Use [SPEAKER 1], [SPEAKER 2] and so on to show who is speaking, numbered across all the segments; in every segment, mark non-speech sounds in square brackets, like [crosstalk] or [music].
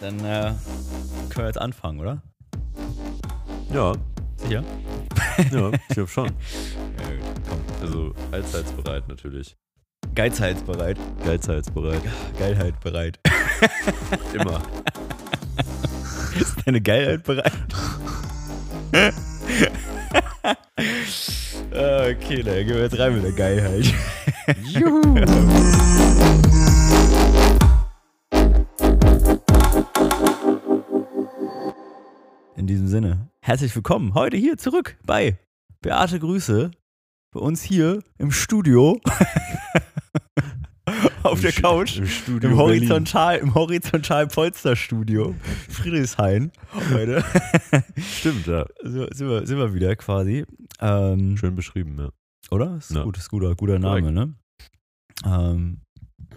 [SPEAKER 1] Dann äh, können wir jetzt anfangen, oder?
[SPEAKER 2] Ja,
[SPEAKER 1] Sicher?
[SPEAKER 2] ja, ich glaube [laughs] schon.
[SPEAKER 1] Ja, gut. Komm.
[SPEAKER 2] Also allseits bereit natürlich.
[SPEAKER 1] Geizheitsbereit.
[SPEAKER 2] Geizheitsbereit.
[SPEAKER 1] Geilheit bereit.
[SPEAKER 2] Immer.
[SPEAKER 1] [laughs] Ist deine Geilheit bereit? [laughs] Ah, okay, dann gehen wir jetzt rein mit der Geilheit.
[SPEAKER 2] Juhu.
[SPEAKER 1] In diesem Sinne, herzlich willkommen heute hier zurück bei Beate Grüße. Bei uns hier im Studio. [laughs] Auf der Couch.
[SPEAKER 2] Im Studio
[SPEAKER 1] Im
[SPEAKER 2] Berlin.
[SPEAKER 1] horizontal, im horizontal Polsterstudio Friedrichshain heute.
[SPEAKER 2] Stimmt, ja.
[SPEAKER 1] so, Also, sind, wir, sind wir wieder quasi. Ähm,
[SPEAKER 2] Schön beschrieben, ja.
[SPEAKER 1] Oder? Ist
[SPEAKER 2] Ja.
[SPEAKER 1] gut, ist guter, guter Name, ne? Ähm,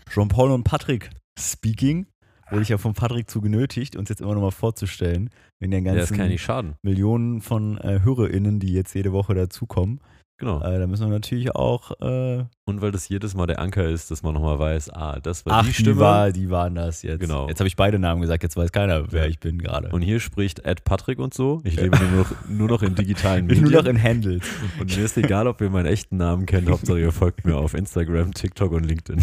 [SPEAKER 1] Jean-Paul und Patrick speaking. Wurde ich ja von Patrick zu genötigt, uns jetzt immer nochmal vorzustellen, wegen den
[SPEAKER 2] ja. Das
[SPEAKER 1] ganzen
[SPEAKER 2] kann ja nicht schaden.
[SPEAKER 1] Millionen von äh, HörerInnen, die jetzt jede Woche dazukommen.
[SPEAKER 2] Genau.
[SPEAKER 1] Äh, da müssen wir natürlich auch. Äh,
[SPEAKER 2] Und weil das jedes Mal der Anker ist, dass man nochmal weiß, ah, das war
[SPEAKER 1] ach,
[SPEAKER 2] die Stimme.
[SPEAKER 1] die, war, die waren das jetzt.
[SPEAKER 2] Genau.
[SPEAKER 1] Jetzt habe ich beide Namen gesagt, jetzt weiß keiner, wer
[SPEAKER 2] Ja.
[SPEAKER 1] ich bin gerade.
[SPEAKER 2] Und hier spricht Ed Patrick und so. Ich lebe nur noch, nur noch in digitalen
[SPEAKER 1] bin
[SPEAKER 2] Medien.
[SPEAKER 1] [laughs] nur noch in Handles.
[SPEAKER 2] und mir ist egal, ob ihr meinen echten Namen kennt. Hauptsache, ihr folgt mir auf Instagram, TikTok und LinkedIn.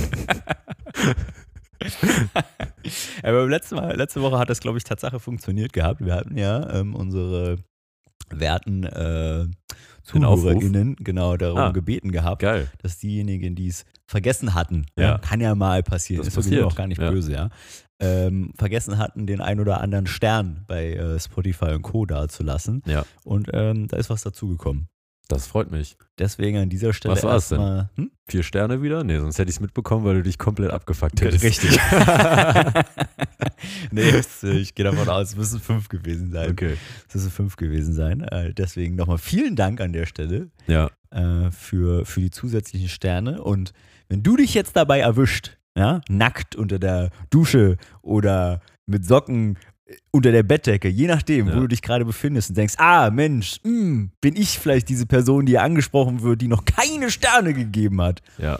[SPEAKER 1] Aber beim letzten Mal, letzte Woche hat das, glaube ich, Tatsache funktioniert gehabt. Wir hatten ja ähm, unsere werten äh,
[SPEAKER 2] Aufruf.
[SPEAKER 1] ZuhörerInnen genau darum
[SPEAKER 2] Ah.
[SPEAKER 1] gebeten gehabt,
[SPEAKER 2] Geil.
[SPEAKER 1] dass diejenigen, die es vergessen hatten, ja.
[SPEAKER 2] Ja.
[SPEAKER 1] kann ja mal passieren,
[SPEAKER 2] Das
[SPEAKER 1] ist passiert.
[SPEAKER 2] passiert,
[SPEAKER 1] auch gar nicht
[SPEAKER 2] ja.
[SPEAKER 1] böse, ja, ähm, vergessen hatten, den ein oder anderen Stern bei äh, Spotify und Co. dazulassen.
[SPEAKER 2] Ja.
[SPEAKER 1] Und ähm, da ist was dazugekommen.
[SPEAKER 2] Das freut mich.
[SPEAKER 1] Deswegen an dieser Stelle
[SPEAKER 2] Was war's denn?
[SPEAKER 1] erstmal. Hm?
[SPEAKER 2] Vier Sterne wieder? Nee, sonst hätte ich es mitbekommen, weil du dich komplett abgefuckt hättest. [laughs]
[SPEAKER 1] Richtig. [laughs] nee, es- ich gehe davon aus, es müssen fünf gewesen sein.
[SPEAKER 2] Okay.
[SPEAKER 1] Es müssen fünf gewesen sein. Äh, Deswegen nochmal vielen Dank an der Stelle
[SPEAKER 2] Ja,
[SPEAKER 1] äh, für, für die zusätzlichen Sterne. Und wenn du dich jetzt dabei erwischt, ja, nackt unter der Dusche oder mit Socken äh, unter der Bettdecke, je nachdem, wo
[SPEAKER 2] Ja.
[SPEAKER 1] du dich gerade befindest und denkst, ah Mensch, mm, bin ich vielleicht diese Person, die hier angesprochen wird, die noch keine Sterne gegeben hat.
[SPEAKER 2] ja,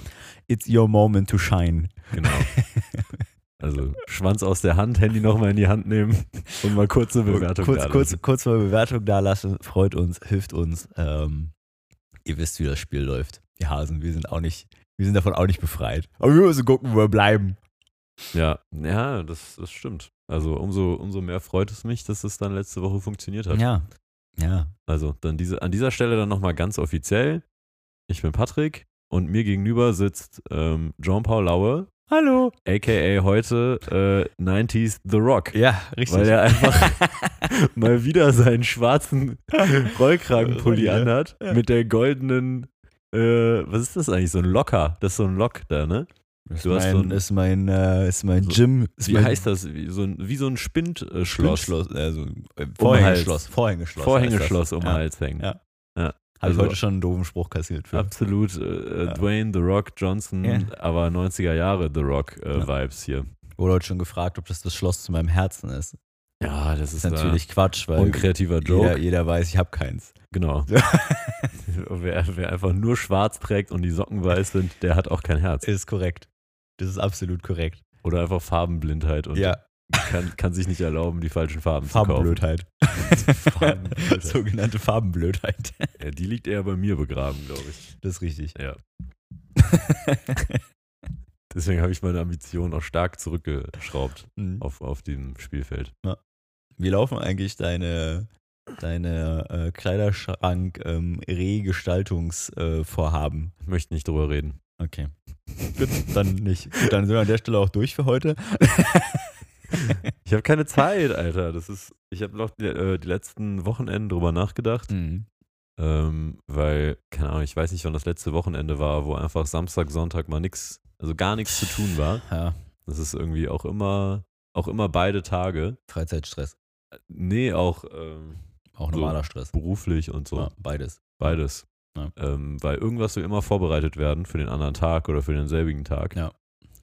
[SPEAKER 1] It's your moment to shine.
[SPEAKER 2] genau. Also Schwanz aus der Hand, Handy nochmal in die Hand nehmen und mal kurz eine Bewertung
[SPEAKER 1] kurz,
[SPEAKER 2] da
[SPEAKER 1] kurz, kurz mal Bewertung da lassen. Freut uns, hilft uns. Ähm, ihr wisst, wie das Spiel läuft. Die Hasen, wir sind auch nicht, wir sind davon auch nicht befreit. Aber wir müssen gucken, wo wir bleiben.
[SPEAKER 2] Ja, ja das, das stimmt. Also umso, umso mehr freut es mich, dass es dann letzte Woche funktioniert hat.
[SPEAKER 1] Ja. Ja.
[SPEAKER 2] Also dann diese, an dieser Stelle dann nochmal ganz offiziell. Ich bin Patrick und mir gegenüber sitzt ähm, Jean-Paul Laue,
[SPEAKER 1] Hallo.
[SPEAKER 2] a.k.a. heute äh, 90s The Rock.
[SPEAKER 1] Ja, richtig. [laughs]
[SPEAKER 2] Weil er einfach mal wieder seinen schwarzen
[SPEAKER 1] Rolli,
[SPEAKER 2] Rollkragenpulli
[SPEAKER 1] ja.
[SPEAKER 2] anhat
[SPEAKER 1] Ja.
[SPEAKER 2] mit der goldenen, äh, was ist das eigentlich? So ein Locker. Das ist so ein Lock da, ne?
[SPEAKER 1] ist
[SPEAKER 2] du hast
[SPEAKER 1] mein,
[SPEAKER 2] so ein-
[SPEAKER 1] ist mein, äh, ist mein
[SPEAKER 2] So-
[SPEAKER 1] Gym. Ist
[SPEAKER 2] Wie
[SPEAKER 1] mein
[SPEAKER 2] heißt das? Wie so ein, wie so ein Spindschloss.
[SPEAKER 1] Schloss? Also, äh,
[SPEAKER 2] Hals.
[SPEAKER 1] Vorhängeschloss. Vorhängeschloss.
[SPEAKER 2] Vorhängeschloss um den
[SPEAKER 1] ja.
[SPEAKER 2] Hals hängen.
[SPEAKER 1] Ja. Habe
[SPEAKER 2] also-
[SPEAKER 1] ich heute schon einen doofen Spruch kassiert für.
[SPEAKER 2] Absolut äh,
[SPEAKER 1] Ja.
[SPEAKER 2] Dwayne The Rock Johnson,
[SPEAKER 1] Ja.
[SPEAKER 2] aber 90er Jahre The Rock äh,
[SPEAKER 1] Ja.
[SPEAKER 2] Vibes hier.
[SPEAKER 1] Wurde heute schon gefragt, ob das das Schloss zu meinem Herzen ist.
[SPEAKER 2] Ja, das
[SPEAKER 1] Das
[SPEAKER 2] ist äh,
[SPEAKER 1] ist natürlich Quatsch,
[SPEAKER 2] da
[SPEAKER 1] weil
[SPEAKER 2] unkreativer Joke.
[SPEAKER 1] jeder, jeder weiß, ich habe keins.
[SPEAKER 2] Genau. [laughs] wer, wer einfach nur schwarz trägt und die Socken weiß sind, der hat auch kein Herz.
[SPEAKER 1] Ist korrekt. Das ist absolut korrekt.
[SPEAKER 2] Oder einfach Farbenblindheit und
[SPEAKER 1] ja,
[SPEAKER 2] kann, kann sich nicht erlauben, die falschen Farben
[SPEAKER 1] Farbenblödheit. [laughs]
[SPEAKER 2] zu [laughs] kaufen. Farbenblindheit.
[SPEAKER 1] Sogenannte Farbenblödheit.
[SPEAKER 2] ja, die liegt eher bei mir begraben, glaube ich.
[SPEAKER 1] Das ist richtig.
[SPEAKER 2] Ja. Deswegen habe ich meine Ambition auch stark zurückgeschraubt
[SPEAKER 1] [laughs] Mhm.
[SPEAKER 2] auf, auf dem Spielfeld.
[SPEAKER 1] Wie laufen eigentlich deine, deine äh, ähm, Kleiderschrank-Regestaltungsvorhaben? Äh, Vorhaben?
[SPEAKER 2] Ich möchte nicht drüber reden.
[SPEAKER 1] okay. Gut, dann nicht. Gut, dann sind wir an der Stelle auch durch für [laughs] heute.
[SPEAKER 2] Ich habe keine Zeit, Alter. Das ist, ich habe noch die, äh, die letzten Wochenenden drüber nachgedacht,
[SPEAKER 1] Mhm.
[SPEAKER 2] ähm, weil, keine Ahnung, ich weiß nicht, wann das letzte Wochenende war, wo einfach Samstag, Sonntag mal nichts, also gar nichts zu tun war.
[SPEAKER 1] Ja,
[SPEAKER 2] Das ist irgendwie auch immer, auch immer beide Tage. Äh,
[SPEAKER 1] Freizeitstress.
[SPEAKER 2] Nee, auch ähm,
[SPEAKER 1] Auch
[SPEAKER 2] So.
[SPEAKER 1] normaler Stress.
[SPEAKER 2] beruflich und so.
[SPEAKER 1] Ja, beides.
[SPEAKER 2] Beides.
[SPEAKER 1] Ja.
[SPEAKER 2] Ähm, weil irgendwas will immer vorbereitet werden für den anderen Tag oder für den selbigen Tag.
[SPEAKER 1] Ja.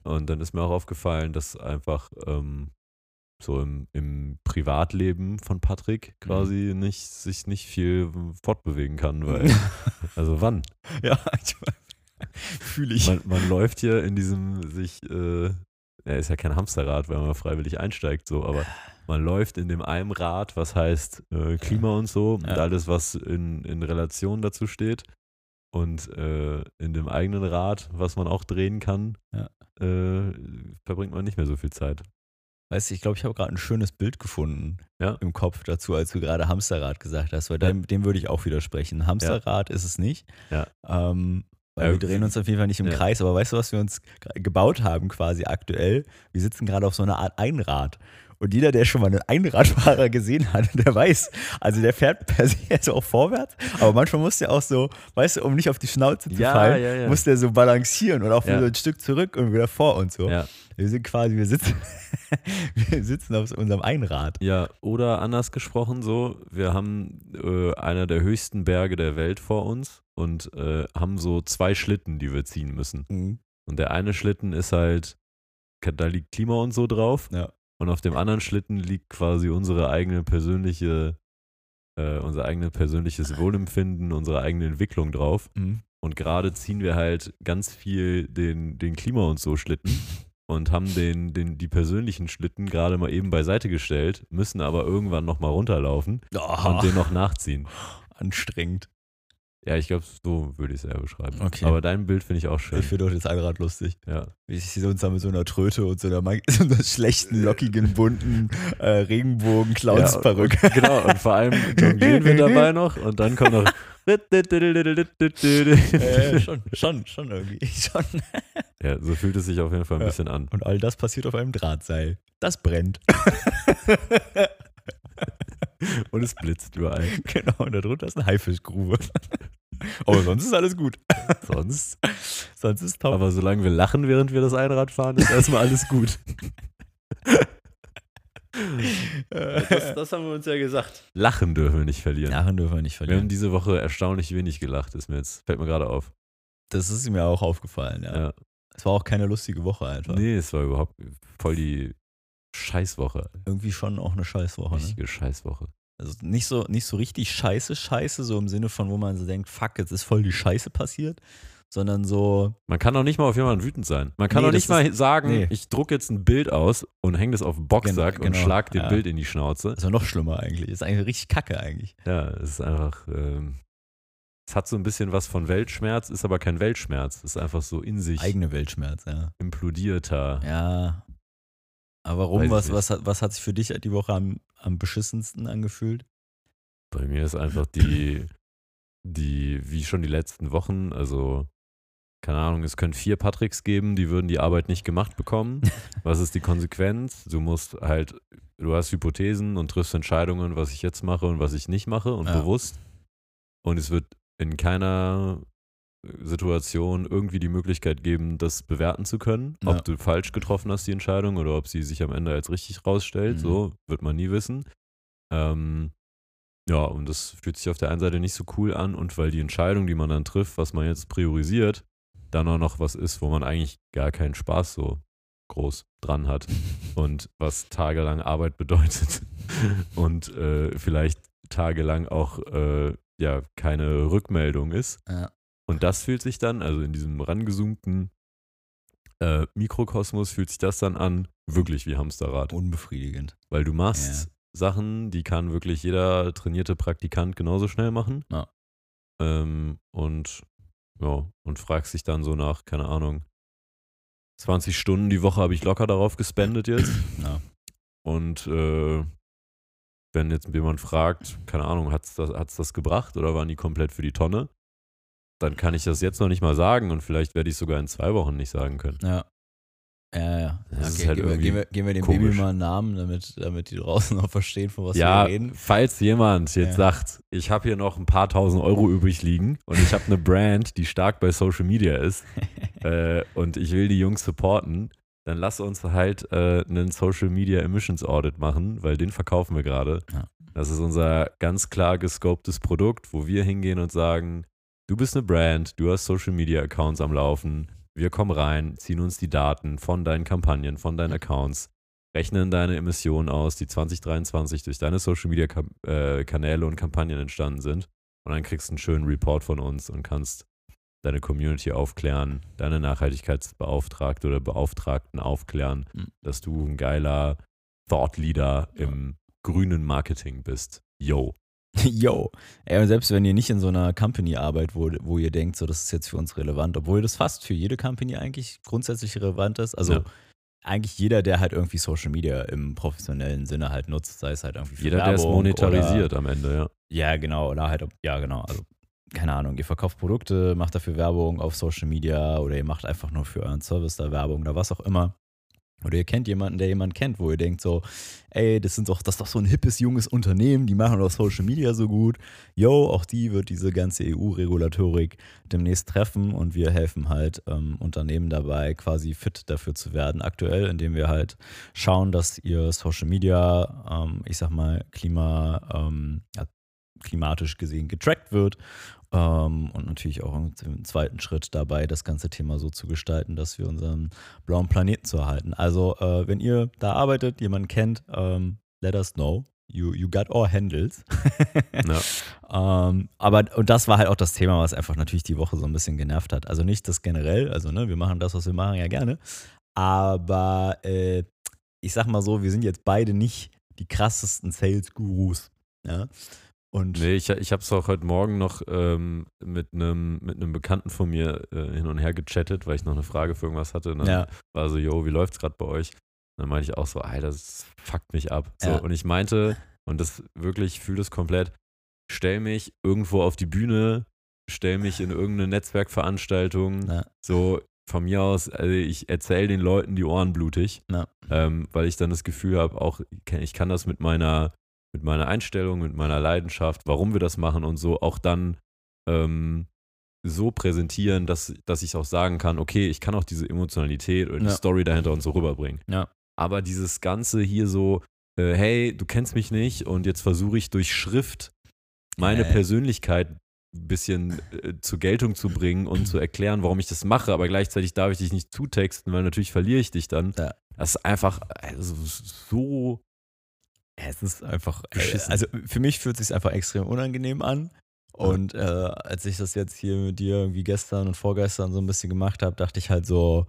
[SPEAKER 2] Und dann ist mir auch aufgefallen, dass einfach ähm, so im, im Privatleben von
[SPEAKER 1] Mhm.
[SPEAKER 2] Patrick quasi nicht, sich nicht viel ähm, fortbewegen kann,
[SPEAKER 1] [laughs]
[SPEAKER 2] weil, also wann?
[SPEAKER 1] ja, [laughs] ich fühle ich.
[SPEAKER 2] Man, man läuft hier in diesem sich äh, er ist ja kein Hamsterrad, wenn man freiwillig einsteigt, so, aber man läuft in dem einem Rad, was heißt äh, Klima und so, und
[SPEAKER 1] Ja.
[SPEAKER 2] alles, was in, in Relation dazu steht. Und äh, in dem eigenen Rad, was man auch drehen kann,
[SPEAKER 1] Ja.
[SPEAKER 2] äh, verbringt man nicht mehr so viel Zeit.
[SPEAKER 1] Weißt du, ich glaube, ich habe gerade ein schönes Bild gefunden
[SPEAKER 2] Ja.
[SPEAKER 1] im Kopf dazu, als du gerade Hamsterrad gesagt hast, weil dem, dem würde ich auch widersprechen. Hamsterrad ist es nicht.
[SPEAKER 2] Ja.
[SPEAKER 1] Ähm, weil wir
[SPEAKER 2] Ja.
[SPEAKER 1] drehen uns auf jeden Fall nicht im
[SPEAKER 2] Ja.
[SPEAKER 1] Kreis, aber weißt du, was wir uns g- gebaut haben quasi aktuell? Wir sitzen gerade auf so einer Art Einrad. Und jeder, der schon mal einen Einradfahrer gesehen hat, der weiß, also der fährt per se [laughs] jetzt auch vorwärts, aber manchmal muss der auch so, weißt du, um nicht auf die Schnauze zu
[SPEAKER 2] Ja,
[SPEAKER 1] fallen,
[SPEAKER 2] ja, ja.
[SPEAKER 1] muss der so balancieren und auch
[SPEAKER 2] Ja.
[SPEAKER 1] wieder ein Stück zurück und wieder vor und so.
[SPEAKER 2] Ja.
[SPEAKER 1] Wir sind quasi, wir sitzen, [laughs] wir sitzen auf unserem Einrad.
[SPEAKER 2] Ja, oder anders gesprochen so, wir haben äh, einer der höchsten Berge der Welt vor uns und äh, haben so zwei Schlitten, die wir ziehen müssen. Und der eine Schlitten ist halt, da liegt Klima und so drauf.
[SPEAKER 1] Ja.
[SPEAKER 2] Und auf dem anderen Schlitten liegt quasi unsere eigene persönliche, äh, unser eigenes persönliches Wohlempfinden, unsere eigene Entwicklung drauf.
[SPEAKER 1] Mhm.
[SPEAKER 2] Und gerade ziehen wir halt ganz viel den, den Klima- und so Schlitten
[SPEAKER 1] [laughs]
[SPEAKER 2] und haben den, den, die persönlichen Schlitten gerade mal eben beiseite gestellt, müssen aber irgendwann nochmal runterlaufen
[SPEAKER 1] Oh,
[SPEAKER 2] und den noch nachziehen.
[SPEAKER 1] anstrengend.
[SPEAKER 2] Ja, ich glaube, so würde ich es eher beschreiben.
[SPEAKER 1] Okay.
[SPEAKER 2] Aber dein Bild finde ich auch schön.
[SPEAKER 1] Ich finde doch das Einrad lustig.
[SPEAKER 2] ja.
[SPEAKER 1] Wie sich so uns da mit so einer Tröte und so einer, Mag- [laughs] so einer schlechten, lockigen, bunten äh, Regenbogen-Clowns-Perücke.
[SPEAKER 2] Genau, und vor allem jonglieren wir dabei noch und dann kommt noch.
[SPEAKER 1] äh, [laughs] schon, schon, schon irgendwie. [laughs] Schon.
[SPEAKER 2] ja, so fühlt es sich auf jeden Fall ein
[SPEAKER 1] Ja.
[SPEAKER 2] bisschen an.
[SPEAKER 1] Und all das passiert auf einem Drahtseil. Das brennt. [laughs]
[SPEAKER 2] Und es blitzt überall.
[SPEAKER 1] genau, und darunter ist eine Haifischgrube. [laughs] Aber sonst ist alles gut.
[SPEAKER 2] Sonst.
[SPEAKER 1] Sonst ist top.
[SPEAKER 2] Aber solange wir lachen, während wir das Einrad fahren, ist erstmal alles
[SPEAKER 1] [laughs]
[SPEAKER 2] gut. haben wir uns ja gesagt. Lachen dürfen wir nicht verlieren.
[SPEAKER 1] Lachen dürfen wir nicht
[SPEAKER 2] Wir haben
[SPEAKER 1] verlieren.
[SPEAKER 2] diese Woche erstaunlich wenig gelacht, ist mir jetzt, fällt mir gerade auf.
[SPEAKER 1] Das ist mir auch aufgefallen, ja.
[SPEAKER 2] Ja.
[SPEAKER 1] Es war auch keine lustige Woche einfach.
[SPEAKER 2] Nee, es war überhaupt voll die Scheißwoche.
[SPEAKER 1] Irgendwie schon auch eine Scheißwoche. Ne?
[SPEAKER 2] Richtige Scheißwoche.
[SPEAKER 1] Also nicht so, nicht so richtig scheiße, scheiße, so im Sinne von, wo man so denkt, fuck, jetzt ist voll die Scheiße passiert, sondern so,
[SPEAKER 2] Man kann doch nicht mal auf jemanden wütend sein. Man kann
[SPEAKER 1] Nee,
[SPEAKER 2] doch
[SPEAKER 1] das
[SPEAKER 2] nicht mal sagen,
[SPEAKER 1] nee.
[SPEAKER 2] ich druck jetzt ein Bild aus und hänge das auf den Boxsack
[SPEAKER 1] Gen-
[SPEAKER 2] und
[SPEAKER 1] genau,
[SPEAKER 2] schlag dem
[SPEAKER 1] ja.
[SPEAKER 2] Bild in die Schnauze.
[SPEAKER 1] ist ja noch schlimmer eigentlich. Ist eigentlich richtig kacke eigentlich.
[SPEAKER 2] Ja, es ist einfach. Ähm, es hat so ein bisschen was von Weltschmerz, ist aber kein Weltschmerz. Es ist einfach so in sich
[SPEAKER 1] Eigene Weltschmerz, ja.
[SPEAKER 2] implodierter.
[SPEAKER 1] Ja. Aber warum,
[SPEAKER 2] Weiß ich
[SPEAKER 1] was,
[SPEAKER 2] nicht.
[SPEAKER 1] was, hat- was hat sich für dich die Woche am, am beschissensten angefühlt?
[SPEAKER 2] Bei mir ist einfach die, die, wie schon die letzten Wochen, also keine Ahnung, es können vier Patricks geben, die würden die Arbeit nicht
[SPEAKER 1] [laughs]
[SPEAKER 2] gemacht bekommen. Was ist die Konsequenz? Du musst halt, du hast Hypothesen und triffst Entscheidungen, was ich jetzt mache und was ich nicht mache und
[SPEAKER 1] Ja.
[SPEAKER 2] bewusst. Und es wird in keiner äh, Situation irgendwie die Möglichkeit geben, das bewerten zu können,
[SPEAKER 1] Ja.
[SPEAKER 2] ob du falsch getroffen hast, die Entscheidung, oder ob sie sich am Ende als richtig rausstellt.
[SPEAKER 1] Mhm.
[SPEAKER 2] So wird man nie wissen. Ähm, ja, und das fühlt sich auf der einen Seite nicht so cool an und weil die Entscheidung, die man dann trifft, was man jetzt priorisiert, dann auch noch was ist, wo man eigentlich gar keinen Spaß so groß dran
[SPEAKER 1] [laughs]
[SPEAKER 2] hat und was tagelang Arbeit bedeutet [laughs] und äh, vielleicht tagelang auch äh, ja keine Rückmeldung ist.
[SPEAKER 1] Ja.
[SPEAKER 2] Und das fühlt sich dann, also in diesem rangezoomten äh, Mikrokosmos fühlt sich das dann an, wirklich wie Hamsterrad.
[SPEAKER 1] Unbefriedigend.
[SPEAKER 2] Weil du machst Sachen, die kann wirklich jeder trainierte Praktikant genauso schnell machen.
[SPEAKER 1] Ja.
[SPEAKER 2] Ähm, und ja, und fragst dich dann so nach, keine Ahnung, 20 Stunden die Woche habe ich locker darauf gespendet jetzt.
[SPEAKER 1] [clears throat] Ja.
[SPEAKER 2] Und äh, wenn jetzt jemand fragt, keine Ahnung, hat es das, hat's das gebracht oder waren die komplett für die Tonne? Dann kann ich das jetzt noch nicht mal sagen und vielleicht werde ich es sogar in zwei Wochen nicht sagen können.
[SPEAKER 1] Ja. Ja, ja.
[SPEAKER 2] Das ist
[SPEAKER 1] okay,
[SPEAKER 2] halt
[SPEAKER 1] gehen, wir,
[SPEAKER 2] irgendwie
[SPEAKER 1] gehen, wir, gehen wir dem
[SPEAKER 2] komisch.
[SPEAKER 1] Baby mal einen Namen, damit, damit die draußen auch verstehen, von was
[SPEAKER 2] ja,
[SPEAKER 1] wir reden.
[SPEAKER 2] falls jemand jetzt
[SPEAKER 1] Ja.
[SPEAKER 2] sagt, ich habe hier noch ein paar tausend Euro übrig liegen und ich habe eine Brand, die stark bei Social
[SPEAKER 1] [laughs]
[SPEAKER 2] Media ist äh, und ich will die Jungs supporten, dann lass uns halt äh, einen Social Media Emissions Audit machen, weil den verkaufen wir gerade.
[SPEAKER 1] Ja.
[SPEAKER 2] Das ist unser ganz klar gescoptes Produkt, wo wir hingehen und sagen, du bist eine Brand, du hast Social Media Accounts am Laufen, wir kommen rein, ziehen uns die Daten von deinen Kampagnen, von deinen Accounts, rechnen deine Emissionen aus, die 2023 durch deine Social Media Kam äh, Kanäle und Kampagnen entstanden sind. Und dann kriegst du einen schönen Report von uns und kannst deine Community aufklären, deine Nachhaltigkeitsbeauftragte oder Beauftragten aufklären,
[SPEAKER 1] Mhm.
[SPEAKER 2] dass du ein geiler Thought Leader im grünen Marketing bist. Yo.
[SPEAKER 1] [laughs] Yo. Ey, und selbst wenn ihr nicht in so einer Company arbeitet, wo, wo ihr denkt, so das ist jetzt für uns relevant, obwohl das fast für jede Company eigentlich grundsätzlich relevant ist. Also
[SPEAKER 2] Ja.
[SPEAKER 1] eigentlich jeder, der halt irgendwie Social Media im professionellen Sinne halt nutzt, sei es halt irgendwie für
[SPEAKER 2] Jeder, der es
[SPEAKER 1] Werbung
[SPEAKER 2] monetarisiert am Ende, ja.
[SPEAKER 1] Oder, ja, genau. Oder halt, ja, genau. Also, keine Ahnung, ihr verkauft Produkte, macht dafür Werbung auf Social Media oder ihr macht einfach nur für euren Service da Werbung oder was auch immer. Oder ihr kennt jemanden, der jemanden kennt, wo ihr denkt so, ey, das sind doch, das ist doch so ein hippes, junges Unternehmen, die machen doch Social Media so gut. Yo, auch die wird diese ganze EU-Regulatorik demnächst treffen und wir helfen halt ähm, Unternehmen dabei, quasi fit dafür zu werden, aktuell, indem wir halt schauen, dass ihr Social Media, ähm, ich sag mal, Klima, ähm, ja, klimatisch gesehen getrackt wird. Ähm, und natürlich auch im im zweiten Schritt dabei, das ganze Thema so zu gestalten, dass wir unseren blauen Planeten zu erhalten. Also, äh, wenn ihr da arbeitet, jemanden kennt, ähm, let us know. You, you got our handles.
[SPEAKER 2] ja.
[SPEAKER 1] [laughs] Ähm, aber, und das war halt auch das Thema, was einfach natürlich die Woche so ein bisschen genervt hat. Also nicht das generell, also ne, wir machen das, was wir machen, ja gerne. Aber äh, ich sag mal so, wir sind jetzt beide nicht die krassesten Sales-Gurus. Ja? Und
[SPEAKER 2] Nee, ich, ich habe es auch heute Morgen noch ähm, mit einem mit einem Bekannten von mir äh, hin und her gechattet, weil ich noch eine Frage für irgendwas hatte. Und dann
[SPEAKER 1] ja,
[SPEAKER 2] war so, yo, wie läuft's gerade bei euch? Und dann meinte ich auch so, ey, das fuckt mich ab. So,
[SPEAKER 1] Ja.
[SPEAKER 2] Und ich meinte, und das wirklich, ich fühle das komplett, stell mich irgendwo auf die Bühne, stell mich in irgendeine Netzwerkveranstaltung,
[SPEAKER 1] Ja.
[SPEAKER 2] so von mir aus, also ich erzähle den Leuten die Ohren blutig,
[SPEAKER 1] Ja.
[SPEAKER 2] ähm, weil ich dann das Gefühl habe, auch ich kann- ich kann das mit meiner, mit meiner Einstellung, mit meiner Leidenschaft, warum wir das machen und so, auch dann ähm, so präsentieren, dass, dass ich auch sagen kann, okay, ich kann auch diese Emotionalität oder die
[SPEAKER 1] Ja.
[SPEAKER 2] Story dahinter und so rüberbringen.
[SPEAKER 1] Ja.
[SPEAKER 2] Aber dieses Ganze hier so, äh, hey, du kennst mich nicht und jetzt versuche ich durch Schrift meine
[SPEAKER 1] Nee.
[SPEAKER 2] Persönlichkeit ein bisschen äh, zur Geltung zu bringen und zu erklären, warum ich das mache, aber gleichzeitig darf ich dich nicht zutexten, weil natürlich verliere ich dich dann.
[SPEAKER 1] Ja.
[SPEAKER 2] Das ist einfach also, so
[SPEAKER 1] es ist einfach [laughs]
[SPEAKER 2] Beschissen.
[SPEAKER 1] Also für mich fühlt es sich einfach extrem unangenehm an. Und äh, als ich das jetzt hier mit dir irgendwie gestern und vorgestern so ein bisschen gemacht habe, dachte ich halt so,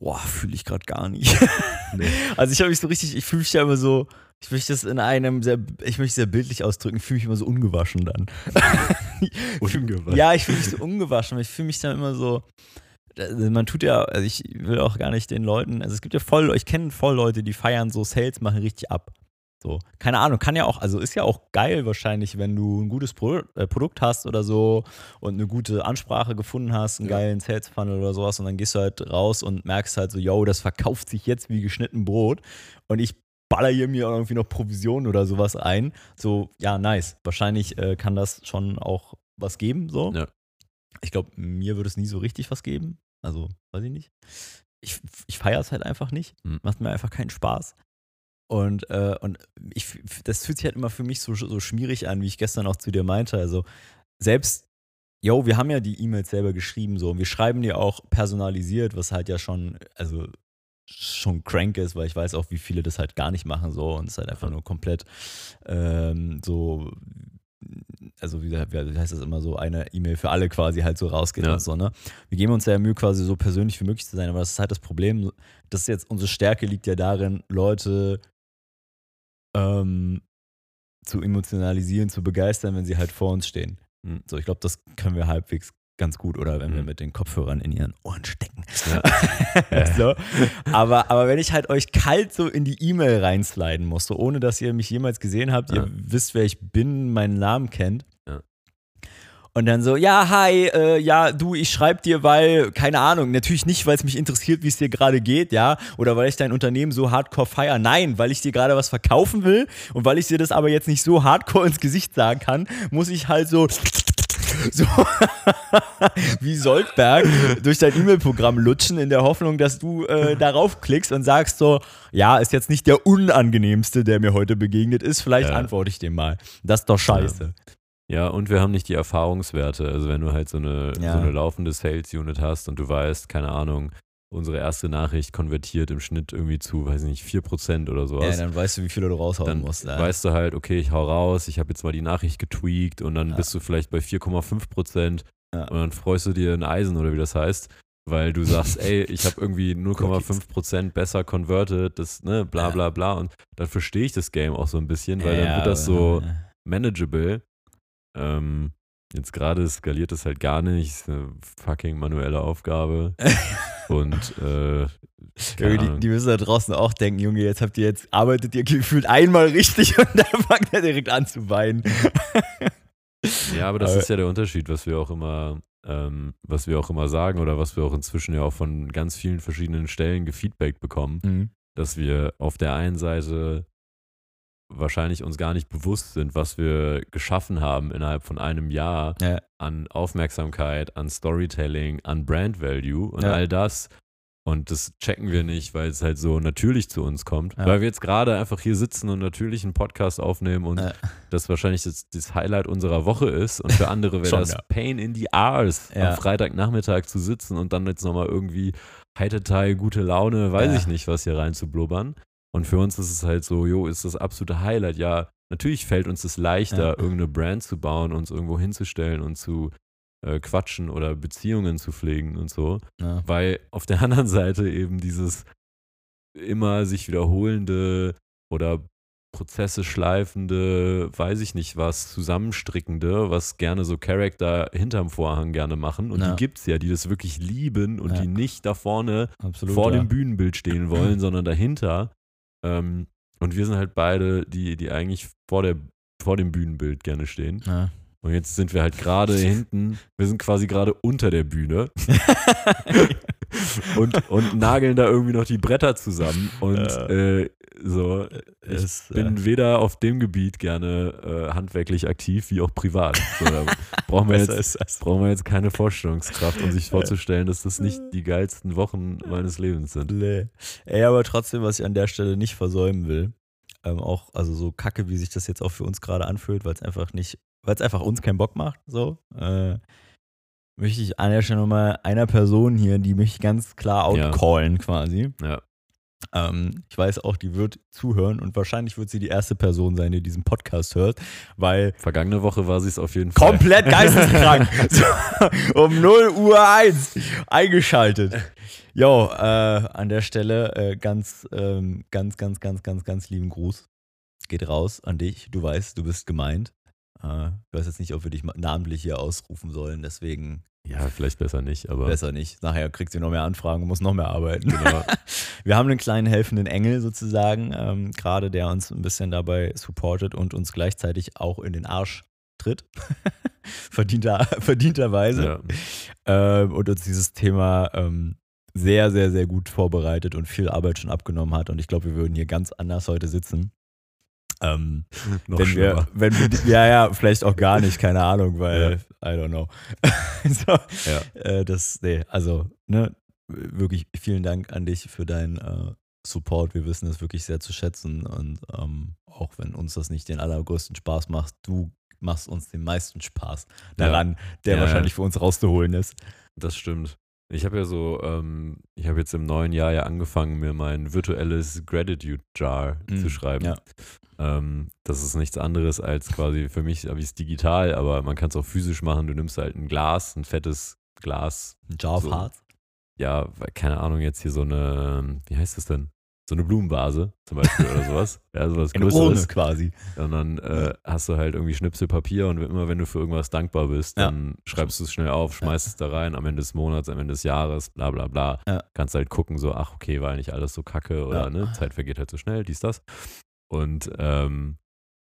[SPEAKER 1] boah, fühle ich gerade gar nicht. [laughs]
[SPEAKER 2] Nee.
[SPEAKER 1] Also ich habe mich so richtig, ich fühle mich ja immer so, ich möchte das in einem sehr, ich möchte es sehr bildlich ausdrücken, ich fühle mich immer so ungewaschen dann.
[SPEAKER 2] [laughs] ungewandt.
[SPEAKER 1] Ja, ich fühle mich so ungewaschen, weil ich fühle mich dann immer so. also Man tut ja, also ich will auch gar nicht den Leuten, also es gibt ja voll, ich kenne voll Leute, die feiern so Sales, machen richtig ab. So, keine Ahnung, kann ja auch, also ist ja auch geil wahrscheinlich, wenn du ein gutes Pro äh, Produkt hast oder so und eine gute Ansprache gefunden hast, einen
[SPEAKER 2] Ja.
[SPEAKER 1] geilen Sales Funnel oder sowas und dann gehst du halt raus und merkst halt so, yo, das verkauft sich jetzt wie geschnitten Brot und ich baller hier mir irgendwie noch Provisionen oder sowas ein. So, ja, nice. Wahrscheinlich äh, kann das schon auch was geben, so.
[SPEAKER 2] Ja.
[SPEAKER 1] Ich glaube, mir würde es nie so richtig was geben. Also, weiß ich nicht. Ich, ich feiere es halt einfach nicht.
[SPEAKER 2] Hm.
[SPEAKER 1] Macht mir einfach keinen Spaß. Und, äh, und ich, f- f- das fühlt sich halt immer für mich so, so schmierig an, wie ich gestern auch zu dir meinte. Also, selbst, yo, wir haben ja die E-Mails selber geschrieben, so. Und wir schreiben die auch personalisiert, was halt ja schon, also schon crank ist, weil ich weiß auch, wie viele das halt gar nicht machen so und es halt einfach nur komplett ähm, so, also wie, wie heißt das immer so, eine E-Mail für alle quasi halt so rausgeht
[SPEAKER 2] Ja.
[SPEAKER 1] und so, ne? Wir geben uns ja Mühe, quasi so persönlich wie möglich zu sein, aber das ist halt das Problem, das ist jetzt, unsere Stärke liegt ja darin, Leute ähm, zu emotionalisieren, zu begeistern, wenn sie halt vor uns stehen.
[SPEAKER 2] Mhm.
[SPEAKER 1] So, ich glaube, das können wir halbwegs ganz gut oder wenn wir
[SPEAKER 2] Mhm.
[SPEAKER 1] mit den Kopfhörern in ihren Ohren stecken.
[SPEAKER 2] Ja.
[SPEAKER 1] [laughs] so. aber, aber wenn ich halt euch kalt so in die E-Mail reinsliden muss, so ohne dass ihr mich jemals gesehen habt,
[SPEAKER 2] Ja.
[SPEAKER 1] ihr wisst, wer ich bin, meinen Namen kennt.
[SPEAKER 2] Ja.
[SPEAKER 1] Und dann so, ja, hi, äh, ja, du, ich schreibe dir, weil, keine Ahnung, natürlich nicht, weil es mich interessiert, wie es dir gerade geht, ja, oder weil ich dein Unternehmen so hardcore feier. Nein, weil ich dir gerade was verkaufen will und weil ich dir das aber jetzt nicht so hardcore ins Gesicht sagen kann, muss ich halt so, so [laughs] wie Soldberg durch dein E-Mail-Programm lutschen, in der Hoffnung, dass du äh, darauf klickst und sagst so, ja, ist jetzt nicht der unangenehmste, der mir heute begegnet ist, vielleicht
[SPEAKER 2] Ja.
[SPEAKER 1] antworte ich dem mal. Das ist doch scheiße.
[SPEAKER 2] Ja, und wir haben nicht die Erfahrungswerte. Also wenn du halt so eine,
[SPEAKER 1] Ja.
[SPEAKER 2] so eine laufende Sales-Unit hast und du weißt, keine Ahnung, unsere erste Nachricht konvertiert im Schnitt irgendwie zu, weiß nicht, 4% oder
[SPEAKER 1] Ja,
[SPEAKER 2] sowas.
[SPEAKER 1] dann weißt du, wie viele du raushauen
[SPEAKER 2] dann
[SPEAKER 1] musst. ne? Ja.
[SPEAKER 2] weißt du halt, okay, ich hau raus, ich habe jetzt mal die Nachricht getweakt und dann
[SPEAKER 1] Ja.
[SPEAKER 2] bist du vielleicht bei 4,5 Prozent
[SPEAKER 1] Ja.
[SPEAKER 2] Und dann freust du dir ein Eisen oder wie das heißt, weil
[SPEAKER 1] [laughs]
[SPEAKER 2] du sagst, ey, ich habe irgendwie 0,5% besser converted, das, ne, bla
[SPEAKER 1] Ja.
[SPEAKER 2] bla bla. Und dann verstehe ich das Game auch so ein bisschen, weil dann wird das so manageable. Ähm, jetzt gerade skaliert das halt gar nicht, ist eine fucking manuelle Aufgabe.
[SPEAKER 1] [laughs]
[SPEAKER 2] Und äh,
[SPEAKER 1] Junge,
[SPEAKER 2] keine
[SPEAKER 1] die,
[SPEAKER 2] Ahnung.
[SPEAKER 1] die müssen da draußen auch denken, Junge, jetzt habt ihr jetzt, arbeitet ihr gefühlt einmal richtig [laughs] und dann fangt ihr direkt an zu weinen.
[SPEAKER 2] Ja, aber das
[SPEAKER 1] Aber-
[SPEAKER 2] ist ja der Unterschied, was wir auch immer, ähm, was wir auch immer sagen oder was wir auch inzwischen ja auch von ganz vielen verschiedenen Stellen gefeedback bekommen, dass wir auf der einen Seite wahrscheinlich uns gar nicht bewusst sind, was wir geschaffen haben innerhalb von einem Jahr
[SPEAKER 1] Ja.
[SPEAKER 2] an Aufmerksamkeit, an Storytelling, an Brand Value und
[SPEAKER 1] Ja.
[SPEAKER 2] all das. Und das checken wir nicht, weil es halt so natürlich zu uns kommt.
[SPEAKER 1] Ja.
[SPEAKER 2] Weil wir jetzt gerade einfach hier sitzen und natürlich einen Podcast aufnehmen und
[SPEAKER 1] Ja.
[SPEAKER 2] das wahrscheinlich das, das Highlight unserer Woche ist. Und für andere wäre
[SPEAKER 1] Schon,
[SPEAKER 2] das
[SPEAKER 1] ja.
[SPEAKER 2] Pain in the Arse,
[SPEAKER 1] Ja.
[SPEAKER 2] am Freitagnachmittag zu sitzen und dann jetzt nochmal irgendwie Heiterteil, gute Laune, weiß
[SPEAKER 1] Ja.
[SPEAKER 2] ich nicht, was hier reinzublubbern. Und für uns ist es halt so, jo, ist das absolute Highlight. Ja, natürlich fällt uns das
[SPEAKER 1] Ja.
[SPEAKER 2] leichter, irgendeine Brand zu bauen, uns irgendwo hinzustellen und zu äh, quatschen oder Beziehungen zu pflegen und so.
[SPEAKER 1] Ja.
[SPEAKER 2] Weil auf der [laughs] anderen Seite eben dieses immer sich wiederholende oder Prozesse schleifende, weiß ich nicht was, zusammenstrickende, was gerne so Charakter hinterm Vorhang gerne machen. Und
[SPEAKER 1] Ja.
[SPEAKER 2] die gibt's ja, die das wirklich lieben und
[SPEAKER 1] Ja.
[SPEAKER 2] die nicht da vorne
[SPEAKER 1] Absolut.
[SPEAKER 2] vor
[SPEAKER 1] ja.
[SPEAKER 2] dem Bühnenbild stehen
[SPEAKER 1] [clears throat]
[SPEAKER 2] wollen, sondern dahinter. Ähm, und wir sind halt beide, die, die eigentlich vor, der, vor dem Bühnenbild gerne stehen.
[SPEAKER 1] Ja.
[SPEAKER 2] Und jetzt sind wir halt
[SPEAKER 1] [laughs]
[SPEAKER 2] gerade hinten, wir sind quasi gerade unter der Bühne und, und nageln da irgendwie noch die Bretter zusammen. Und äh, so, ich
[SPEAKER 1] Es,
[SPEAKER 2] bin weder auf dem Gebiet gerne äh, handwerklich aktiv, wie auch privat. So, da brauchen wir
[SPEAKER 1] besser
[SPEAKER 2] jetzt.
[SPEAKER 1] ist das.
[SPEAKER 2] Brauchen wir jetzt keine Vorstellungskraft, um sich vorzustellen, dass das nicht die geilsten Wochen meines Lebens sind.
[SPEAKER 1] Nee. Ey, aber trotzdem, was ich an der Stelle nicht versäumen will, ähm, auch, also so kacke, wie sich das jetzt auch für uns gerade anfühlt, weil es einfach nicht, weil es einfach uns keinen Bock macht, so, äh, möchte ich an der Stelle nochmal einer Person hier, die mich ganz klar
[SPEAKER 2] Ja.
[SPEAKER 1] outcallen quasi.
[SPEAKER 2] Ja.
[SPEAKER 1] Ähm, ich weiß auch, die wird zuhören und wahrscheinlich wird sie die erste Person sein, die diesen Podcast hört, weil
[SPEAKER 2] Vergangene Woche war sie es auf jeden Fall.
[SPEAKER 1] komplett geisteskrank. so, um 0 Uhr 1 eingeschaltet. Jo, äh, an der Stelle äh, ganz, ähm, ganz, ganz, ganz, ganz, ganz lieben Gruß. Geht raus an dich. Du weißt, du bist gemeint. Äh, ich weiß jetzt nicht, ob wir dich ma- namentlich hier ausrufen sollen, deswegen
[SPEAKER 2] Ja, vielleicht besser nicht, aber
[SPEAKER 1] besser nicht. Nachher kriegst du noch mehr Anfragen und musst noch mehr arbeiten. [laughs]
[SPEAKER 2] genau.
[SPEAKER 1] Wir haben einen kleinen helfenden Engel sozusagen, ähm, gerade der uns ein bisschen dabei supportet und uns gleichzeitig auch in den Arsch tritt. [laughs] Verdienter, verdienterweise.
[SPEAKER 2] ja.
[SPEAKER 1] Ähm, und uns dieses Thema ähm, sehr, sehr, sehr gut vorbereitet und viel Arbeit schon abgenommen hat. Und ich glaube, wir würden hier ganz anders heute sitzen. Ähm,
[SPEAKER 2] Noch
[SPEAKER 1] wenn
[SPEAKER 2] schlimmer.
[SPEAKER 1] wir, wenn wir, die- ja, ja, vielleicht auch gar nicht, keine Ahnung, weil I don't know. [laughs] so,
[SPEAKER 2] Ja.
[SPEAKER 1] äh, das, nee, also, ne, wirklich vielen Dank an dich für deinen äh, Support. Wir wissen das wirklich sehr zu schätzen und ähm, auch wenn uns das nicht den allergrößten Spaß macht, du machst uns den meisten Spaß daran, der
[SPEAKER 2] Ja, ja.
[SPEAKER 1] wahrscheinlich für uns rauszuholen ist.
[SPEAKER 2] Das stimmt. Ich habe ja so, ähm, ich habe jetzt im neuen Jahr ja angefangen, mir mein virtuelles Gratitude Jar
[SPEAKER 1] Mm,
[SPEAKER 2] zu schreiben.
[SPEAKER 1] ja.
[SPEAKER 2] Ähm, das ist nichts anderes als quasi, für mich habe ich es digital, aber man kann es auch physisch machen. Du nimmst halt ein Glas, ein fettes Glas,
[SPEAKER 1] Ein Jar of
[SPEAKER 2] So.
[SPEAKER 1] Hearts.
[SPEAKER 2] ja, keine Ahnung, jetzt hier so eine, ähm, wie heißt das denn? So eine Blumenvase zum Beispiel oder sowas. Ja, sowas
[SPEAKER 1] Eine Urne
[SPEAKER 2] Größeres.
[SPEAKER 1] quasi.
[SPEAKER 2] Und dann äh, hast du halt irgendwie Schnipsel Papier und immer wenn du für irgendwas dankbar bist,
[SPEAKER 1] Ja.
[SPEAKER 2] dann schreibst du es schnell auf, schmeißt es da rein, am Ende des Monats, am Ende des Jahres, bla bla bla.
[SPEAKER 1] Ja.
[SPEAKER 2] Kannst halt gucken, so, ach okay, war eigentlich alles so kacke oder
[SPEAKER 1] Ja.
[SPEAKER 2] ne, Zeit vergeht halt so schnell, dies, das. Und ähm,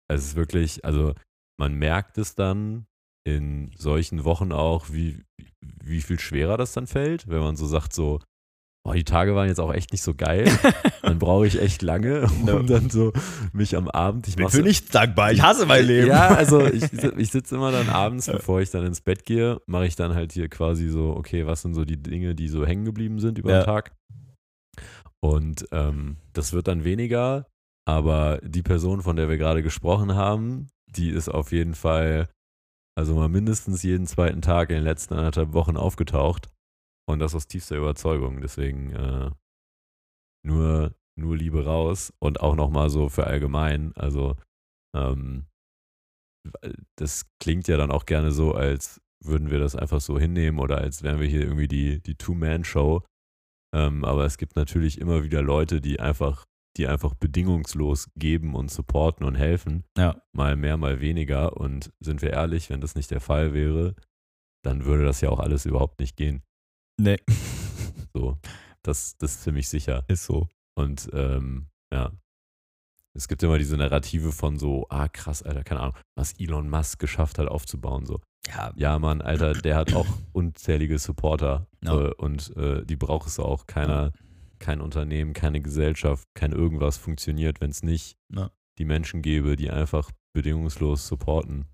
[SPEAKER 2] es ist wirklich, also man merkt es dann in solchen Wochen auch, wie, wie viel schwerer das dann fällt, wenn man so sagt, so, boah, die Tage waren jetzt auch echt nicht
[SPEAKER 1] [laughs]
[SPEAKER 2] so geil, dann brauche ich echt lange,
[SPEAKER 1] Ja.
[SPEAKER 2] um dann so mich am Abend, ich
[SPEAKER 1] Bin
[SPEAKER 2] mach's
[SPEAKER 1] für nichts dankbar. Ich hasse mein Leben. [laughs]
[SPEAKER 2] ja, also ich, ich sitze immer dann abends, bevor ich dann ins Bett gehe, mache ich dann halt hier quasi so, okay, was sind so die Dinge, die so hängen geblieben sind über
[SPEAKER 1] Ja.
[SPEAKER 2] den Tag. Und ähm, das wird dann weniger, aber die Person, von der wir gerade gesprochen haben, die ist auf jeden Fall, also mal mindestens jeden zweiten Tag in den letzten anderthalb Wochen aufgetaucht. Und das aus tiefster Überzeugung. Deswegen äh, nur, nur Liebe raus und auch nochmal so für allgemein. Also ähm, das klingt ja dann auch gerne so, als würden wir das einfach so hinnehmen oder als wären wir hier irgendwie die, die Two-Man-Show. Ähm, aber es gibt natürlich immer wieder Leute, die einfach, die einfach bedingungslos geben und supporten und helfen.
[SPEAKER 1] Ja.
[SPEAKER 2] Mal mehr, mal weniger. Und sind wir ehrlich, wenn das nicht der Fall wäre, dann würde das ja auch alles überhaupt nicht gehen.
[SPEAKER 1] Nee,
[SPEAKER 2] So, das, das ist ziemlich sicher.
[SPEAKER 1] ist so.
[SPEAKER 2] Und ähm, ja, es gibt immer diese Narrative von so, ah krass, Alter, keine Ahnung, was Elon Musk geschafft hat aufzubauen. So,
[SPEAKER 1] Ja,
[SPEAKER 2] ja, Mann, Alter, der
[SPEAKER 1] [clears throat]
[SPEAKER 2] hat auch unzählige Supporter
[SPEAKER 1] Ja.
[SPEAKER 2] äh, und äh, die braucht es auch. Keiner, kein Unternehmen, keine Gesellschaft, kein irgendwas funktioniert, wenn es nicht
[SPEAKER 1] Ja.
[SPEAKER 2] die Menschen gäbe, die einfach bedingungslos supporten.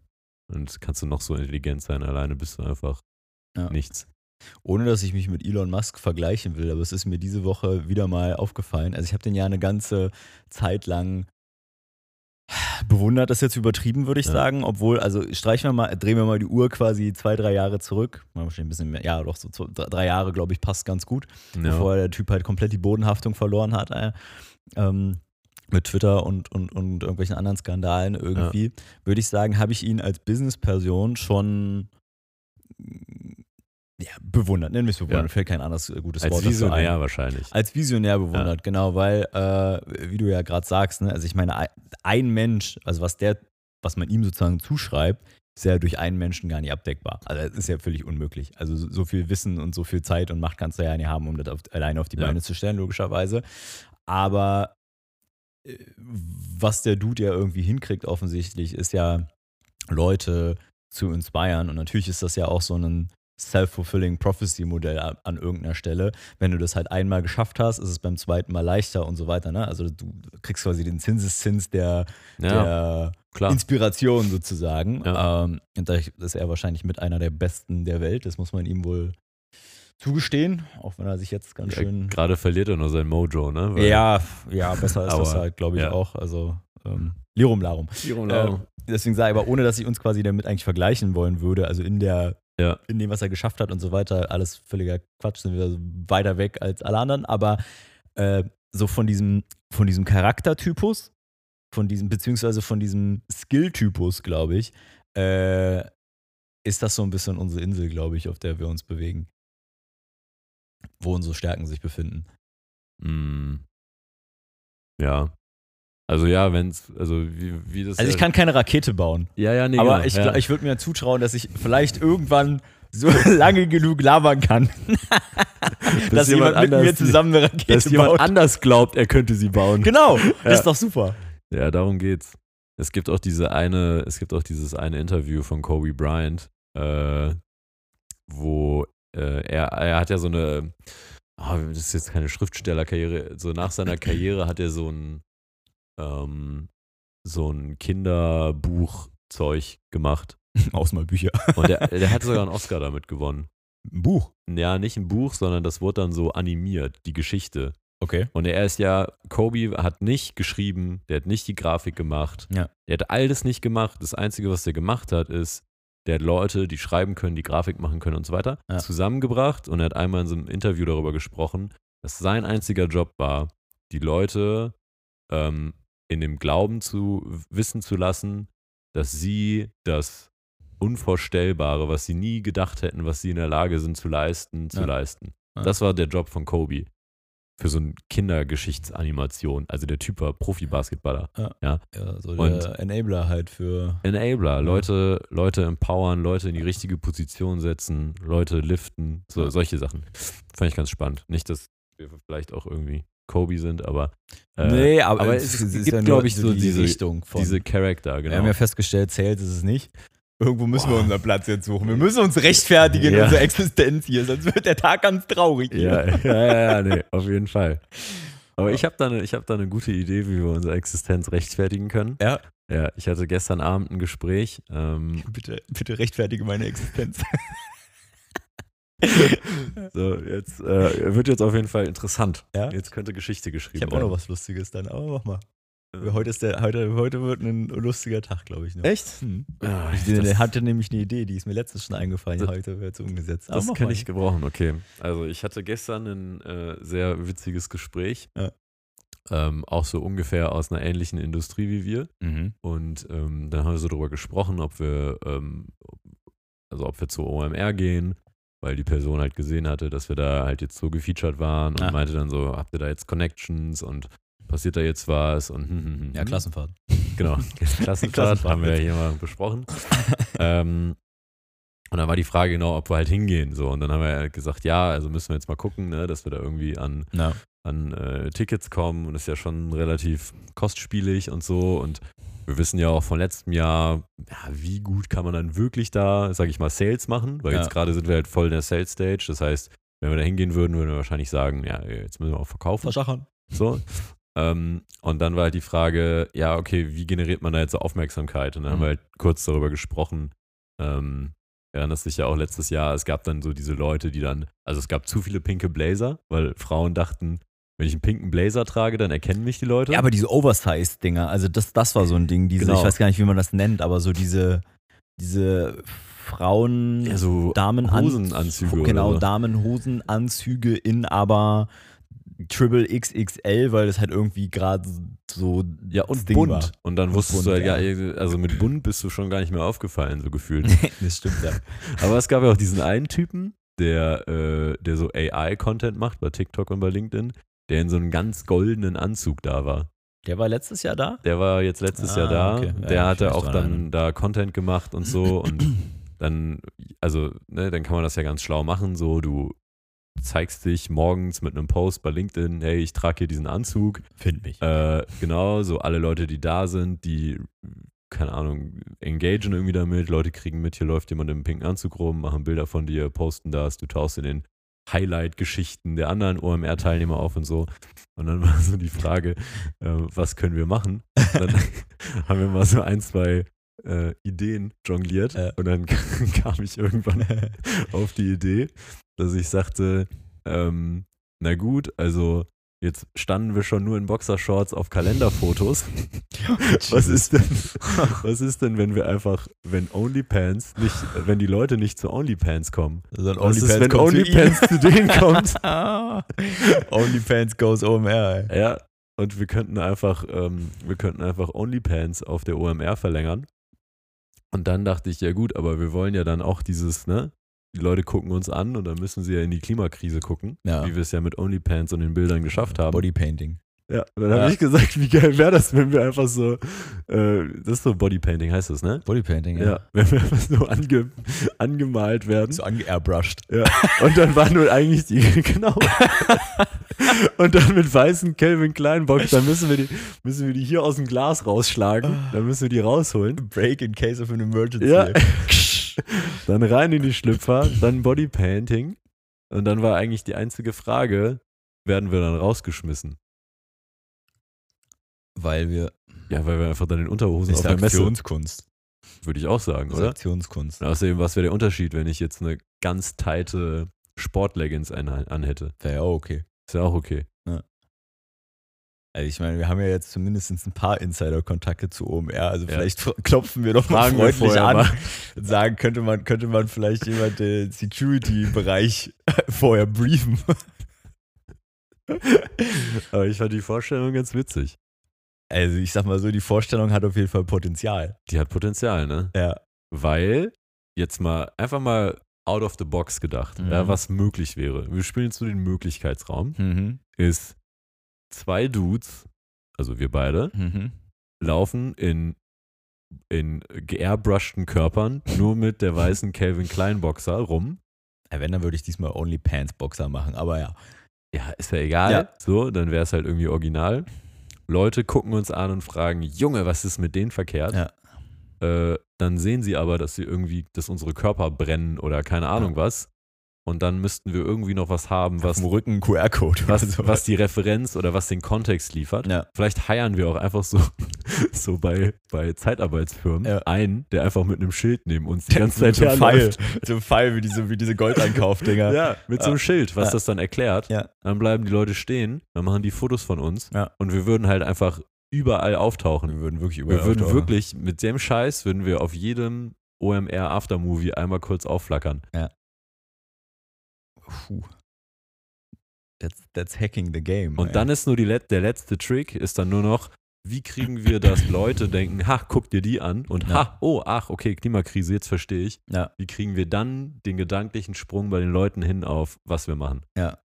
[SPEAKER 2] Und kannst du noch so intelligent sein, alleine bist du einfach
[SPEAKER 1] Ja.
[SPEAKER 2] nichts.
[SPEAKER 1] ohne dass ich mich mit Elon Musk vergleichen will, aber es ist mir diese Woche wieder mal aufgefallen. Also ich habe den ja eine ganze Zeit lang bewundert, das ist jetzt übertrieben, würde ich
[SPEAKER 2] Ja.
[SPEAKER 1] sagen, obwohl, also streichen wir mal, drehen wir mal die Uhr quasi zwei, drei Jahre zurück, mal wahrscheinlich ein bisschen mehr, ja doch, so zwei, drei Jahre, glaube ich, passt ganz gut,
[SPEAKER 2] Ja.
[SPEAKER 1] bevor der Typ halt komplett die Bodenhaftung verloren hat. Äh, ähm, mit Twitter und, und, und irgendwelchen anderen Skandalen irgendwie, würde ich sagen, habe ich ihn als Businessperson schon mm, ja, bewundert. Nennen wir es bewundert,
[SPEAKER 2] Ja.
[SPEAKER 1] fällt kein anderes äh, gutes
[SPEAKER 2] Als
[SPEAKER 1] Wort dafür ein.
[SPEAKER 2] Visionär wahrscheinlich.
[SPEAKER 1] Als Visionär bewundert, genau, weil, äh, wie du ja gerade sagst, ne, also ich meine, ein- ein Mensch, also was der, was man ihm sozusagen zuschreibt, ist ja durch einen Menschen gar nicht abdeckbar. Also das ist ja völlig unmöglich. Also so so viel Wissen und so viel Zeit und Macht kannst du ja nicht haben, um das auf, alleine auf die
[SPEAKER 2] Ja.
[SPEAKER 1] Beine zu stellen, logischerweise. Aber äh, was der Dude ja irgendwie hinkriegt, offensichtlich, ist ja Leute zu inspirieren. Und natürlich ist das ja auch so ein self-fulfilling Prophecy-Modell an, an irgendeiner Stelle. Wenn du das halt einmal geschafft hast, ist es beim zweiten Mal leichter und so weiter. Ne? Also du kriegst quasi den Zinseszins der,
[SPEAKER 2] ja,
[SPEAKER 1] der
[SPEAKER 2] klar.
[SPEAKER 1] Inspiration sozusagen.
[SPEAKER 2] Ja.
[SPEAKER 1] Ähm, und da ist er wahrscheinlich mit einer der besten der Welt. Das muss man ihm wohl zugestehen, auch wenn er sich jetzt ganz
[SPEAKER 2] Ja,
[SPEAKER 1] schön.
[SPEAKER 2] Äh, Gerade verliert er nur sein Mojo, ne? Weil-
[SPEAKER 1] Ja, ja, besser ist das
[SPEAKER 2] Aber,
[SPEAKER 1] halt, glaube ich,
[SPEAKER 2] ja.
[SPEAKER 1] auch. Also ähm, Lirum Larum. Larum. Deswegen sage ich aber, ohne dass ich uns quasi damit eigentlich vergleichen wollen würde, also in der,
[SPEAKER 2] Ja.
[SPEAKER 1] in dem, was er geschafft hat und so weiter, alles völliger Quatsch, sind wir weiter weg als alle anderen, aber äh, so von diesem, von diesem Charaktertypus, von diesem, beziehungsweise von diesem Skill-Typus, glaube ich, äh, ist das so ein bisschen unsere Insel, glaube ich, auf der wir uns bewegen. Wo unsere Stärken sich befinden.
[SPEAKER 2] Mm. Ja. Also ja, wenn's, also wie, wie das.
[SPEAKER 1] Also ich kann keine Rakete bauen.
[SPEAKER 2] Ja, ja, nee,
[SPEAKER 1] aber
[SPEAKER 2] genau,
[SPEAKER 1] ich,
[SPEAKER 2] ja.
[SPEAKER 1] gl- ich würde mir zutrauen, dass ich vielleicht irgendwann so [laughs] lange genug labern kann, dass, jemand, mit mir zusammen [laughs] eine Rakete
[SPEAKER 2] [laughs] dass jemand
[SPEAKER 1] baut.
[SPEAKER 2] anders glaubt, er könnte sie bauen.
[SPEAKER 1] Genau,
[SPEAKER 2] Ja.
[SPEAKER 1] das ist doch super.
[SPEAKER 2] Ja, darum geht's. Es gibt auch diese eine, es gibt auch dieses eine Interview von Kobe Bryant, äh, wo äh, er, er hat ja so eine, ah, das ist jetzt keine Schriftstellerkarriere, so nach seiner Karriere hat er so ein, ähm, so ein Kinderbuchzeug gemacht.
[SPEAKER 1] Ausmalbücher.
[SPEAKER 2] Und der, der hat sogar einen Oscar damit gewonnen.
[SPEAKER 1] Ein Buch.
[SPEAKER 2] Ja, nicht ein Buch, sondern das wurde dann so animiert, die Geschichte.
[SPEAKER 1] Okay.
[SPEAKER 2] Und er ist ja, Kobe hat nicht geschrieben, der hat nicht die Grafik gemacht,
[SPEAKER 1] Ja.
[SPEAKER 2] der hat all das nicht gemacht. Das Einzige, was der gemacht hat, ist, der hat Leute, die schreiben können, die Grafik machen können und so weiter,
[SPEAKER 1] Ja.
[SPEAKER 2] zusammengebracht und er hat einmal in so einem Interview darüber gesprochen, dass sein einziger Job war, die Leute ähm, in dem Glauben zu wissen zu lassen, dass sie das Unvorstellbare, was sie nie gedacht hätten, was sie in der Lage sind zu leisten, zu
[SPEAKER 1] Ja.
[SPEAKER 2] leisten.
[SPEAKER 1] Ja.
[SPEAKER 2] Das war der Job von Kobe für so eine Kindergeschichtsanimation. Also der Typ war Profi-Basketballer.
[SPEAKER 1] Ja, so
[SPEAKER 2] Und-
[SPEAKER 1] der Enabler halt für.
[SPEAKER 2] Enabler, Leute, Leute empowern, Leute in die richtige Position setzen, Leute liften, so,
[SPEAKER 1] Ja.
[SPEAKER 2] solche Sachen. Fand ich ganz spannend. Nicht, dass wir vielleicht auch irgendwie Kobe sind, aber äh,
[SPEAKER 1] nee, aber,
[SPEAKER 2] aber
[SPEAKER 1] es,
[SPEAKER 2] es
[SPEAKER 1] ist
[SPEAKER 2] gibt,
[SPEAKER 1] ja
[SPEAKER 2] glaub
[SPEAKER 1] nur
[SPEAKER 2] ich, so
[SPEAKER 1] die
[SPEAKER 2] diese-
[SPEAKER 1] Richtung von.
[SPEAKER 2] diese Charakter,
[SPEAKER 1] Wir haben
[SPEAKER 2] genau.
[SPEAKER 1] ja festgestellt, zählt ist es nicht. Irgendwo müssen wir
[SPEAKER 2] Boah.
[SPEAKER 1] unseren Platz jetzt suchen. Wir müssen uns rechtfertigen in
[SPEAKER 2] Ja.
[SPEAKER 1] unserer Existenz hier, sonst wird der Tag ganz traurig. hier.
[SPEAKER 2] [laughs] Ja, ja, ja, ja, nee, auf jeden Fall. Aber ich habe da, eine- ich hab da eine gute Idee, wie wir unsere Existenz rechtfertigen können.
[SPEAKER 1] Ja.
[SPEAKER 2] Ja, ich hatte gestern Abend ein Gespräch. Ähm,
[SPEAKER 1] Bitte, bitte rechtfertige meine [laughs] Existenz.
[SPEAKER 2] so, jetzt äh, wird jetzt auf jeden Fall interessant.
[SPEAKER 1] Ja.
[SPEAKER 2] Jetzt könnte Geschichte geschrieben
[SPEAKER 1] Ich habe auch
[SPEAKER 2] werden.
[SPEAKER 1] noch was Lustiges dann, aber mach mal. Heute, ist der, heute, heute wird ein lustiger Tag, glaube ich. Noch.
[SPEAKER 2] Äh. Echt?
[SPEAKER 1] Hm.
[SPEAKER 2] Ah,
[SPEAKER 1] Ich
[SPEAKER 2] das-
[SPEAKER 1] hatte nämlich eine Idee, die ist mir letztens schon eingefallen.
[SPEAKER 2] Das-
[SPEAKER 1] heute wird sie umgesetzt. Aber
[SPEAKER 2] Das
[SPEAKER 1] mach
[SPEAKER 2] kann
[SPEAKER 1] mal.
[SPEAKER 2] ich gebrauchen, okay. Also ich hatte gestern ein äh, sehr witziges Gespräch.
[SPEAKER 1] Ja.
[SPEAKER 2] Ähm, auch so ungefähr aus einer ähnlichen Mhm. Industrie wie wir. Und ähm, dann haben wir so darüber gesprochen, ob wir, ähm, also ob wir zu OMR gehen, weil die Person halt gesehen hatte, dass wir da halt jetzt so gefeatured waren und
[SPEAKER 1] Ah.
[SPEAKER 2] meinte dann so, habt ihr da jetzt Connections und passiert da jetzt was und hm, hm, hm,
[SPEAKER 1] Ja,
[SPEAKER 2] hm.
[SPEAKER 1] Klassenfahrt. [laughs]
[SPEAKER 2] [laughs] Genau, Klassenfahrt,
[SPEAKER 1] Klassenfahrt
[SPEAKER 2] haben wir ja hier mal besprochen. ähm, und dann war die Frage genau, ob wir halt hingehen. So. Und dann haben wir halt gesagt, ja, also müssen wir jetzt mal gucken, ne, dass wir da irgendwie an,
[SPEAKER 1] Ja.
[SPEAKER 2] an äh, Tickets kommen. Und das ist ja schon relativ kostspielig und so. Und wir wissen ja auch von letztem Jahr, ja, wie gut kann man dann wirklich da, sag ich mal, Sales machen? Weil
[SPEAKER 1] Ja.
[SPEAKER 2] jetzt gerade sind wir halt voll in der Sales-Stage. Das heißt, wenn wir da hingehen würden, würden wir wahrscheinlich sagen, ja, jetzt müssen wir auch verkaufen.
[SPEAKER 1] Verschachern.
[SPEAKER 2] So. Ähm, und dann war halt die Frage, ja, okay, wie generiert man da jetzt so Aufmerksamkeit? Und dann haben
[SPEAKER 1] Mhm.
[SPEAKER 2] wir halt kurz darüber gesprochen. Ähm, erinnerst dich ja auch letztes Jahr, es gab dann so diese Leute, die dann, also es gab zu viele pinke Blazer, weil Frauen dachten, wenn ich einen pinken Blazer trage, dann erkennen mich die Leute.
[SPEAKER 1] Ja, aber diese Oversized-Dinger, also das, das war so ein Ding, diese,
[SPEAKER 2] Genau.
[SPEAKER 1] ich weiß gar nicht, wie man das nennt, aber so diese, diese Frauen,
[SPEAKER 2] Ja, so
[SPEAKER 1] Damenan-
[SPEAKER 2] Hosenanzüge oder
[SPEAKER 1] Genau,
[SPEAKER 2] so.
[SPEAKER 1] Damenhosenanzüge in aber Triple XXL, weil das halt irgendwie gerade so
[SPEAKER 2] Ja, und
[SPEAKER 1] das Ding
[SPEAKER 2] bunt.
[SPEAKER 1] war.
[SPEAKER 2] [laughs] Und dann
[SPEAKER 1] Und
[SPEAKER 2] wusstest du
[SPEAKER 1] bunt,
[SPEAKER 2] halt, ja. also mit bunt bist du schon gar nicht mehr aufgefallen, so gefühlt.
[SPEAKER 1] das stimmt, ja.
[SPEAKER 2] aber es gab ja auch diesen einen Typen, der, äh, der so AI-Content macht bei TikTok und bei LinkedIn, der in so einem ganz goldenen Anzug da war.
[SPEAKER 1] Der war letztes Jahr da?
[SPEAKER 2] Der war jetzt letztes
[SPEAKER 1] Ah,
[SPEAKER 2] Jahr da.
[SPEAKER 1] okay. Ja,
[SPEAKER 2] der
[SPEAKER 1] ich
[SPEAKER 2] hatte
[SPEAKER 1] weiß
[SPEAKER 2] auch
[SPEAKER 1] dran
[SPEAKER 2] dann
[SPEAKER 1] erinnern.
[SPEAKER 2] da Content gemacht und
[SPEAKER 1] [clears throat]
[SPEAKER 2] so. Und dann, also, ne, dann kann man das ja ganz schlau machen. So, du zeigst dich morgens mit einem Post bei LinkedIn, hey, ich trage hier diesen Anzug.
[SPEAKER 1] Find mich.
[SPEAKER 2] [laughs] Äh, genau, so alle Leute, die da sind, die, keine Ahnung, engagen irgendwie damit. Leute kriegen mit, hier läuft jemand im pinken Anzug rum, machen Bilder von dir, posten das, du tauchst in den Highlight-Geschichten der anderen OMR-Teilnehmer auf und so. Und dann [laughs] war so die Frage, äh, was können wir machen? Dann [laughs] haben wir mal so ein, zwei äh, Ideen jongliert
[SPEAKER 1] Ja.
[SPEAKER 2] und dann [laughs] kam
[SPEAKER 1] [laughs]
[SPEAKER 2] ich irgendwann auf die Idee, dass ich sagte, ähm, na gut, also jetzt standen wir schon nur in Boxershorts
[SPEAKER 1] [laughs]
[SPEAKER 2] auf Kalenderfotos. Was ist denn, [laughs] was ist denn, wenn wir einfach, wenn OnlyPants nicht, wenn die Leute nicht zu OnlyPants kommen?
[SPEAKER 1] So ein
[SPEAKER 2] Was ist,
[SPEAKER 1] OnlyFans
[SPEAKER 2] wenn
[SPEAKER 1] kommt zu ihm.
[SPEAKER 2] OnlyPants zu denen kommt?
[SPEAKER 1] [laughs] Ah. OnlyFans goes OMR, ey.
[SPEAKER 2] Ja, und wir könnten einfach, ähm, wir könnten einfach OnlyPants auf der OMR verlängern. Und dann dachte ich, ja gut, aber wir wollen ja dann auch dieses, ne? Die Leute gucken uns an und dann müssen sie ja in die Klimakrise gucken,
[SPEAKER 1] Ja.
[SPEAKER 2] wie wir es ja mit OnlyPants und den Bildern geschafft haben.
[SPEAKER 1] Bodypainting.
[SPEAKER 2] Ja, dann
[SPEAKER 1] Ja.
[SPEAKER 2] habe ich gesagt, wie geil wäre das, wenn wir einfach so, äh, das ist so Bodypainting heißt das, ne?
[SPEAKER 1] Bodypainting,
[SPEAKER 2] Ja, [laughs] wenn wir einfach so ange, angemalt werden.
[SPEAKER 1] So angeairbrushed.
[SPEAKER 2] Ja. Und dann war nur eigentlich die, [laughs] genau. Und dann mit weißen Calvin Klein Box, dann müssen wir die, müssen wir die hier aus dem Glas rausschlagen, dann müssen wir die rausholen.
[SPEAKER 1] Break in case of an emergency.
[SPEAKER 2] Ja. [laughs] Dann rein in die Schlüpfer, dann Bodypainting. Und dann war eigentlich die einzige Frage, werden wir dann rausgeschmissen?
[SPEAKER 1] Weil wir.
[SPEAKER 2] Ja, weil wir einfach dann in Unterhosen
[SPEAKER 1] Ist
[SPEAKER 2] auf der Messe,
[SPEAKER 1] Aktionskunst.
[SPEAKER 2] würde ich auch sagen,
[SPEAKER 1] Ist
[SPEAKER 2] oder?
[SPEAKER 1] Aktionskunst.
[SPEAKER 2] Und außerdem, was wäre der Unterschied, wenn ich jetzt eine ganz tighte Sportleggings ein- anhätte?
[SPEAKER 1] Wäre ja auch okay.
[SPEAKER 2] Ist ja auch okay.
[SPEAKER 1] Also ich meine, wir haben ja jetzt zumindest ein paar Insider-Kontakte zu OMR, also
[SPEAKER 2] Ja.
[SPEAKER 1] vielleicht [laughs] fr- klopfen wir doch mal
[SPEAKER 2] Fragen wir
[SPEAKER 1] freundlich
[SPEAKER 2] vorher
[SPEAKER 1] an
[SPEAKER 2] mal.
[SPEAKER 1] und sagen, könnte man, könnte man vielleicht jemand den Security-Bereich [laughs] vorher briefen.
[SPEAKER 2] [laughs] Aber ich fand die Vorstellung ganz witzig.
[SPEAKER 1] Also ich sag mal so, die Vorstellung hat auf jeden Fall Potenzial.
[SPEAKER 2] Die hat Potenzial, ne?
[SPEAKER 1] Ja.
[SPEAKER 2] Weil, jetzt mal, einfach mal out of the box gedacht,
[SPEAKER 1] Mhm.
[SPEAKER 2] ja, was möglich wäre. Wir spielen jetzt nur den Möglichkeitsraum.
[SPEAKER 1] Mhm.
[SPEAKER 2] Ist zwei Dudes, also wir beide,
[SPEAKER 1] Mhm.
[SPEAKER 2] laufen in, in geairbrushten Körpern nur mit der weißen Calvin Klein Boxer rum.
[SPEAKER 1] Ja, Wenn, dann würde ich diesmal OnlyPants-Boxer machen, aber ja.
[SPEAKER 2] ja, ist ja egal.
[SPEAKER 1] Ja.
[SPEAKER 2] So, dann wäre es halt irgendwie original. Leute gucken uns an und fragen, Junge, was ist mit denen verkehrt? Äh, dann sehen sie aber, dass sie irgendwie, dass unsere Körper brennen oder keine Ahnung was. Und dann müssten wir irgendwie noch was haben,
[SPEAKER 1] Was?
[SPEAKER 2] was,
[SPEAKER 1] Im Rücken QR-Code [laughs] oder
[SPEAKER 2] was,
[SPEAKER 1] so.
[SPEAKER 2] was die Referenz oder was den Kontext
[SPEAKER 1] [laughs]
[SPEAKER 2] liefert.
[SPEAKER 1] Ja.
[SPEAKER 2] Vielleicht heiern wir auch einfach so, [laughs] so bei, bei Zeitarbeitsfirmen
[SPEAKER 1] Ja.
[SPEAKER 2] einen, der einfach mit einem Schild neben uns die ganze
[SPEAKER 1] mit
[SPEAKER 2] Zeit
[SPEAKER 1] so einem Pfeil,
[SPEAKER 2] herläuft.
[SPEAKER 1] mit so einem Pfeil wie diese, wie diese Goldankaufdinger.
[SPEAKER 2] Ja, mit so einem Schild, was
[SPEAKER 1] Ja.
[SPEAKER 2] das dann erklärt.
[SPEAKER 1] Ja.
[SPEAKER 2] Dann bleiben die Leute stehen, dann machen die Fotos von uns
[SPEAKER 1] Ja.
[SPEAKER 2] und wir würden halt einfach überall auftauchen.
[SPEAKER 1] Wir würden wirklich über.
[SPEAKER 2] Wir würden wirklich mit dem Scheiß würden wir auf jedem OMR Aftermovie einmal kurz aufflackern.
[SPEAKER 1] Puh. That's, that's hacking the game.
[SPEAKER 2] Und
[SPEAKER 1] ey.
[SPEAKER 2] dann ist nur die Let der letzte Trick ist dann nur noch wie kriegen wir, dass Leute denken, ha, guck dir die an und
[SPEAKER 1] Ja.
[SPEAKER 2] ha, oh, ach, okay, Klimakrise, jetzt verstehe ich.
[SPEAKER 1] Ja.
[SPEAKER 2] Wie kriegen wir dann den gedanklichen Sprung bei den Leuten hin auf, was wir machen?
[SPEAKER 1] Ja.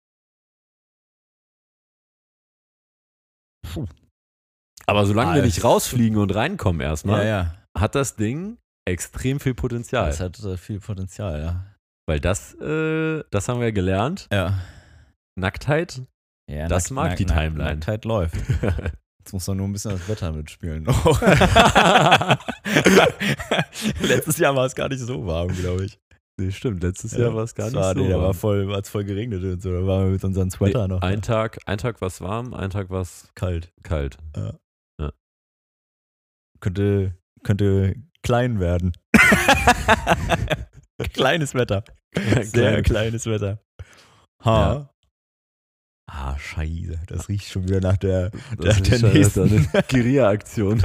[SPEAKER 1] Puh.
[SPEAKER 2] Aber solange wir
[SPEAKER 1] Alter.
[SPEAKER 2] nicht rausfliegen und reinkommen erstmal,
[SPEAKER 1] ja.
[SPEAKER 2] hat das Ding extrem viel Potenzial.
[SPEAKER 1] Das hat äh, viel Potenzial, ja.
[SPEAKER 2] Weil das, äh, das haben wir gelernt.
[SPEAKER 1] Ja.
[SPEAKER 2] Nacktheit.
[SPEAKER 1] [laughs] ja
[SPEAKER 2] Das mag die Timeline.
[SPEAKER 1] Nacktheit läuft. Jetzt muss man nur ein bisschen das Wetter [laughs] mitspielen. Letztes Jahr war es gar nicht so warm, glaube ich.
[SPEAKER 2] nee, stimmt. Letztes
[SPEAKER 1] Ja,
[SPEAKER 2] Jahr war es gar
[SPEAKER 1] Es
[SPEAKER 2] nicht
[SPEAKER 1] war,
[SPEAKER 2] so.
[SPEAKER 1] Nee, da war
[SPEAKER 2] warm.
[SPEAKER 1] voll, hat's voll geregnet und so. Da waren wir mit unseren Sweater noch ne?
[SPEAKER 2] Ein Tag, ein Tag war es warm, ein Tag war es
[SPEAKER 1] kalt.
[SPEAKER 2] kalt.
[SPEAKER 1] Könnte, könnte klein [laughs] werden. Kleines Wetter. Sehr
[SPEAKER 2] Klein.
[SPEAKER 1] kleines Wetter.
[SPEAKER 2] Ja.
[SPEAKER 1] Ha. Ah, scheiße. Das riecht schon wieder nach der,
[SPEAKER 2] Das
[SPEAKER 1] der,
[SPEAKER 2] ist
[SPEAKER 1] der
[SPEAKER 2] schon
[SPEAKER 1] nächsten.
[SPEAKER 2] eine Guerilla-Aktion.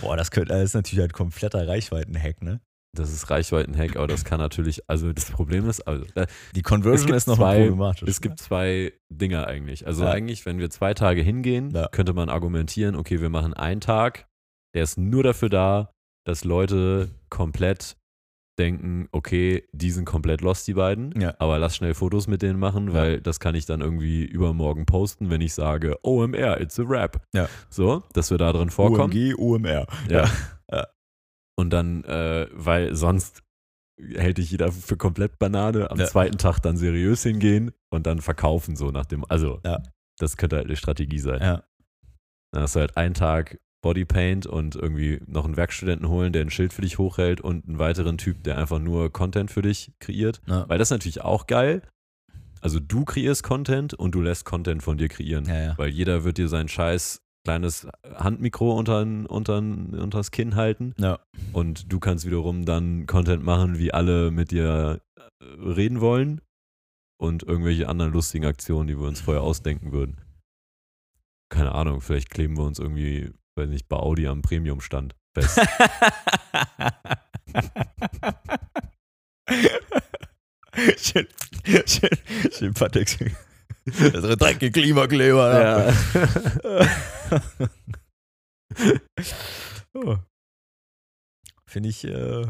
[SPEAKER 1] Boah, das, könnte, das ist natürlich halt kompletter Reichweiten-Hack, ne?
[SPEAKER 2] Das ist Reichweiten-Hack, aber das kann natürlich, also das Problem ist, also, äh,
[SPEAKER 1] Die
[SPEAKER 2] Es
[SPEAKER 1] Conversion
[SPEAKER 2] gibt
[SPEAKER 1] ist nochmal
[SPEAKER 2] zwei-
[SPEAKER 1] problematisch. ne?
[SPEAKER 2] es gibt zwei Dinger eigentlich. Also
[SPEAKER 1] Ja.
[SPEAKER 2] eigentlich, wenn wir zwei Tage hingehen,
[SPEAKER 1] Ja.
[SPEAKER 2] könnte man argumentieren, okay, wir machen einen Tag, der ist nur dafür da, dass Leute komplett denken, okay, die sind komplett lost, die beiden,
[SPEAKER 1] Ja.
[SPEAKER 2] aber lass schnell Fotos mit denen machen, weil das kann ich dann irgendwie übermorgen posten, wenn ich sage, OMR, it's a rap.
[SPEAKER 1] Ja.
[SPEAKER 2] So, dass wir da drin vorkommen.
[SPEAKER 1] OMG, OMR.
[SPEAKER 2] Ja.
[SPEAKER 1] Ja.
[SPEAKER 2] Und dann, äh, weil sonst hält dich jeder für komplett Banane, am
[SPEAKER 1] Ja.
[SPEAKER 2] zweiten Tag dann seriös hingehen und dann verkaufen, so nach dem, also
[SPEAKER 1] Ja.
[SPEAKER 2] das könnte halt eine Strategie sein.
[SPEAKER 1] Ja.
[SPEAKER 2] Dann hast du halt einen Tag Bodypaint und irgendwie noch einen Werkstudenten holen, der ein Schild für dich hochhält und einen weiteren Typ, der einfach nur Content für dich kreiert.
[SPEAKER 1] Ja.
[SPEAKER 2] Weil das ist natürlich auch geil. Also du kreierst Content und du lässt Content von dir kreieren.
[SPEAKER 1] Ja,
[SPEAKER 2] [laughs]
[SPEAKER 1] ja.
[SPEAKER 2] Weil jeder wird dir sein scheiß kleines Handmikro unter, unter, unters Kinn halten.
[SPEAKER 1] Ja.
[SPEAKER 2] Und du kannst wiederum dann Content machen, wie alle mit dir äh, reden wollen. Und irgendwelche anderen lustigen Aktionen, die wir uns vorher ausdenken würden. Keine Ahnung, vielleicht kleben wir uns irgendwie, weiß nicht, bei Audi am Premium-Stand
[SPEAKER 1] [laughs]
[SPEAKER 2] fest.
[SPEAKER 1] schön, schön, schön Patex. Das ist dreckige Klimakleber.
[SPEAKER 2] ne? [laughs]
[SPEAKER 1] oh. Finde ich. Äh,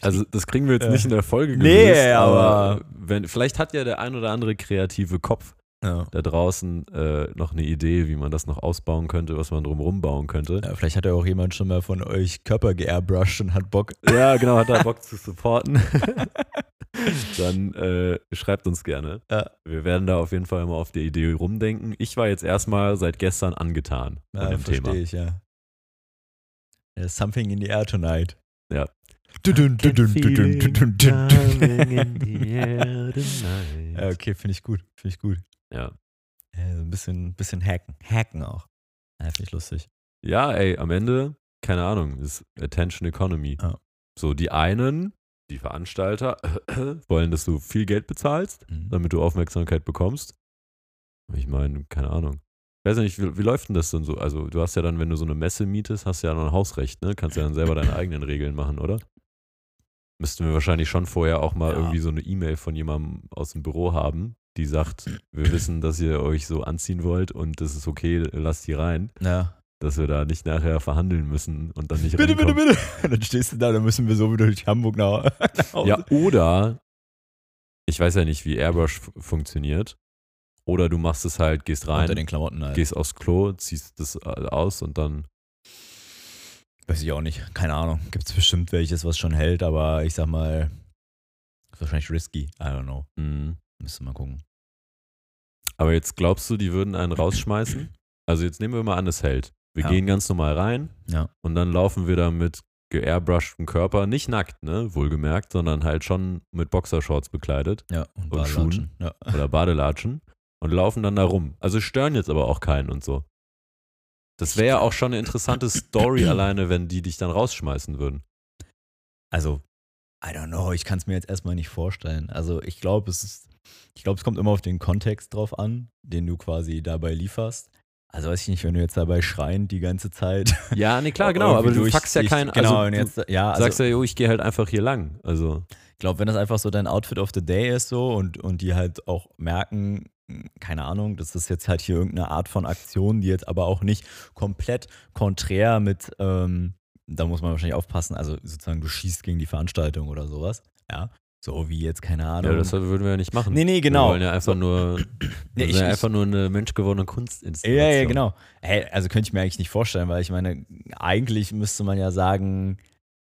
[SPEAKER 2] Also das kriegen wir jetzt
[SPEAKER 1] Äh,
[SPEAKER 2] nicht in der Folge
[SPEAKER 1] nee,
[SPEAKER 2] gelöst,
[SPEAKER 1] aber-
[SPEAKER 2] wenn, vielleicht hat ja der ein oder andere kreative Kopf
[SPEAKER 1] ja.
[SPEAKER 2] da draußen äh, noch eine Idee, wie man das noch ausbauen könnte, was man drumherum bauen könnte.
[SPEAKER 1] Ja, vielleicht hat ja auch jemand schon mal von euch Körper geairbrushed und hat Bock.
[SPEAKER 2] [laughs] Ja, genau, hat da Bock zu supporten. [laughs] Dann äh, schreibt uns gerne.
[SPEAKER 1] Ja.
[SPEAKER 2] Wir werden da auf jeden Fall immer auf die Idee rumdenken. Ich war jetzt erstmal seit gestern angetan von
[SPEAKER 1] Ja,
[SPEAKER 2] dem Thema.
[SPEAKER 1] verstehe ich, ja. There's something in the air tonight.
[SPEAKER 2] Ja.
[SPEAKER 1] Dudun, dudun, dudun, dudun, [laughs]
[SPEAKER 2] [laughs]
[SPEAKER 1] dudun. Ja,
[SPEAKER 2] Ja.
[SPEAKER 1] okay, finde ich gut. Finde ich gut.
[SPEAKER 2] Ja.
[SPEAKER 1] Ja, so ein bisschen, bisschen hacken. Hacken auch. Ja, finde ich lustig.
[SPEAKER 2] ja, ey, am Ende, keine Ahnung, ist Attention Economy.
[SPEAKER 1] Ja.
[SPEAKER 2] So, die einen, die Veranstalter, [clears throat] wollen, dass du viel Geld bezahlst.
[SPEAKER 1] Mhm.
[SPEAKER 2] damit du Aufmerksamkeit bekommst. Ich meine, keine Ahnung. Ich weiß ja nicht, wie, wie läuft denn das denn so? Also, du hast ja dann, wenn du so eine Messe mietest, hast du ja noch ein Hausrecht, ne? Kannst ja dann selber deine eigenen Regeln machen, oder? Müssten wir wahrscheinlich schon vorher auch mal
[SPEAKER 1] Ja.
[SPEAKER 2] irgendwie so eine E-Mail von jemandem aus dem Büro haben, die sagt, wir wissen, dass ihr euch so anziehen wollt und das ist okay, lasst die rein,
[SPEAKER 1] Ja.
[SPEAKER 2] dass wir da nicht nachher verhandeln müssen und dann nicht
[SPEAKER 1] Bitte, bitte,
[SPEAKER 2] reinkommen.
[SPEAKER 1] bitte. [laughs] Dann stehst du da, dann müssen wir so wieder durch Hamburg nach nach Hause.
[SPEAKER 2] [laughs] Ja, oder ich weiß ja nicht, wie Airbrush f- funktioniert. Oder du machst es halt, gehst
[SPEAKER 1] Unter
[SPEAKER 2] rein,
[SPEAKER 1] den Klamotten halt.
[SPEAKER 2] gehst aufs Klo, ziehst das äh, aus und dann.
[SPEAKER 1] Weiß ich auch nicht. Keine Ahnung. Gibt es bestimmt welches, was schon hält, aber ich sag mal, ist wahrscheinlich risky. I don't know.
[SPEAKER 2] mm.
[SPEAKER 1] Müsste mal gucken.
[SPEAKER 2] Aber jetzt glaubst du, die würden einen rausschmeißen? Also jetzt nehmen wir mal an, es hält. Wir
[SPEAKER 1] Ja.
[SPEAKER 2] gehen ganz normal rein
[SPEAKER 1] Ja.
[SPEAKER 2] und dann laufen wir da mit geairbrushtem Körper, nicht nackt, ne, wohlgemerkt, sondern halt schon mit Boxershorts bekleidet
[SPEAKER 1] Ja, und,
[SPEAKER 2] Und
[SPEAKER 1] Badelatschen.
[SPEAKER 2] Schuhen.
[SPEAKER 1] Ja.
[SPEAKER 2] oder Badelatschen und laufen dann da rum. Also stören jetzt aber auch keinen und so. Das wäre ja auch schon eine interessante [clears throat] Story alleine, wenn die dich dann rausschmeißen würden.
[SPEAKER 1] Also, I don't know. Ich kann es mir jetzt erstmal nicht vorstellen. Also, ich glaube, es ist, ich glaube, es kommt immer auf den Kontext drauf an, den du quasi dabei lieferst. Also weiß ich nicht, wenn du jetzt dabei schreiend die ganze Zeit.
[SPEAKER 2] Ja, nee,
[SPEAKER 1] [laughs]
[SPEAKER 2] klar,
[SPEAKER 1] irgendwie
[SPEAKER 2] genau, aber du
[SPEAKER 1] durch
[SPEAKER 2] fuckst ja
[SPEAKER 1] dich-
[SPEAKER 2] keinen.
[SPEAKER 1] Genau,
[SPEAKER 2] also,
[SPEAKER 1] und
[SPEAKER 2] du
[SPEAKER 1] jetzt, ja, also,
[SPEAKER 2] sagst ja, jo, ich gehe halt einfach hier lang. Also,
[SPEAKER 1] Ich glaube, wenn das einfach so dein Outfit of the Day ist so und, und die halt auch merken, keine Ahnung, das ist jetzt halt hier irgendeine Art von Aktion, die jetzt aber auch nicht komplett konträr mit, ähm, da muss man wahrscheinlich aufpassen, also sozusagen du schießt gegen die Veranstaltung oder sowas, ja. So wie jetzt, keine Ahnung.
[SPEAKER 2] Ja, das würden wir ja nicht machen.
[SPEAKER 1] Nee, nee, genau.
[SPEAKER 2] Wir wollen ja einfach nur,
[SPEAKER 1] [clears throat] Nee,
[SPEAKER 2] wir
[SPEAKER 1] ich-
[SPEAKER 2] sind ja
[SPEAKER 1] ich-
[SPEAKER 2] einfach nur eine menschgewordene Kunstinstallation.
[SPEAKER 1] Ja, ja, genau. Hey, also könnte ich mir eigentlich nicht vorstellen, weil ich meine, eigentlich müsste man ja sagen,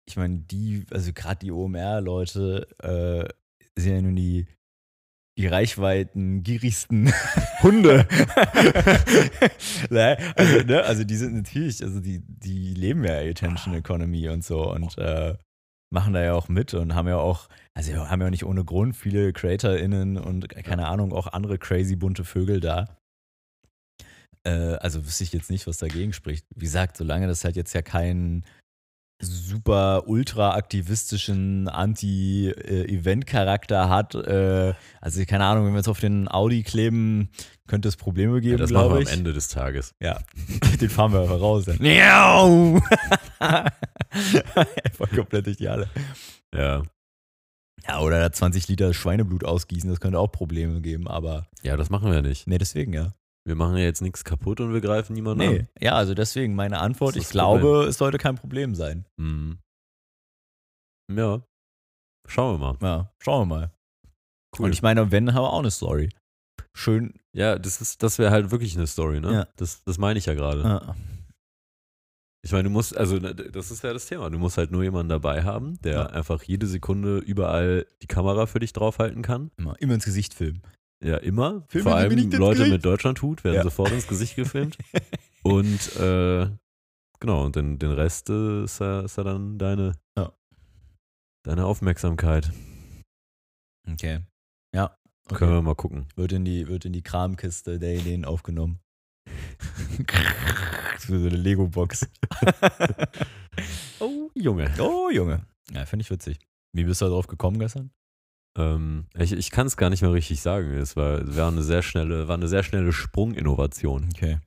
[SPEAKER 1] ich meine, die, also gerade die OMR-Leute äh, sind ja nun die, die reichweiten, gierigsten [laughs] Hunde. [laughs] ne? Also, ne? also die sind natürlich, also die, die leben ja Attention
[SPEAKER 2] Ah.
[SPEAKER 1] Economy und so
[SPEAKER 2] Oh.
[SPEAKER 1] und äh, machen da ja auch mit und haben ja auch, also haben ja nicht ohne Grund viele CreatorInnen und keine Ahnung, auch andere crazy bunte Vögel da. Äh, also wüsste ich jetzt nicht, was dagegen spricht. Wie gesagt, solange das halt jetzt ja keinen super ultra aktivistischen Anti-Event-Charakter hat, äh, also keine Ahnung, wenn wir jetzt auf den Audi kleben, könnte es Probleme
[SPEAKER 2] Ja,
[SPEAKER 1] geben,
[SPEAKER 2] das machen
[SPEAKER 1] glaube
[SPEAKER 2] wir
[SPEAKER 1] ich.
[SPEAKER 2] am Ende des Tages.
[SPEAKER 1] Ja, [laughs] den fahren wir einfach raus. Dann. Miau! [laughs] einfach komplett durch die Halle.
[SPEAKER 2] Ja.
[SPEAKER 1] Ja, oder da 20 Liter Schweineblut ausgießen, das könnte auch Probleme geben, aber
[SPEAKER 2] ja, das machen wir nicht.
[SPEAKER 1] nee, deswegen ja.
[SPEAKER 2] Wir machen ja jetzt nichts kaputt und wir greifen niemanden
[SPEAKER 1] Nee, ja, also deswegen meine Antwort,
[SPEAKER 2] Das ist
[SPEAKER 1] ich
[SPEAKER 2] das
[SPEAKER 1] glaube,
[SPEAKER 2] Problem.
[SPEAKER 1] es sollte kein Problem sein.
[SPEAKER 2] an. Mhm. Ja. Schauen wir mal.
[SPEAKER 1] Ja, schauen wir mal.
[SPEAKER 2] Cool.
[SPEAKER 1] Und ich meine, wenn, haben wir auch eine Story. Schön.
[SPEAKER 2] Ja, das ist, das wäre halt wirklich eine Story, ne?
[SPEAKER 1] Ja.
[SPEAKER 2] Das, das meine ich ja gerade.
[SPEAKER 1] Ja.
[SPEAKER 2] Ich meine, du musst, also das ist ja das Thema. Du musst halt nur jemanden dabei haben, der
[SPEAKER 1] Ja.
[SPEAKER 2] einfach jede Sekunde überall die Kamera für dich draufhalten kann.
[SPEAKER 1] Immer, immer ins Gesicht filmen.
[SPEAKER 2] Ja, immer.
[SPEAKER 1] Filmen
[SPEAKER 2] Vor
[SPEAKER 1] Sie mir
[SPEAKER 2] allem
[SPEAKER 1] nicht ins
[SPEAKER 2] Leute
[SPEAKER 1] Gesicht.
[SPEAKER 2] mit Deutschlandhut werden
[SPEAKER 1] Ja.
[SPEAKER 2] sofort ins Gesicht
[SPEAKER 1] [laughs]
[SPEAKER 2] gefilmt. und äh, genau, und den, den Rest äh, ist, ja, ist ja dann deine,
[SPEAKER 1] Ja.
[SPEAKER 2] deine Aufmerksamkeit.
[SPEAKER 1] Okay. Ja. Okay.
[SPEAKER 2] Können wir mal gucken.
[SPEAKER 1] Wird, in die, wird in die Kramkiste der Ideen
[SPEAKER 2] [laughs]
[SPEAKER 1] aufgenommen. das wird so eine
[SPEAKER 2] [laughs]
[SPEAKER 1] Lego-Box.
[SPEAKER 2] Oh, Junge.
[SPEAKER 1] Oh, Junge. Ja, finde ich witzig. Wie bist du da drauf gekommen gestern?
[SPEAKER 2] Ähm, ich ich kann es gar nicht mehr richtig sagen. Es war, es war eine sehr schnelle, war eine sehr schnelle Sprunginnovation,
[SPEAKER 1] Okay.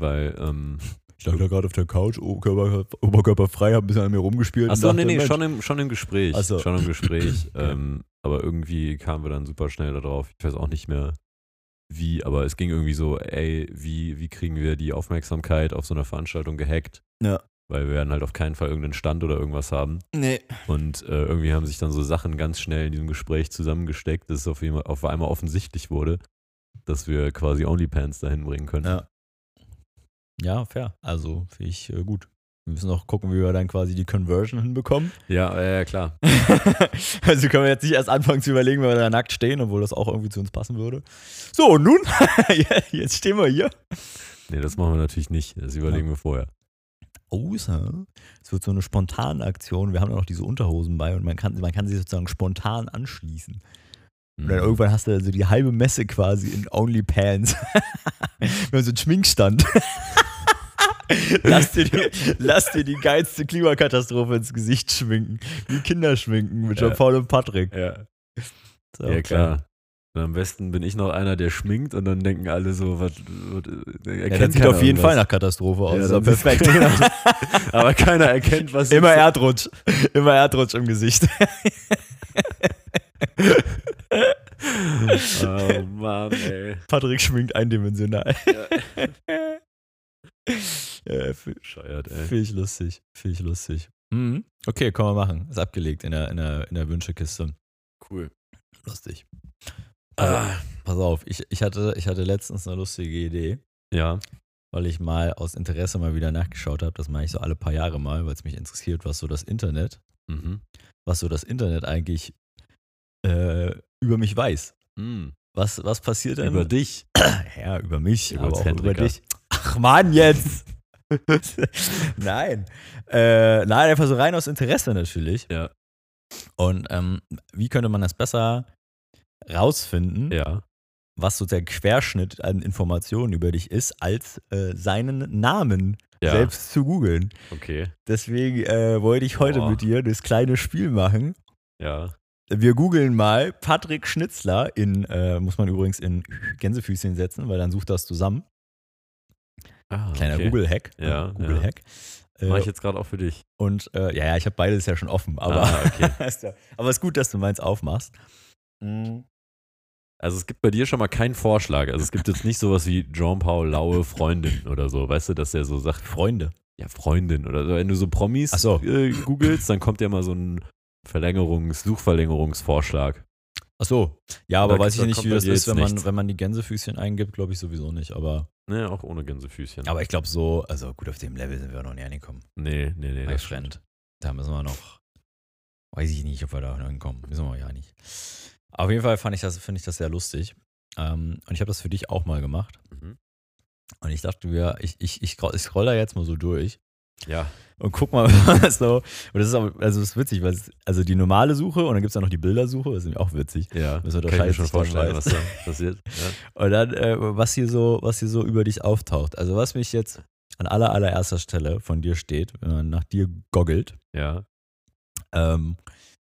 [SPEAKER 2] weil ähm,
[SPEAKER 1] Ich lag da gerade auf der Couch, Oberkörper, Oberkörper frei, hab ein bisschen an mir rumgespielt.
[SPEAKER 2] Achso,
[SPEAKER 1] und
[SPEAKER 2] nee,
[SPEAKER 1] dachte,
[SPEAKER 2] nee,
[SPEAKER 1] Mensch,
[SPEAKER 2] schon im, schon im Gespräch.
[SPEAKER 1] Ach so.
[SPEAKER 2] Schon im [clears throat] Gespräch.
[SPEAKER 1] Okay.
[SPEAKER 2] ähm, aber irgendwie kamen wir dann super schnell darauf. Ich weiß auch nicht mehr wie, aber es ging irgendwie so, ey, wie, wie kriegen wir die Aufmerksamkeit auf so einer Veranstaltung gehackt?
[SPEAKER 1] Ja.
[SPEAKER 2] Weil wir werden halt auf keinen Fall irgendeinen Stand oder irgendwas haben.
[SPEAKER 1] Nee.
[SPEAKER 2] Und äh, irgendwie haben sich dann so Sachen ganz schnell in diesem Gespräch zusammengesteckt, dass es auf, jeden, auf einmal offensichtlich wurde, dass wir quasi OnlyPants dahin bringen können.
[SPEAKER 1] Ja. Ja, fair. Also, finde ich äh, gut. Wir müssen noch gucken, wie wir dann quasi die Conversion [laughs] hinbekommen.
[SPEAKER 2] Ja, ja, ja, klar.
[SPEAKER 1] also können wir jetzt nicht erst anfangen zu überlegen, weil wir da nackt stehen, obwohl das auch irgendwie zu uns passen würde. So, und nun, [laughs] jetzt stehen wir hier.
[SPEAKER 2] Nee, das machen wir natürlich nicht. Das überlegen wir vorher.
[SPEAKER 1] Außer es wird so eine spontane Aktion. Wir haben ja noch diese Unterhosen bei und man kann, man kann sie sozusagen spontan anschließen.
[SPEAKER 2] Mhm.
[SPEAKER 1] Und dann irgendwann hast du also die halbe Messe quasi in
[SPEAKER 2] [laughs]
[SPEAKER 1] OnlyPants. Wir haben so einen Schminkstand. lass, dir die, lass dir die geilste Klimakatastrophe ins Gesicht schminken. Wie Kinder schminken mit
[SPEAKER 2] Ja.
[SPEAKER 1] Jean-Paul und Patrick.
[SPEAKER 2] Ja.
[SPEAKER 1] So,
[SPEAKER 2] ja, klar. Und am besten bin ich noch einer, der schminkt und dann denken alle so, was. was äh,
[SPEAKER 1] Ja, das sieht
[SPEAKER 2] keiner
[SPEAKER 1] auf jeden
[SPEAKER 2] irgendwas.
[SPEAKER 1] Fall nach Katastrophe aus.
[SPEAKER 2] Ja,
[SPEAKER 1] Das ist
[SPEAKER 2] dann
[SPEAKER 1] doch
[SPEAKER 2] sieht's keiner. Aber keiner erkennt,
[SPEAKER 1] [laughs]
[SPEAKER 2] was.
[SPEAKER 1] Immer Erdrutsch. Immer Erdrutsch im Gesicht. [laughs]
[SPEAKER 2] Oh Mann, ey.
[SPEAKER 1] Patrick schminkt eindimensional. [laughs] Ja, f-
[SPEAKER 2] Scheuert, ey.
[SPEAKER 1] Finde ich lustig. Finde ich lustig. Mhm. Okay, können wir machen. Ist abgelegt in der, in der, in der Wünschekiste.
[SPEAKER 2] Cool.
[SPEAKER 1] Lustig. Also,
[SPEAKER 2] Ah,
[SPEAKER 1] Pass auf, ich, ich, hatte, ich hatte letztens eine lustige Idee,
[SPEAKER 2] ja.
[SPEAKER 1] weil ich mal aus Interesse mal wieder nachgeschaut habe. Das mache ich so alle paar Jahre mal, weil es mich interessiert, was so das Internet,
[SPEAKER 2] Mhm.
[SPEAKER 1] was so das Internet eigentlich äh, über mich weiß.
[SPEAKER 2] Mhm.
[SPEAKER 1] Was, was passiert denn?
[SPEAKER 2] Über dich.
[SPEAKER 1] ja, über mich,
[SPEAKER 2] Über
[SPEAKER 1] aber auch
[SPEAKER 2] Hendrika.
[SPEAKER 1] über dich. Ach Mann, jetzt! [laughs] nein. Äh, nein, einfach so rein aus Interesse natürlich.
[SPEAKER 2] Ja.
[SPEAKER 1] Und ähm, wie könnte man das besser rausfinden?
[SPEAKER 2] Ja.
[SPEAKER 1] was so der Querschnitt an Informationen über dich ist, als äh, seinen Namen
[SPEAKER 2] Ja.
[SPEAKER 1] selbst zu googeln.
[SPEAKER 2] Okay.
[SPEAKER 1] Deswegen äh, wollte ich heute
[SPEAKER 2] Boah.
[SPEAKER 1] mit dir das kleine Spiel machen.
[SPEAKER 2] Ja.
[SPEAKER 1] Wir googeln mal Patrick Schnitzler in, äh, muss man übrigens in Gänsefüßchen setzen, weil dann sucht das zusammen.
[SPEAKER 2] Ah,
[SPEAKER 1] Kleiner
[SPEAKER 2] okay.
[SPEAKER 1] Google-Hack.
[SPEAKER 2] Ja,
[SPEAKER 1] Google-Hack.
[SPEAKER 2] Mach ich
[SPEAKER 1] Äh,
[SPEAKER 2] jetzt gerade auch für dich.
[SPEAKER 1] und äh, ja, ja, ich habe beides ja schon [laughs] offen, aber
[SPEAKER 2] ah, okay.
[SPEAKER 1] Ist ja- Aber es ist gut, dass du meins aufmachst. Mm.
[SPEAKER 2] Also es gibt bei dir schon mal keinen Vorschlag. Also es gibt jetzt nicht sowas wie Jean-Paul Laue Freundin oder so. Weißt du, dass er so sagt,
[SPEAKER 1] Freunde.
[SPEAKER 2] ja, Freundin oder so. Wenn du so Promis
[SPEAKER 1] Ach so.
[SPEAKER 2] äh, googelst, dann kommt ja mal so ein Verlängerungs-, Suchverlängerungsvorschlag.
[SPEAKER 1] Ach so. Ja, aber
[SPEAKER 2] Da
[SPEAKER 1] weiß ich
[SPEAKER 2] kommt
[SPEAKER 1] nicht, wie
[SPEAKER 2] bei
[SPEAKER 1] das
[SPEAKER 2] dir
[SPEAKER 1] ist,
[SPEAKER 2] jetzt
[SPEAKER 1] wenn man,
[SPEAKER 2] nichts.
[SPEAKER 1] wenn man die Gänsefüßchen eingibt, glaube ich sowieso nicht. Aber,
[SPEAKER 2] Ne, auch ohne Gänsefüßchen.
[SPEAKER 1] aber ich glaube so, also gut, auf dem Level sind wir noch nicht angekommen.
[SPEAKER 2] nee, nee, nee.
[SPEAKER 1] My
[SPEAKER 2] Das
[SPEAKER 1] friend. Da müssen wir noch, weiß ich nicht, ob wir da noch hinkommen. Wissen wir ja nicht. Auf jeden Fall fand ich das, finde ich das sehr lustig. Ähm, und ich habe das für dich auch mal gemacht.
[SPEAKER 2] Mhm.
[SPEAKER 1] Und ich dachte mir, ich, ich, ich, scroll- ich scroll da jetzt mal so durch
[SPEAKER 2] ja,
[SPEAKER 1] und guck mal, [laughs] so. Und das ist aber, also das ist witzig, weil es, also die normale Suche und dann gibt es ja noch die Bildersuche, das ist nämlich auch witzig.
[SPEAKER 2] ja.
[SPEAKER 1] Müssen wir
[SPEAKER 2] Kann ich
[SPEAKER 1] unterscheiden,
[SPEAKER 2] mir schon
[SPEAKER 1] sich dann
[SPEAKER 2] vorstellen,
[SPEAKER 1] weiß.
[SPEAKER 2] was
[SPEAKER 1] [laughs]
[SPEAKER 2] da passiert. Ja.
[SPEAKER 1] Und dann, äh, was hier so, was hier so über dich auftaucht. Also was mich jetzt an aller allererster Stelle von dir steht, wenn man nach dir goggelt,
[SPEAKER 2] Ja,
[SPEAKER 1] ähm,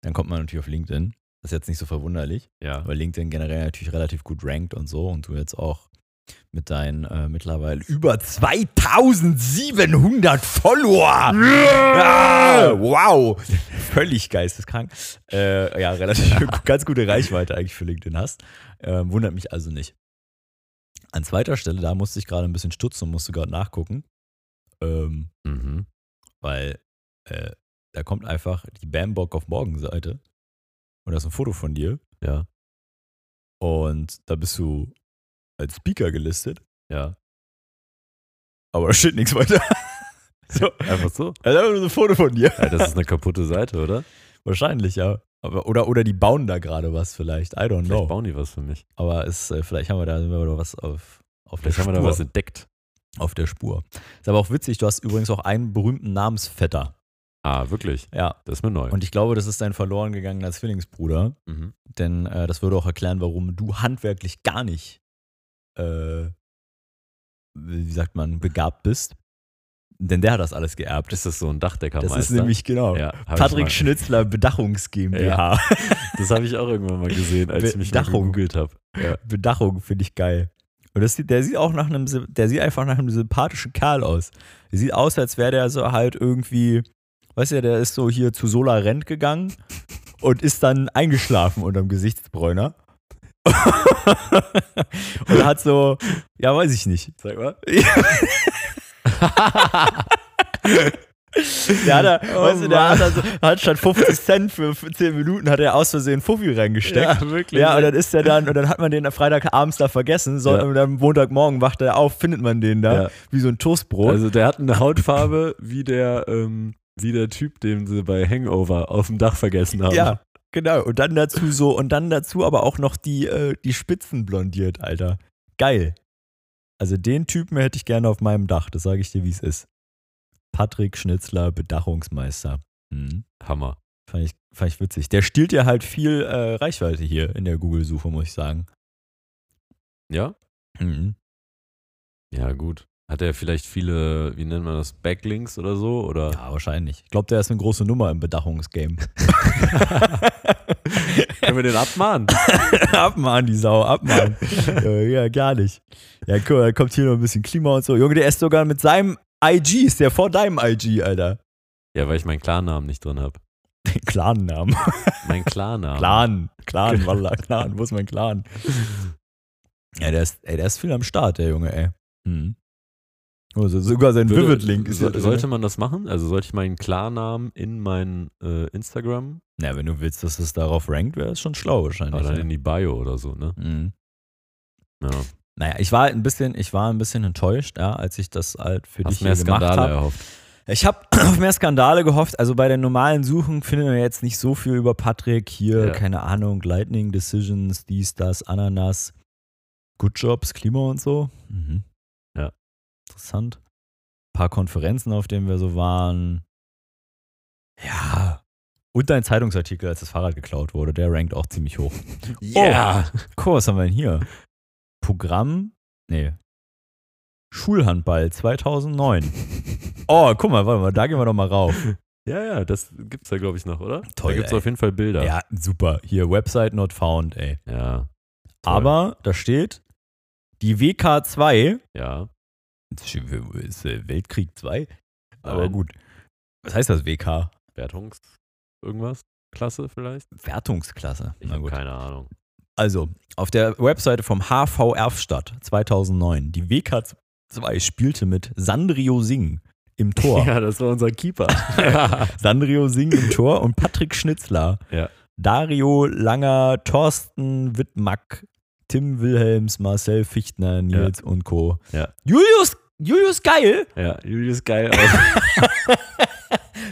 [SPEAKER 1] dann kommt man natürlich auf LinkedIn. Das ist jetzt nicht so verwunderlich,
[SPEAKER 2] ja.
[SPEAKER 1] weil LinkedIn generell natürlich relativ gut rankt und so und du jetzt auch mit deinen äh, mittlerweile über 2700 Follower. Ah, wow. Völlig geisteskrank. Äh, ja, relativ [laughs] ganz gute Reichweite eigentlich für LinkedIn hast. Ähm, wundert mich also nicht. An zweiter Stelle, da musste ich gerade ein bisschen stutzen und musste gerade nachgucken. Ähm,
[SPEAKER 2] Mhm.
[SPEAKER 1] weil äh, da kommt einfach die Bambock auf Morgen-Seite und da ist ein Foto von dir
[SPEAKER 2] Ja,
[SPEAKER 1] und da bist du als Speaker gelistet,
[SPEAKER 2] ja.
[SPEAKER 1] aber [laughs] da steht nichts
[SPEAKER 2] [laughs]
[SPEAKER 1] weiter. so,
[SPEAKER 2] Einfach so.
[SPEAKER 1] also einfach nur so ein Foto von dir.
[SPEAKER 2] Ja, das ist eine kaputte Seite, oder?
[SPEAKER 1] Wahrscheinlich, ja. Aber, oder, oder die bauen da gerade was vielleicht. I don't
[SPEAKER 2] Vielleicht
[SPEAKER 1] know.
[SPEAKER 2] bauen die was für mich.
[SPEAKER 1] Aber ist, äh, vielleicht haben wir da, sind wir da was auf, auf der
[SPEAKER 2] Vielleicht haben
[SPEAKER 1] Spur.
[SPEAKER 2] wir da was entdeckt.
[SPEAKER 1] auf der Spur. Ist aber auch witzig, du hast übrigens auch einen berühmten Namensvetter.
[SPEAKER 2] Ah, wirklich.
[SPEAKER 1] Ja.
[SPEAKER 2] Das ist mir neu.
[SPEAKER 1] Und ich glaube, das ist dein verloren gegangener Zwillingsbruder.
[SPEAKER 2] mhm.
[SPEAKER 1] Denn äh, das würde auch erklären, warum du handwerklich gar nicht, äh, wie sagt man, begabt bist. Denn der hat das alles geerbt.
[SPEAKER 2] Ist das so ein Dachdeckermeister?
[SPEAKER 1] das ist nämlich genau.
[SPEAKER 2] ja, hab
[SPEAKER 1] Patrick
[SPEAKER 2] ich mal,
[SPEAKER 1] Schnitzler Bedachungs GmbH.
[SPEAKER 2] Das habe ich auch irgendwann mal gesehen, als ich mich mal
[SPEAKER 1] Bedachung.
[SPEAKER 2] gegoogelt habe.
[SPEAKER 1] Bedachung finde ich geil. Und das sieht, der sieht auch nach einem, sy- der sieht einfach nach einem sympathischen Kerl aus. Der sieht aus, als wäre der so halt irgendwie, weißt du, der ist so hier zu Solar Rent gegangen und ist dann eingeschlafen unterm Gesichtsbräuner. [laughs] und hat so, ja, weiß ich nicht.
[SPEAKER 2] Sag mal.
[SPEAKER 1] Der hat, da,
[SPEAKER 2] Oh
[SPEAKER 1] weißt du, der hat,
[SPEAKER 2] Mann.
[SPEAKER 1] da so, hat statt 50 Cent für, für 10 Minuten hat er aus Versehen Fuffi reingesteckt.
[SPEAKER 2] Ja, wirklich.
[SPEAKER 1] Ja, und dann ist er dann, und dann hat man den am Freitagabends da vergessen, sondern am Montagmorgen wacht er auf, findet man den da,
[SPEAKER 2] Ja.
[SPEAKER 1] wie so ein Toastbrot.
[SPEAKER 2] Also der hat eine Hautfarbe wie der, ähm, wie der Typ, den sie bei Hangover auf dem Dach vergessen haben.
[SPEAKER 1] ja, genau. Und dann dazu so, und dann dazu aber auch noch die, äh, die Spitzen blondiert, Alter. Geil. Also den Typen hätte ich gerne auf meinem Dach, das sage ich dir, wie es ist. Patrick Schnitzler, Bedachungsmeister. Mhm.
[SPEAKER 2] Hammer.
[SPEAKER 1] Fand ich, fand ich witzig. Der stiehlt ja halt viel äh, Reichweite hier in der Google-Suche, muss ich sagen.
[SPEAKER 2] Ja?
[SPEAKER 1] Mhm.
[SPEAKER 2] Ja, gut. Hat er vielleicht viele, wie nennt man das, Backlinks oder so? Oder?
[SPEAKER 1] Ja, wahrscheinlich. Ich glaube, der ist eine große Nummer im Bedachungsgame.
[SPEAKER 2] [laughs] Können wir den abmahnen?
[SPEAKER 1] abmahnen, die Sau, abmahnen. äh, ja, gar nicht. Ja, guck mal, da kommt hier noch ein bisschen Klima und so. Junge, der ist sogar mit seinem IG, ist der vor deinem IG, Alter. [laughs]
[SPEAKER 2] ja, weil ich meinen Klarnamen nicht drin habe.
[SPEAKER 1] Den Clan-Namen.
[SPEAKER 2] Ah. Mein Klarnamen.
[SPEAKER 1] Clan,
[SPEAKER 2] [laughs]
[SPEAKER 1] Clan, Walla, Clan, wo ist mein Clan? Ja, der ist, ey, der ist viel am Start, der Junge, ey. Mhm. Oh, so- sogar sein
[SPEAKER 2] Würde-
[SPEAKER 1] Vivid-Link ist
[SPEAKER 2] so,
[SPEAKER 1] hier drin. ne?
[SPEAKER 2] Sollte man das machen? Also sollte ich meinen Klarnamen in mein äh, Instagram
[SPEAKER 1] Na, wenn du willst, dass es darauf rankt, wäre es schon schlau wahrscheinlich. ne?
[SPEAKER 2] oder in
[SPEAKER 1] ja.
[SPEAKER 2] die Bio oder so, ne?
[SPEAKER 1] Mhm.
[SPEAKER 2] Ja.
[SPEAKER 1] Naja, ich war halt ein bisschen, ich war ein bisschen enttäuscht, ja, als ich das halt für
[SPEAKER 2] Hast
[SPEAKER 1] dich hier
[SPEAKER 2] mehr
[SPEAKER 1] gemacht
[SPEAKER 2] Skandale
[SPEAKER 1] habe.
[SPEAKER 2] erhofft.
[SPEAKER 1] Ich habe [clears throat] auf mehr Skandale gehofft. Also bei den normalen Suchen findet man jetzt nicht so viel über Patrick hier,
[SPEAKER 2] Ja.
[SPEAKER 1] keine Ahnung, Lightning Decisions, dies, das, Ananas, Good Jobs, Klima und so. Mhm.
[SPEAKER 2] Ja.
[SPEAKER 1] Interessant. paar Konferenzen, auf denen wir so waren. Ja. Und dein Zeitungsartikel, als das Fahrrad geklaut wurde, der rankt auch ziemlich hoch. Oh.
[SPEAKER 2] Ja!
[SPEAKER 1] Guck, was haben wir denn hier? Programm? Nee. Schulhandball
[SPEAKER 2] [laughs]
[SPEAKER 1] 2009. Oh, guck mal, warte mal, da gehen wir doch mal rauf.
[SPEAKER 2] Ja, ja, das gibt's ja, glaube ich, noch, oder?
[SPEAKER 1] Toll,
[SPEAKER 2] Da gibt's
[SPEAKER 1] ey.
[SPEAKER 2] auf jeden Fall Bilder.
[SPEAKER 1] Ja, super. Hier, Website not found, ey.
[SPEAKER 2] Ja. Toll.
[SPEAKER 1] Aber da steht, die WK2,
[SPEAKER 2] Ja.
[SPEAKER 1] das ist ist, äh, Weltkrieg 2, aber
[SPEAKER 2] Nein.
[SPEAKER 1] gut. Was heißt das WK?
[SPEAKER 2] Wertungs. Irgendwas? Klasse vielleicht?
[SPEAKER 1] Wertungsklasse.
[SPEAKER 2] Ich
[SPEAKER 1] Na
[SPEAKER 2] habe
[SPEAKER 1] gut.
[SPEAKER 2] keine Ahnung.
[SPEAKER 1] Also, auf der Webseite vom HV Erfstadt 2009, die WK2 spielte mit Sandrio Singh im Tor.
[SPEAKER 2] [laughs] Ja, das war unser
[SPEAKER 1] [laughs]
[SPEAKER 2] Keeper.
[SPEAKER 1] Sandrio Singh im Tor und Patrick Schnitzler.
[SPEAKER 2] Ja.
[SPEAKER 1] Dario Langer, Thorsten Wittmack, Tim Wilhelms, Marcel Fichtner, Nils und Co.
[SPEAKER 2] Ja.
[SPEAKER 1] Julius, Julius Geil,
[SPEAKER 2] ja,
[SPEAKER 1] [laughs]
[SPEAKER 2] Julius geil aus.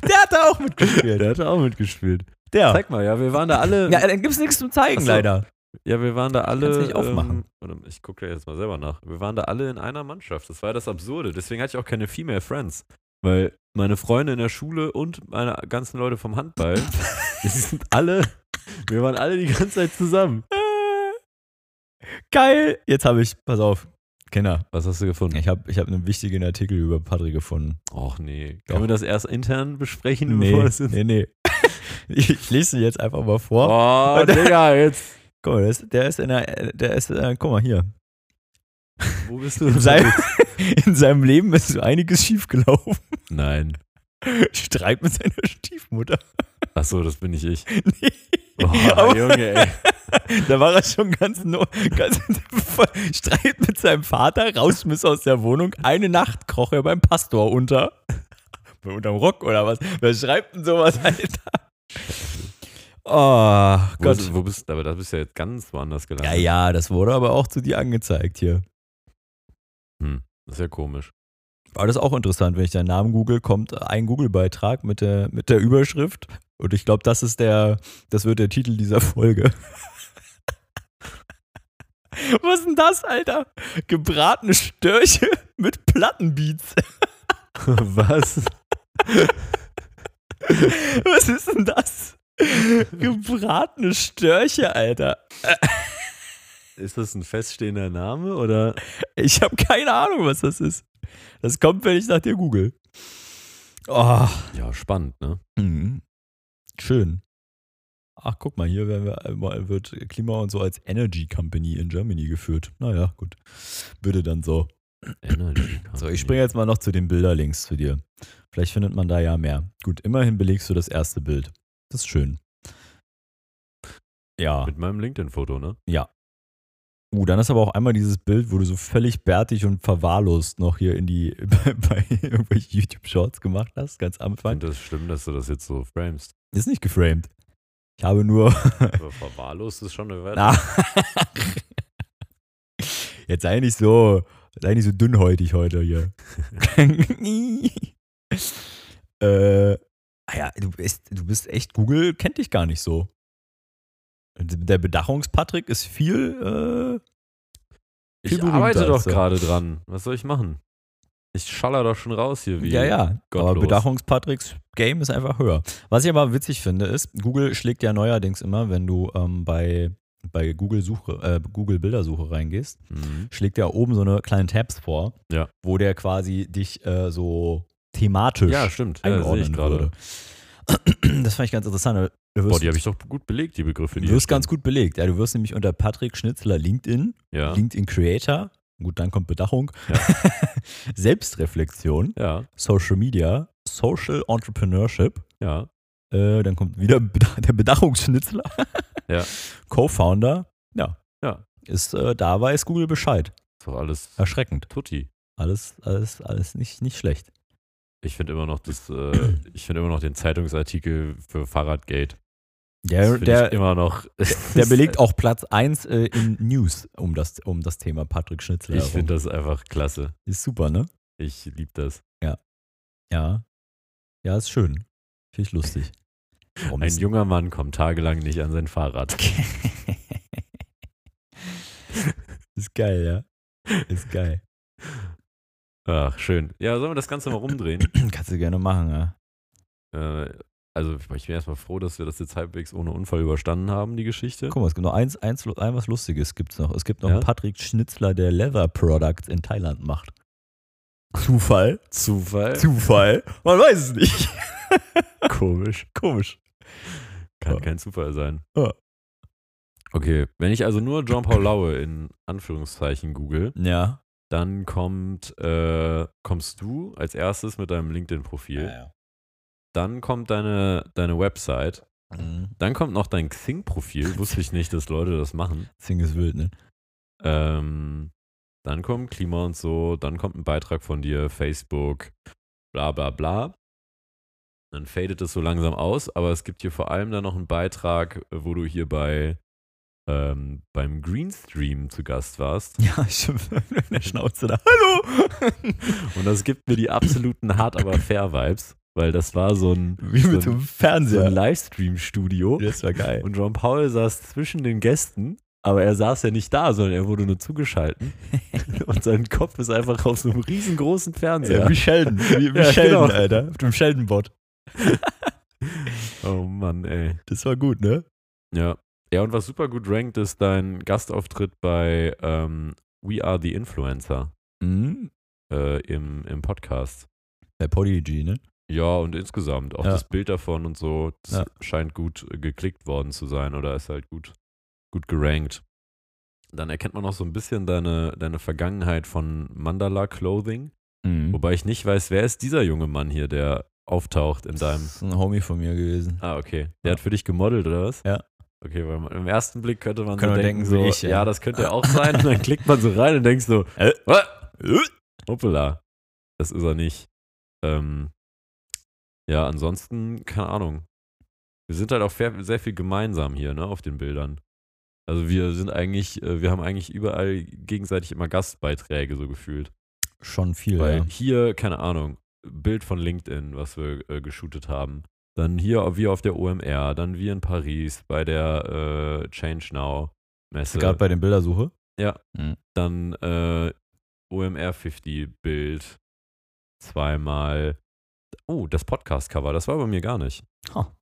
[SPEAKER 1] der hat da auch mitgespielt.
[SPEAKER 2] Der hat auch mitgespielt.
[SPEAKER 1] Der.
[SPEAKER 2] Zeig mal, ja, wir waren da alle.
[SPEAKER 1] Ja, dann gibt's nichts zum Zeigen,
[SPEAKER 2] Ach so.
[SPEAKER 1] leider.
[SPEAKER 2] Ja, wir waren da alle.
[SPEAKER 1] Kannst nicht aufmachen.
[SPEAKER 2] Ähm, warte, ich gucke jetzt mal selber nach. Wir waren da alle in einer Mannschaft. Das war das Absurde. Deswegen hatte ich auch keine Female Friends. Weil meine Freunde in der Schule und meine ganzen Leute
[SPEAKER 1] [laughs]
[SPEAKER 2] vom Handball, die sind alle. Wir waren alle die ganze Zeit zusammen.
[SPEAKER 1] Äh, Geil. Jetzt habe ich, pass auf, Kenner.
[SPEAKER 2] Was hast du gefunden?
[SPEAKER 1] Ich habe ich hab einen wichtigen Artikel über Patrick gefunden.
[SPEAKER 2] Och nee.
[SPEAKER 1] Doch.
[SPEAKER 2] Können wir das erst intern besprechen,
[SPEAKER 1] Nee,
[SPEAKER 2] bevor es ins-
[SPEAKER 1] nee, [laughs] nee. Ich, ich lese sie jetzt einfach mal vor.
[SPEAKER 2] Oh, Digga, jetzt.
[SPEAKER 1] Guck mal, der ist, der ist in der, der ist, äh, guck mal hier.
[SPEAKER 2] Wo bist
[SPEAKER 1] [laughs]
[SPEAKER 2] du?
[SPEAKER 1] In seinem, in seinem Leben ist so einiges schiefgelaufen. [laughs]
[SPEAKER 2] Nein.
[SPEAKER 1] Streit mit seiner Stiefmutter. [laughs]
[SPEAKER 2] Achso, das bin nicht ich.
[SPEAKER 1] Nee.
[SPEAKER 2] Oh,
[SPEAKER 1] Aber-
[SPEAKER 2] Junge, ey.
[SPEAKER 1] Da war er schon ganz, no, ganz voll Streit mit seinem Vater, rausmiss aus der Wohnung. Eine Nacht kroch er beim Pastor unter. [laughs] Unterm Rock oder was? Wer schreibt denn sowas, Alter? [laughs] Oh
[SPEAKER 2] Wo,
[SPEAKER 1] [laughs] Gott.
[SPEAKER 2] Ist, wo bist Aber da bist du ja jetzt ganz woanders gelandet.
[SPEAKER 1] Ja, ja, das wurde aber auch zu dir angezeigt hier.
[SPEAKER 2] Hm, das ist ja komisch.
[SPEAKER 1] War das auch interessant, wenn ich deinen Namen google, kommt ein Google-Beitrag mit der, mit der Überschrift. Und ich glaube, das ist der, das wird der Titel dieser Folge. [laughs] Was ist denn das, Alter? Gebratene Störche mit Plattenbeats.
[SPEAKER 2] Was?
[SPEAKER 1] [laughs] Was ist denn das? Gebratene Störche, Alter.
[SPEAKER 2] Ist das ein feststehender Name oder?
[SPEAKER 1] Ich habe keine Ahnung, was das ist. Das kommt, wenn ich nach dir google. Oh.
[SPEAKER 2] Ja, spannend, ne?
[SPEAKER 1] Mhm. Schön. Ach, guck mal, hier werden wir, mal wird Klima und so als Energy Company in Germany geführt. Naja, gut. Bitte dann so.
[SPEAKER 2] [clears throat] Energy
[SPEAKER 1] So,
[SPEAKER 2] Company.
[SPEAKER 1] ich springe jetzt mal noch zu den Bilderlinks zu dir. Vielleicht findet man da ja mehr. Gut, immerhin belegst du das erste Bild. Das ist schön. Ja.
[SPEAKER 2] Mit meinem LinkedIn-Foto, ne?
[SPEAKER 1] Uh, dann ist aber auch einmal dieses Bild, wo du so völlig bärtig und verwahrlost noch hier in die, [laughs] bei, bei irgendwelchen YouTube-Shorts gemacht hast, ganz am
[SPEAKER 2] Ich
[SPEAKER 1] Anfang.
[SPEAKER 2] finde das schlimm, dass du das jetzt so
[SPEAKER 1] [laughs]
[SPEAKER 2] framest.
[SPEAKER 1] Ist nicht geframed. Ich habe nur
[SPEAKER 2] Aber verwahrlost ist schon eine
[SPEAKER 1] [laughs]
[SPEAKER 2] Welt.
[SPEAKER 1] Na. Jetzt sei nicht so, sei nicht so dünnhäutig heute
[SPEAKER 2] [laughs]
[SPEAKER 1] hier. äh, ah ja, du bist, du bist echt, Google kennt dich gar nicht so. Der Bedachungspatrick ist viel, äh, viel
[SPEAKER 2] Ich
[SPEAKER 1] berühmter
[SPEAKER 2] arbeite doch
[SPEAKER 1] als du.
[SPEAKER 2] gerade dran. Was soll ich machen? Ich schaller doch schon raus hier
[SPEAKER 1] äh,
[SPEAKER 2] wie.
[SPEAKER 1] ja, ja. Aber
[SPEAKER 2] gottlos.
[SPEAKER 1] Bedachungspatricks Game ist einfach höher. Was ich aber witzig finde, ist, Google schlägt ja neuerdings immer, wenn du ähm, bei, bei Google Suche, äh, Google Bildersuche reingehst,
[SPEAKER 2] Mhm.
[SPEAKER 1] schlägt ja oben so eine kleine Tabs vor,
[SPEAKER 2] Ja.
[SPEAKER 1] wo der quasi dich äh, so thematisch
[SPEAKER 2] Ja, stimmt. Ja, das sehe ich
[SPEAKER 1] einordnen
[SPEAKER 2] gerade.
[SPEAKER 1] würde. [clears throat] Das fand ich ganz interessant. Du
[SPEAKER 2] Boah,
[SPEAKER 1] wirst,
[SPEAKER 2] die habe ich doch gut belegt, die Begriffe. Die
[SPEAKER 1] du
[SPEAKER 2] hier
[SPEAKER 1] wirst
[SPEAKER 2] stehen.
[SPEAKER 1] ganz gut belegt. Ja, du wirst nämlich unter Patrick Schnitzler LinkedIn,
[SPEAKER 2] Ja.
[SPEAKER 1] LinkedIn Creator, gut, dann kommt Bedachung,
[SPEAKER 2] Ja.
[SPEAKER 1] [laughs] Selbstreflexion,
[SPEAKER 2] Ja,
[SPEAKER 1] Social Media, Social Entrepreneurship,
[SPEAKER 2] ja.
[SPEAKER 1] äh, dann kommt wieder Beda- der Bedachungsschnitzler,
[SPEAKER 2] Ja.
[SPEAKER 1] [laughs] Co-Founder, ja.
[SPEAKER 2] Ja.
[SPEAKER 1] Ist, äh, da weiß Google Bescheid.
[SPEAKER 2] Ist doch alles
[SPEAKER 1] Erschreckend.
[SPEAKER 2] Tutti.
[SPEAKER 1] Alles, alles, alles nicht, nicht schlecht.
[SPEAKER 2] Ich finde immer noch das, äh, ich finde immer noch den Zeitungsartikel für Fahrradgate. Das
[SPEAKER 1] Der,
[SPEAKER 2] finde ich
[SPEAKER 1] der,
[SPEAKER 2] immer noch. [laughs]
[SPEAKER 1] der belegt auch Platz 1 äh, in News um das, um das Thema Patrick Schnitzler.
[SPEAKER 2] Ich
[SPEAKER 1] herum.
[SPEAKER 2] finde das einfach klasse.
[SPEAKER 1] ist super, ne?
[SPEAKER 2] Ich liebe das.
[SPEAKER 1] Ja. Ja, ist schön. Finde ich [laughs] lustig. Warum
[SPEAKER 2] Ein
[SPEAKER 1] ist-
[SPEAKER 2] junger Mann kommt tagelang nicht an sein Fahrrad.
[SPEAKER 1] [laughs] ist geil, ja. Ist geil.
[SPEAKER 2] Ach, schön. Ja, sollen wir das Ganze mal rumdrehen?
[SPEAKER 1] [clears throat] Kannst du gerne machen, ja.
[SPEAKER 2] äh, also, ich bin erstmal froh, dass wir das jetzt halbwegs ohne Unfall überstanden haben, die Geschichte.
[SPEAKER 1] Guck mal, es gibt noch eins, eins, ein was Lustiges gibt's noch. Es gibt noch
[SPEAKER 2] Ja?
[SPEAKER 1] einen Patrick Schnitzler, der Leather Products in Thailand macht. Zufall?
[SPEAKER 2] Zufall.
[SPEAKER 1] Zufall? Man weiß es nicht.
[SPEAKER 2] Komisch.
[SPEAKER 1] [laughs] Komisch.
[SPEAKER 2] Kann
[SPEAKER 1] Ja.
[SPEAKER 2] kein Zufall sein.
[SPEAKER 1] Ja.
[SPEAKER 2] Okay, wenn ich also nur Jean-Paul Laue in Anführungszeichen google,
[SPEAKER 1] Ja.
[SPEAKER 2] dann kommt, äh, kommst du als erstes mit deinem LinkedIn-Profil.
[SPEAKER 1] ja, ja.
[SPEAKER 2] Dann kommt deine, deine Website.
[SPEAKER 1] Mhm.
[SPEAKER 2] Dann kommt noch dein Xing-Profil. Wusste ich nicht, dass Leute das machen.
[SPEAKER 1] Zing ist wild, ne?
[SPEAKER 2] Ähm, dann kommt Klima und so. Dann kommt ein Beitrag von dir, Facebook, bla bla bla. Dann fadet es so langsam aus, aber es gibt hier vor allem dann noch einen Beitrag, wo du hier bei ähm, beim Greenstream zu Gast warst.
[SPEAKER 1] [laughs] Ja, stimmt. Mit der Schnauze da. Hallo!
[SPEAKER 2] Und das gibt mir die absoluten hart, aber fair Vibes, weil das war so ein,
[SPEAKER 1] Wie mit so einem
[SPEAKER 2] so
[SPEAKER 1] Fernseher.
[SPEAKER 2] ein Livestream-Studio.
[SPEAKER 1] das war geil.
[SPEAKER 2] Und Ron Paul saß zwischen den Gästen, aber er saß ja nicht da, sondern er wurde nur [laughs] zugeschalten. und sein Kopf ist einfach auf so einem riesengroßen Fernseher.
[SPEAKER 1] wie [laughs] Sheldon. Wie, wie
[SPEAKER 2] Ja,
[SPEAKER 1] Sheldon,
[SPEAKER 2] genau.
[SPEAKER 1] Alter. Auf dem Sheldon-Bot.
[SPEAKER 2] Oh Mann, ey.
[SPEAKER 1] Das war gut, ne?
[SPEAKER 2] Ja. Ja, und was super gut rankt, ist dein Gastauftritt bei ähm, We Are the Influencer
[SPEAKER 1] Mhm.
[SPEAKER 2] äh, im, im Podcast.
[SPEAKER 1] Bei Podigy, ne?
[SPEAKER 2] Ja, und insgesamt auch
[SPEAKER 1] Ja.
[SPEAKER 2] das Bild davon und so, das
[SPEAKER 1] Ja.
[SPEAKER 2] scheint gut äh, geklickt worden zu sein oder ist halt gut, gut gerankt. Dann erkennt man auch so ein bisschen deine, deine Vergangenheit von Mandala Clothing,
[SPEAKER 1] Mhm.
[SPEAKER 2] wobei ich nicht weiß, wer ist dieser junge Mann hier, der auftaucht in
[SPEAKER 1] Das
[SPEAKER 2] deinem.
[SPEAKER 1] ist ein Homie von mir gewesen.
[SPEAKER 2] Ah, okay.
[SPEAKER 1] Ja.
[SPEAKER 2] Der hat für dich gemodelt, oder was?
[SPEAKER 1] Ja.
[SPEAKER 2] Okay, weil man, im ersten Blick könnte man
[SPEAKER 1] Könnte man
[SPEAKER 2] so denken,
[SPEAKER 1] denken,
[SPEAKER 2] so,
[SPEAKER 1] wie ich,
[SPEAKER 2] ja.
[SPEAKER 1] ja.
[SPEAKER 2] das könnte er
[SPEAKER 1] [laughs]
[SPEAKER 2] auch sein. Und dann klickt man so rein und denkst so,
[SPEAKER 1] Äh.
[SPEAKER 2] "Hä? hoppala, das ist er nicht. Ähm, ja, ansonsten, keine Ahnung. Wir sind halt auch fair, sehr viel gemeinsam hier, ne, auf den Bildern. Also wir sind eigentlich, äh, wir haben eigentlich überall gegenseitig immer Gastbeiträge so gefühlt.
[SPEAKER 1] Schon viel,
[SPEAKER 2] Weil
[SPEAKER 1] ja.
[SPEAKER 2] hier, keine Ahnung, Bild von LinkedIn, was wir äh, geshootet haben. Dann hier wir auf der OMR, dann wir in Paris bei der äh, Change Now Messe.
[SPEAKER 1] Gerade bei den Bildersuche.
[SPEAKER 2] Dann äh, OMR 50 Bild zweimal. Oh, das Podcast-Cover, das war bei mir gar nicht.
[SPEAKER 1] Ha.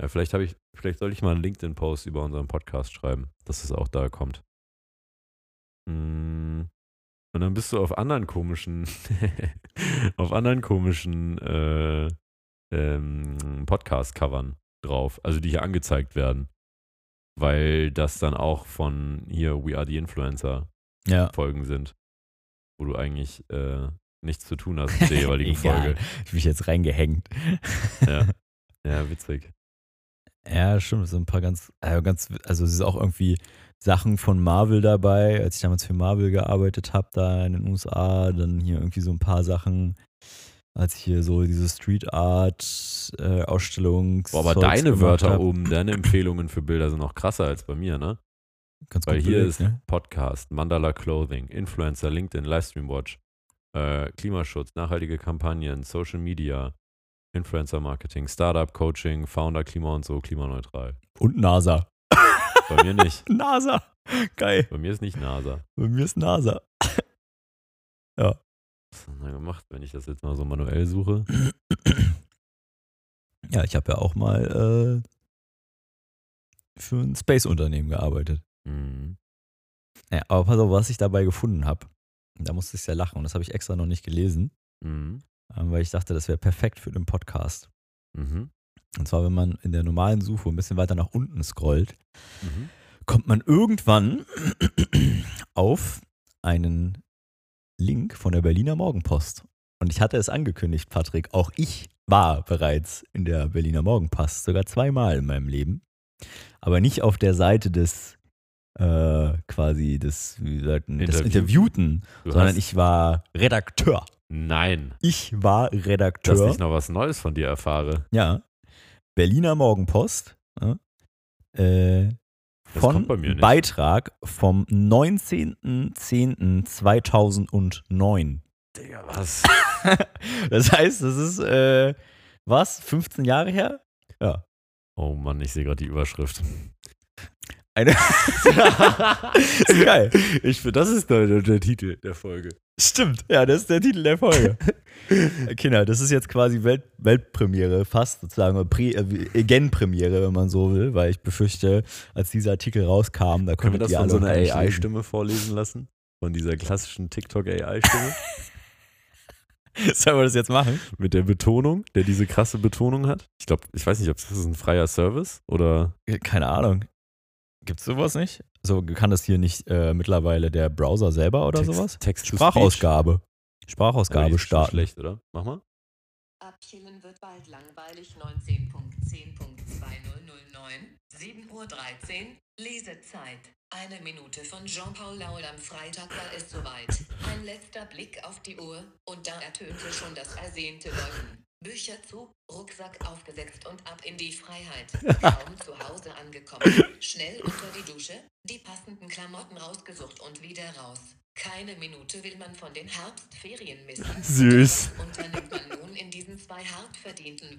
[SPEAKER 2] Ja, vielleicht habe ich, vielleicht soll ich mal einen LinkedIn-Post über unseren Podcast schreiben, dass es auch da kommt. Mm. Und dann bist du auf anderen komischen, [laughs] auf anderen komischen äh, ähm, Podcast-Covern drauf, also die hier angezeigt werden. Weil das dann auch von hier We Are the Influencer
[SPEAKER 1] Ja.
[SPEAKER 2] Folgen sind, wo du eigentlich äh, nichts zu tun hast
[SPEAKER 1] [laughs]
[SPEAKER 2] mit der jeweiligen
[SPEAKER 1] Egal.
[SPEAKER 2] Folge.
[SPEAKER 1] Ich bin jetzt reingehängt.
[SPEAKER 2] Ja. Ja, witzig.
[SPEAKER 1] Ja, stimmt. Es sind ein paar ganz, äh, ganz, also es ist auch irgendwie Sachen von Marvel dabei, als ich damals für Marvel gearbeitet habe, da in den USA, dann hier irgendwie so ein paar Sachen, als ich hier so diese Street Art äh, Ausstellung.
[SPEAKER 2] Boah, aber deine Wörter oben, deine Empfehlungen für Bilder sind noch krasser als bei mir, ne?
[SPEAKER 1] ganz
[SPEAKER 2] Weil
[SPEAKER 1] gut
[SPEAKER 2] hier
[SPEAKER 1] belegt,
[SPEAKER 2] ist
[SPEAKER 1] ne?
[SPEAKER 2] Podcast, Mandala Clothing, Influencer, LinkedIn, Livestream Watch, äh, Klimaschutz, nachhaltige Kampagnen, Social Media, Influencer Marketing, Startup, Coaching, Founder, Klima und so, klimaneutral.
[SPEAKER 1] und NASA.
[SPEAKER 2] Bei mir
[SPEAKER 1] [laughs]
[SPEAKER 2] nicht.
[SPEAKER 1] NASA, [clears throat] geil.
[SPEAKER 2] Bei mir ist nicht NASA.
[SPEAKER 1] Bei mir ist NASA. [clears throat]
[SPEAKER 2] Was haben wir gemacht, wenn ich das jetzt mal so manuell suche?
[SPEAKER 1] Ja, ich habe ja auch mal äh, für ein Space Unternehmen gearbeitet.
[SPEAKER 2] Mhm.
[SPEAKER 1] Ja, aber pass auf, was ich dabei gefunden habe. Da musste ich sehr lachen und das habe ich extra noch nicht gelesen.
[SPEAKER 2] Mhm.
[SPEAKER 1] ähm, weil ich dachte, das wäre perfekt für den Podcast.
[SPEAKER 2] Mhm.
[SPEAKER 1] Und zwar, wenn man in der normalen Suche ein bisschen weiter nach unten scrollt,
[SPEAKER 2] Mhm.
[SPEAKER 1] kommt man irgendwann [clears throat] auf einen Link von der Berliner Morgenpost. Und ich hatte es angekündigt, Patrick, auch ich war bereits in der Berliner Morgenpost, sogar zweimal in meinem Leben. Aber nicht auf der Seite des äh, quasi des, wie sagt, man, des
[SPEAKER 2] Interview-
[SPEAKER 1] Interviewten,
[SPEAKER 2] Du
[SPEAKER 1] sondern
[SPEAKER 2] hast-
[SPEAKER 1] ich war Redakteur.
[SPEAKER 2] Nein.
[SPEAKER 1] Ich war Redakteur.
[SPEAKER 2] dass ich noch was Neues von dir erfahre.
[SPEAKER 1] Ja. Berliner Morgenpost. ja, Äh,
[SPEAKER 2] Das
[SPEAKER 1] von
[SPEAKER 2] kommt bei mir nicht.
[SPEAKER 1] Beitrag vom 19.10.2009.
[SPEAKER 2] Digga, was?
[SPEAKER 1] [laughs] Das heißt, das ist, äh, was, 15 Jahre her?
[SPEAKER 2] Oh Mann, ich sehe gerade die Überschrift.
[SPEAKER 1] Eine [laughs] ist geil.
[SPEAKER 2] Ich finde, das ist [laughs] der, der, der Titel der Folge.
[SPEAKER 1] Stimmt. Ja, das ist der Titel der
[SPEAKER 2] [laughs]
[SPEAKER 1] Folge. Äh, Kinder, das ist jetzt quasi Welt, Weltpremiere, fast sozusagen, oder Pre, äh, Again-Premiere, wenn man so will, weil ich befürchte, als dieser Artikel rauskam, da
[SPEAKER 2] Können wir
[SPEAKER 1] konntet
[SPEAKER 2] das
[SPEAKER 1] ihr
[SPEAKER 2] von
[SPEAKER 1] alle
[SPEAKER 2] so einer
[SPEAKER 1] noch nicht lesen.
[SPEAKER 2] AI-Stimme vorlesen lassen? Von dieser klassischen TikTok-AI-Stimme?
[SPEAKER 1] [laughs] Sollen wir das jetzt machen?
[SPEAKER 2] [laughs] Mit der Betonung, der diese krasse Betonung hat? Ich glaube, ich weiß nicht, ob das ist ein freier Service oder.
[SPEAKER 1] Keine Ahnung. Gibt's sowas nicht? So kann das hier nicht äh, mittlerweile der Browser selber oder
[SPEAKER 2] Text-
[SPEAKER 1] sowas?
[SPEAKER 2] Text to
[SPEAKER 1] Sprachausgabe.
[SPEAKER 2] Speech. Aber die
[SPEAKER 1] Sprachausgabe
[SPEAKER 2] ist schon
[SPEAKER 1] starten.
[SPEAKER 2] Schlecht, oder? Mach mal.
[SPEAKER 3] Abchillen wird bald langweilig 19.10.2 2009, 7.13 Uhr, Lesezeit. Eine Minute von Jean-Paul Laul am Freitag war es soweit. Ein letzter Blick auf die Uhr, und da ertönte schon das ersehnte Läuten. Bücher zu, Rucksack aufgesetzt und ab in die Freiheit. Kaum zu Hause angekommen. Schnell unter die Dusche, die passenden Klamotten rausgesucht und wieder raus. Keine Minute will man von den Herbstferien missen.
[SPEAKER 1] Süß.
[SPEAKER 3] Was unternimmt man nun in diesen zwei hart verdienten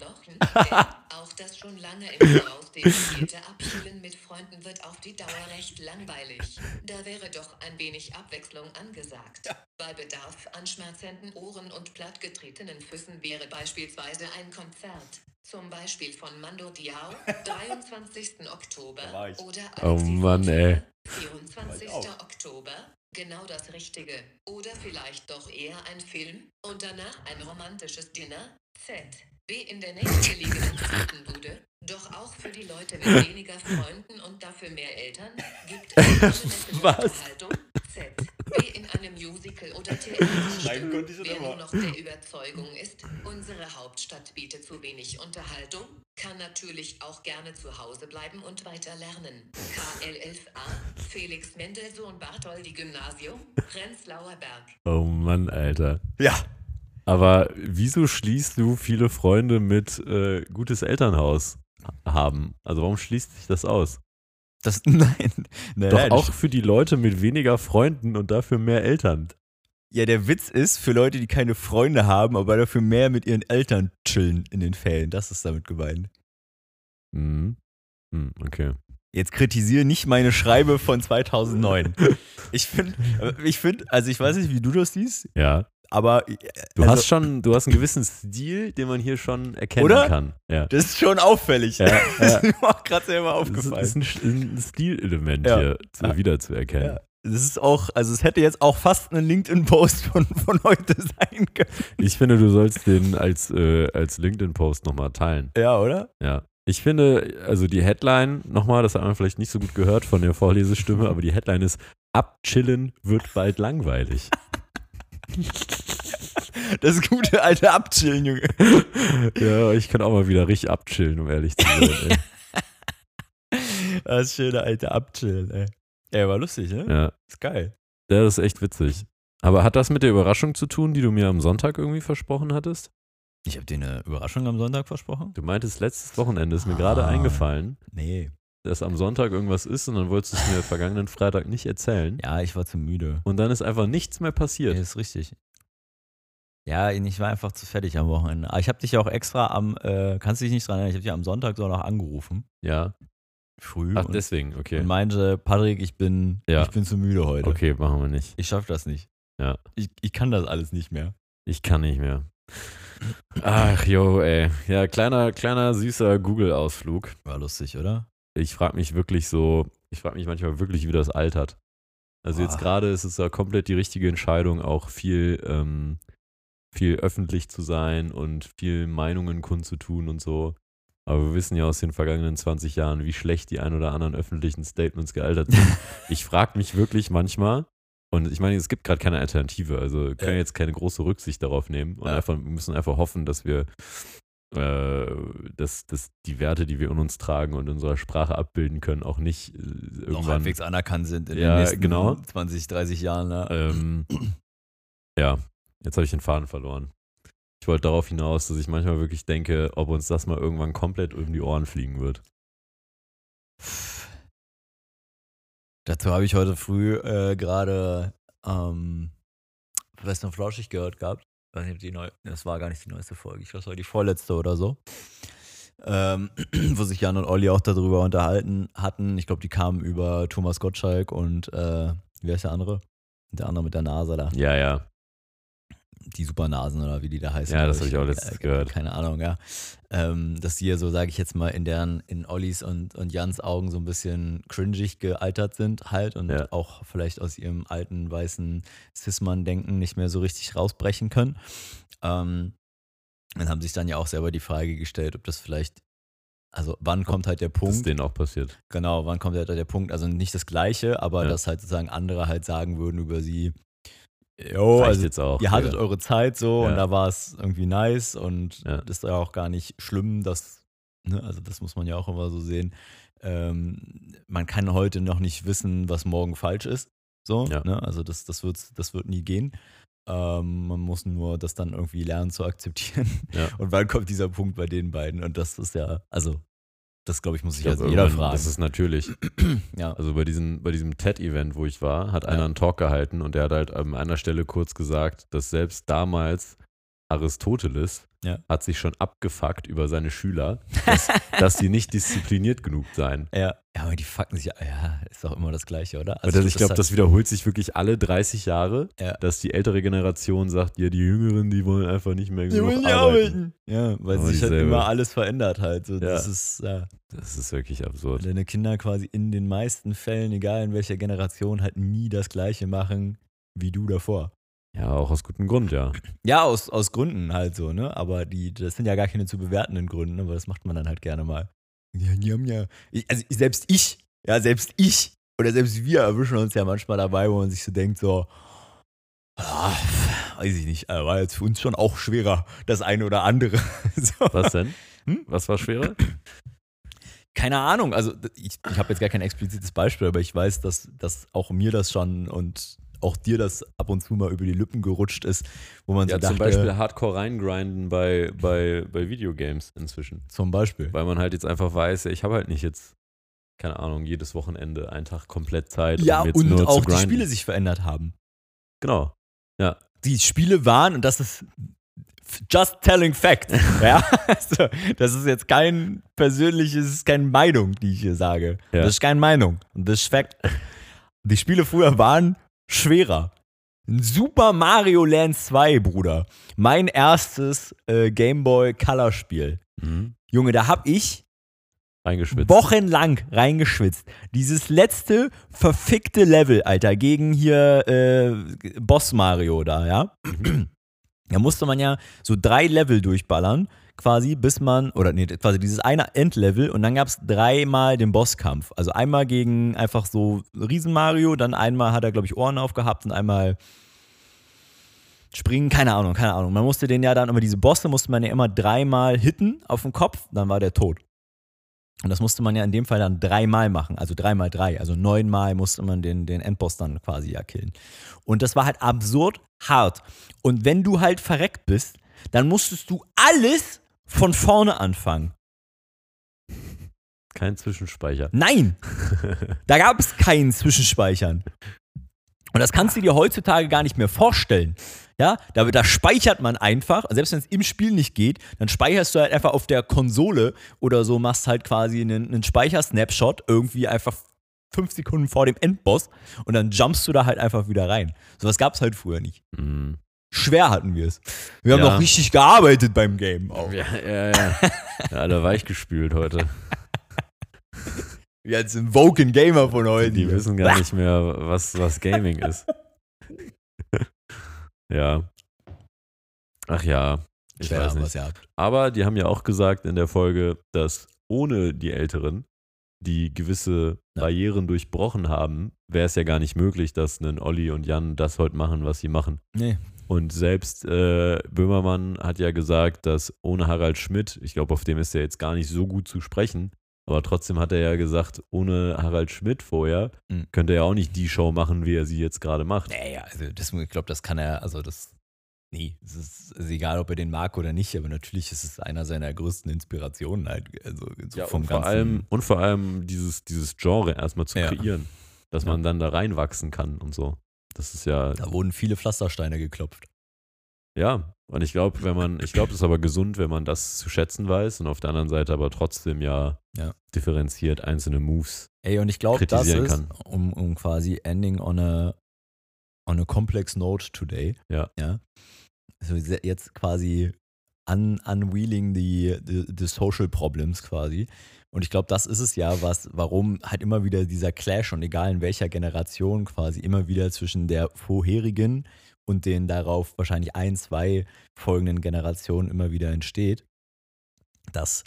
[SPEAKER 1] [laughs]
[SPEAKER 3] Wochen? Denn auch das schon lange im Voraus definierte Abschieben mit Freunden wird auf die Dauer recht langweilig. Da wäre doch ein wenig Abwechslung angesagt. Bei Bedarf an schmerzenden Ohren und plattgetretenen Füßen wäre beispielsweise ein Konzert. Zum Beispiel von
[SPEAKER 1] [laughs]
[SPEAKER 3] Mando Diao, 23.
[SPEAKER 1] Da war
[SPEAKER 3] Oktober.
[SPEAKER 1] ich.
[SPEAKER 3] Oder
[SPEAKER 2] Oh
[SPEAKER 3] Alexis
[SPEAKER 2] Mann, ey.
[SPEAKER 3] 24.
[SPEAKER 1] Weiß auch.
[SPEAKER 3] Oktober, genau das Richtige. Oder vielleicht doch eher ein Film und danach ein romantisches Dinner. Z. B. in der nächstgelegenen Studentenbude. Doch auch für
[SPEAKER 1] [laughs]
[SPEAKER 3] die Leute mit weniger Freunden und dafür mehr Eltern gibt es eine
[SPEAKER 1] Was?
[SPEAKER 3] Unterhaltung. Z. B. in einem Musical
[SPEAKER 1] [laughs]
[SPEAKER 3] oder Theaterstück.
[SPEAKER 1] Schreiben konnte ich das
[SPEAKER 3] Wer
[SPEAKER 1] aber.
[SPEAKER 3] nur noch der Überzeugung ist, unsere Hauptstadt bietet zu wenig Unterhaltung, kann natürlich auch gerne zu Hause bleiben und weiter lernen. KLFA, Felix Mendelssohn Bartholdy Gymnasium, Prenzlauer Berg.
[SPEAKER 2] Oh Mann, Alter.
[SPEAKER 1] Ja.
[SPEAKER 2] Aber wieso schließt du viele Freunde mit äh, gutes Elternhaus haben? Also warum schließt sich das aus?
[SPEAKER 1] Das, [laughs] nein. nein,
[SPEAKER 2] Doch
[SPEAKER 1] nein.
[SPEAKER 2] auch für die Leute mit weniger Freunden und dafür mehr Eltern.
[SPEAKER 1] Ja, der Witz ist für Leute, die keine Freunde haben, aber dafür mehr mit ihren Eltern chillen in den Ferien. Das ist damit gemeint.
[SPEAKER 2] Mhm. Hm, okay.
[SPEAKER 1] Jetzt kritisiere nicht meine Schreibe von
[SPEAKER 2] [laughs]
[SPEAKER 1] 2009. ich finde, ich find, also ich weiß nicht, wie du das siehst,
[SPEAKER 2] Ja.
[SPEAKER 1] aber
[SPEAKER 2] Du
[SPEAKER 1] also,
[SPEAKER 2] hast schon, du hast einen gewissen Stil, den man hier schon erkennen
[SPEAKER 1] Oder?
[SPEAKER 2] kann. [laughs] Ja.
[SPEAKER 1] das ist schon auffällig.
[SPEAKER 2] Ja,
[SPEAKER 1] Das
[SPEAKER 2] ja. [laughs]
[SPEAKER 1] ist mir auch gerade selber
[SPEAKER 2] Das ist,
[SPEAKER 1] aufgefallen.
[SPEAKER 2] ist ein, Sch- ein Stilelement
[SPEAKER 1] Ja.
[SPEAKER 2] hier zu,
[SPEAKER 1] Ja.
[SPEAKER 2] wiederzuerkennen.
[SPEAKER 1] Ja. Das ist auch, also es hätte jetzt auch fast ein LinkedIn-Post von, von heute sein können.
[SPEAKER 2] Ich finde, du sollst den als, äh, als LinkedIn-Post nochmal teilen.
[SPEAKER 1] Ja,
[SPEAKER 2] [laughs]
[SPEAKER 1] oder?
[SPEAKER 2] Ja. Ich finde, also die Headline, nochmal, das hat man vielleicht nicht so gut gehört von der Vorlesestimme, aber die Headline ist: Abchillen wird bald langweilig.
[SPEAKER 1] Das gute alte Abchillen, Junge.
[SPEAKER 2] ja, ich kann auch mal wieder richtig abchillen, um ehrlich
[SPEAKER 1] [laughs]
[SPEAKER 2] zu sein. ey.
[SPEAKER 1] Das schöne alte Abchillen, ey. Ey, war lustig, ne?
[SPEAKER 2] Ja.
[SPEAKER 1] Ist geil.
[SPEAKER 2] Ja, das ist echt witzig. Aber hat das mit der Überraschung zu tun, die du mir am Sonntag irgendwie versprochen hattest?
[SPEAKER 1] Ich habe dir eine Überraschung am Sonntag versprochen?
[SPEAKER 2] Du meintest, letztes Wochenende ist mir
[SPEAKER 1] Ah.
[SPEAKER 2] gerade eingefallen,
[SPEAKER 1] Nee.
[SPEAKER 2] dass am Sonntag irgendwas ist und dann wolltest du es
[SPEAKER 1] [laughs]
[SPEAKER 2] mir vergangenen Freitag nicht erzählen.
[SPEAKER 1] Ja, ich war zu müde.
[SPEAKER 2] Und dann ist einfach nichts mehr
[SPEAKER 1] Ja,
[SPEAKER 2] passiert.
[SPEAKER 1] ist richtig. Ja, ich war einfach zu fertig am Wochenende. Aber ich habe dich ja auch extra am, äh, kannst du dich nicht dran erinnern, ich habe dich am Sonntag so noch angerufen.
[SPEAKER 2] Ja.
[SPEAKER 1] Früh.
[SPEAKER 2] Ach,
[SPEAKER 1] und,
[SPEAKER 2] deswegen, okay.
[SPEAKER 1] und meinte, Patrick, ich bin,
[SPEAKER 2] Ja.
[SPEAKER 1] ich bin zu müde heute.
[SPEAKER 2] Okay, machen wir nicht.
[SPEAKER 1] Ich schaffe das nicht.
[SPEAKER 2] Ja.
[SPEAKER 1] Ich, ich kann das alles nicht mehr.
[SPEAKER 2] Ich kann nicht mehr. Ach, jo, ey. Ja, kleiner, kleiner, süßer Google-Ausflug.
[SPEAKER 1] War lustig, oder?
[SPEAKER 2] Ich frage mich wirklich so, ich frage mich manchmal wirklich, wie das altert. Also jetzt
[SPEAKER 1] Boah.
[SPEAKER 2] gerade ist es ja komplett die richtige Entscheidung, auch viel, ähm, viel öffentlich zu sein und viel Meinungen kundzutun und so. Aber wir wissen ja aus den vergangenen 20 Jahren, wie schlecht die ein oder anderen öffentlichen Statements gealtert sind. ich frage mich wirklich manchmal, und ich meine, es gibt gerade keine Alternative, also wir können
[SPEAKER 1] Ja.
[SPEAKER 2] jetzt keine große Rücksicht darauf nehmen und
[SPEAKER 1] Ja.
[SPEAKER 2] einfach, wir müssen einfach hoffen, dass wir äh, dass, dass die Werte, die wir in uns tragen und in unserer Sprache abbilden können, auch nicht äh,
[SPEAKER 1] Noch
[SPEAKER 2] irgendwann
[SPEAKER 1] halbwegs anerkannt sind in
[SPEAKER 2] Ja,
[SPEAKER 1] den nächsten
[SPEAKER 2] genau.
[SPEAKER 1] 20, 30 Jahren. Ne?
[SPEAKER 2] [clears throat] Ähm, ja, jetzt habe ich den Faden verloren. Ich wollte darauf hinaus, dass ich manchmal wirklich denke, ob uns das mal irgendwann komplett um die Ohren fliegen wird.
[SPEAKER 1] Dazu habe ich heute früh äh, gerade ähm, Fest und Flauschig gehört gehabt. Ich weiß nicht, ob die neu das war gar nicht die neueste Folge. Ich glaube, das war die vorletzte oder so. Ähm, [clears throat] wo sich Jan und Olli auch darüber unterhalten hatten. Ich glaube, die kamen über Thomas Gottschalk und äh, wie heißt der andere? Der andere mit der Nase da.
[SPEAKER 2] Ja, ja.
[SPEAKER 1] die Supernasen oder wie die da heißen.
[SPEAKER 2] Ja, das
[SPEAKER 1] glaub
[SPEAKER 2] hab ich auch letztens gehört.
[SPEAKER 1] Keine Ahnung, ja. Ähm, dass die ja so, sage ich jetzt mal, in deren, in Ollis und, und Jans Augen so ein bisschen cringig gealtert sind halt und
[SPEAKER 2] Ja.
[SPEAKER 1] auch vielleicht aus ihrem alten weißen Cis-Mann-Denken nicht mehr so richtig rausbrechen können. Ähm, dann haben sich dann ja auch selber die Frage gestellt, ob das vielleicht, also wann kommt halt der
[SPEAKER 2] Das ist
[SPEAKER 1] Punkt,
[SPEAKER 2] denen auch passiert.
[SPEAKER 1] Genau, wann kommt halt der Punkt? Also nicht das Gleiche, aber
[SPEAKER 2] Ja.
[SPEAKER 1] dass halt sozusagen andere halt sagen würden über sie, jo,
[SPEAKER 2] Reicht
[SPEAKER 1] also
[SPEAKER 2] jetzt auch.
[SPEAKER 1] ihr hattet
[SPEAKER 2] ja.
[SPEAKER 1] eure Zeit so
[SPEAKER 2] Ja.
[SPEAKER 1] und da war es irgendwie nice und
[SPEAKER 2] Ja.
[SPEAKER 1] das ist ja auch gar nicht schlimm, dass Ne? Also das muss man ja auch immer so sehen. Ähm, man kann heute noch nicht wissen, was morgen falsch ist. So,
[SPEAKER 2] Ja.
[SPEAKER 1] ne? Also das, das, wird's, das wird nie gehen. Ähm, man muss nur das dann irgendwie lernen zu akzeptieren.
[SPEAKER 2] Ja.
[SPEAKER 1] [laughs] Und wann kommt dieser Punkt bei den beiden? Und das ist ja, also, das glaube ich, muss sich
[SPEAKER 2] glaub,
[SPEAKER 1] jetzt jeder
[SPEAKER 2] irgendwann-
[SPEAKER 1] fragen.
[SPEAKER 2] Das ist [clears throat] natürlich.
[SPEAKER 1] ja.
[SPEAKER 2] Also bei diesem, bei diesem TED-Event, wo ich war, hat einer einen Talk gehalten und der hat halt an einer Stelle kurz gesagt, dass selbst damals Aristoteles
[SPEAKER 1] Ja.
[SPEAKER 2] hat sich schon abgefuckt über seine [laughs] Schüler, dass, dass sie nicht diszipliniert genug seien.
[SPEAKER 1] ja. ja, aber die fucken sich, ja, ist doch immer das Gleiche, oder?
[SPEAKER 2] Und Also das, ich glaube, das wiederholt sich wirklich alle 30 Jahre,
[SPEAKER 1] Ja.
[SPEAKER 2] dass die ältere Generation sagt, ja, die Jüngeren, die wollen einfach nicht mehr genug arbeiten.
[SPEAKER 1] Ja, weil
[SPEAKER 2] Aber
[SPEAKER 1] sich halt
[SPEAKER 2] dieselbe.
[SPEAKER 1] immer alles verändert halt. So, Das
[SPEAKER 2] Ja.
[SPEAKER 1] ist, ja.
[SPEAKER 2] Das ist wirklich absurd.
[SPEAKER 1] Deine Kinder quasi in den meisten Fällen, egal in welcher Generation, halt nie das Gleiche machen wie du davor.
[SPEAKER 2] Ja, auch aus gutem Grund, ja.
[SPEAKER 1] Ja, aus, aus Gründen halt so, ne? Aber die, das sind ja gar keine zu bewertenden Gründe, aber das macht man dann halt gerne mal. Ja, ja, ja. Ich, also selbst ich, ja, selbst ich oder selbst wir erwischen uns ja manchmal dabei, wo man sich so denkt, so, ah, weiß ich nicht, äh, war jetzt für uns schon auch schwerer, das eine oder andere. [laughs] So.
[SPEAKER 2] Was [laughs] denn?
[SPEAKER 1] Hm?
[SPEAKER 2] Was war schwerer?
[SPEAKER 1] Keine Ahnung, also ich, ich habe jetzt gar kein explizites Beispiel, aber ich weiß, dass, dass auch mir das schon und auch dir das ab und zu mal über die Lippen gerutscht ist, wo man
[SPEAKER 2] Ja,
[SPEAKER 1] so dachte,
[SPEAKER 2] zum Beispiel Hardcore reingrinden bei, bei, bei Videogames inzwischen.
[SPEAKER 1] zum Beispiel.
[SPEAKER 2] Weil man halt jetzt einfach weiß, ich habe halt nicht jetzt, keine Ahnung, jedes Wochenende einen Tag komplett Zeit,
[SPEAKER 1] Ja,
[SPEAKER 2] um jetzt
[SPEAKER 1] und
[SPEAKER 2] nur zu
[SPEAKER 1] auch die
[SPEAKER 2] grinden.
[SPEAKER 1] Spiele sich verändert haben.
[SPEAKER 2] Genau.
[SPEAKER 1] Die Spiele waren, und das ist just telling fact. ja? also, das ist jetzt kein persönliches, keine Meinung, die ich hier sage.
[SPEAKER 2] Ja.
[SPEAKER 1] Das ist keine Meinung. Und das ist fact. Die Spiele früher waren schwerer. Ein Super Mario Land 2, Bruder. Mein erstes äh, Game Boy Color Spiel.
[SPEAKER 2] Mhm.
[SPEAKER 1] Junge, da hab ich
[SPEAKER 2] Eingeschwitzt.
[SPEAKER 1] wochenlang reingeschwitzt. Dieses letzte verfickte Level, Alter, gegen hier äh, Boss Mario da, ja. Da musste man ja so drei Level durchballern, quasi, bis man, oder nee, quasi dieses eine Endlevel und dann gab es dreimal den Bosskampf. Also einmal gegen einfach so Riesen Mario, dann einmal hat er, glaube ich, Ohren aufgehabt und einmal springen, keine Ahnung, keine Ahnung. Man musste den ja dann, aber diese Bosse musste man ja immer dreimal hitten auf den Kopf, dann war der tot. Und das musste man ja in dem Fall dann dreimal machen, also dreimal drei, also neunmal musste man den, den Endboss dann quasi ja killen. Und das war halt absurd hart. Und wenn du halt verreckt bist, dann musstest du alles von vorne anfangen.
[SPEAKER 2] Kein Zwischenspeicher. [laughs]
[SPEAKER 1] Nein, da gab es keinen Zwischenspeichern. Und das kannst du dir heutzutage gar nicht mehr vorstellen. Ja, da, da speichert man einfach, selbst wenn es im Spiel nicht geht, dann speicherst du halt einfach auf der Konsole oder so, machst halt quasi einen, einen Speichersnapshot irgendwie einfach fünf Sekunden vor dem Endboss und dann jumpst du da halt einfach wieder rein. Sowas gab es halt früher nicht.
[SPEAKER 2] Mhm.
[SPEAKER 1] Schwer hatten wir es. Wir haben
[SPEAKER 2] Ja.
[SPEAKER 1] noch richtig gearbeitet beim Game auch.
[SPEAKER 2] [laughs] Ja, ja, ja. ja, alle weichgespült
[SPEAKER 1] [laughs]
[SPEAKER 2] heute.
[SPEAKER 1] Wir sind Woken Gamer von heute.
[SPEAKER 2] Die wissen gar nicht mehr, was, was
[SPEAKER 1] [laughs]
[SPEAKER 2] Gaming ist. ja. Ach ja. Ich weiß nicht.
[SPEAKER 1] was ihr habt.
[SPEAKER 2] Aber die haben ja auch gesagt in der Folge, dass ohne die Älteren, die gewisse
[SPEAKER 1] Ja.
[SPEAKER 2] Barrieren durchbrochen haben, wäre es ja gar nicht möglich, dass ein Olli und Jan das heute machen, was sie machen.
[SPEAKER 1] Nee.
[SPEAKER 2] Und selbst äh, Böhmermann hat ja gesagt, dass ohne Harald Schmidt, ich glaube, auf dem ist er jetzt gar nicht so gut zu sprechen, aber trotzdem hat er ja gesagt, ohne Harald Schmidt vorher
[SPEAKER 1] Mhm.
[SPEAKER 2] könnte er auch nicht die Show machen, wie er sie jetzt gerade macht.
[SPEAKER 1] Naja, also das, ich glaube, das kann er, also das, nee, es ist, es ist egal, ob er den mag oder nicht, aber natürlich ist es einer seiner größten Inspirationen halt, also so
[SPEAKER 2] Ja,
[SPEAKER 1] vom
[SPEAKER 2] und, vor
[SPEAKER 1] ganzen.
[SPEAKER 2] allem, und vor allem dieses, dieses Genre erstmal zu
[SPEAKER 1] Ja.
[SPEAKER 2] kreieren, dass
[SPEAKER 1] Ja.
[SPEAKER 2] man dann da reinwachsen kann und so. Das ist ja,
[SPEAKER 1] da wurden viele Pflastersteine geklopft.
[SPEAKER 2] ja. Und ich glaube, wenn man, ich glaube, es ist aber gesund, wenn man das zu schätzen weiß und auf der anderen Seite aber trotzdem ja,
[SPEAKER 1] Ja.
[SPEAKER 2] differenziert einzelne Moves.
[SPEAKER 1] Ey, und ich glaube, das
[SPEAKER 2] Kritisieren
[SPEAKER 1] ist,
[SPEAKER 2] kann.
[SPEAKER 1] Um, um quasi ending on a, on a complex note today.
[SPEAKER 2] Ja.
[SPEAKER 1] ja so se- jetzt quasi un, unwheeling the, the, the social problems quasi. Und ich glaube, das ist es ja, was, warum halt immer wieder dieser Clash und egal in welcher Generation quasi immer wieder zwischen der vorherigen und den darauf wahrscheinlich ein, zwei folgenden Generationen immer wieder entsteht, dass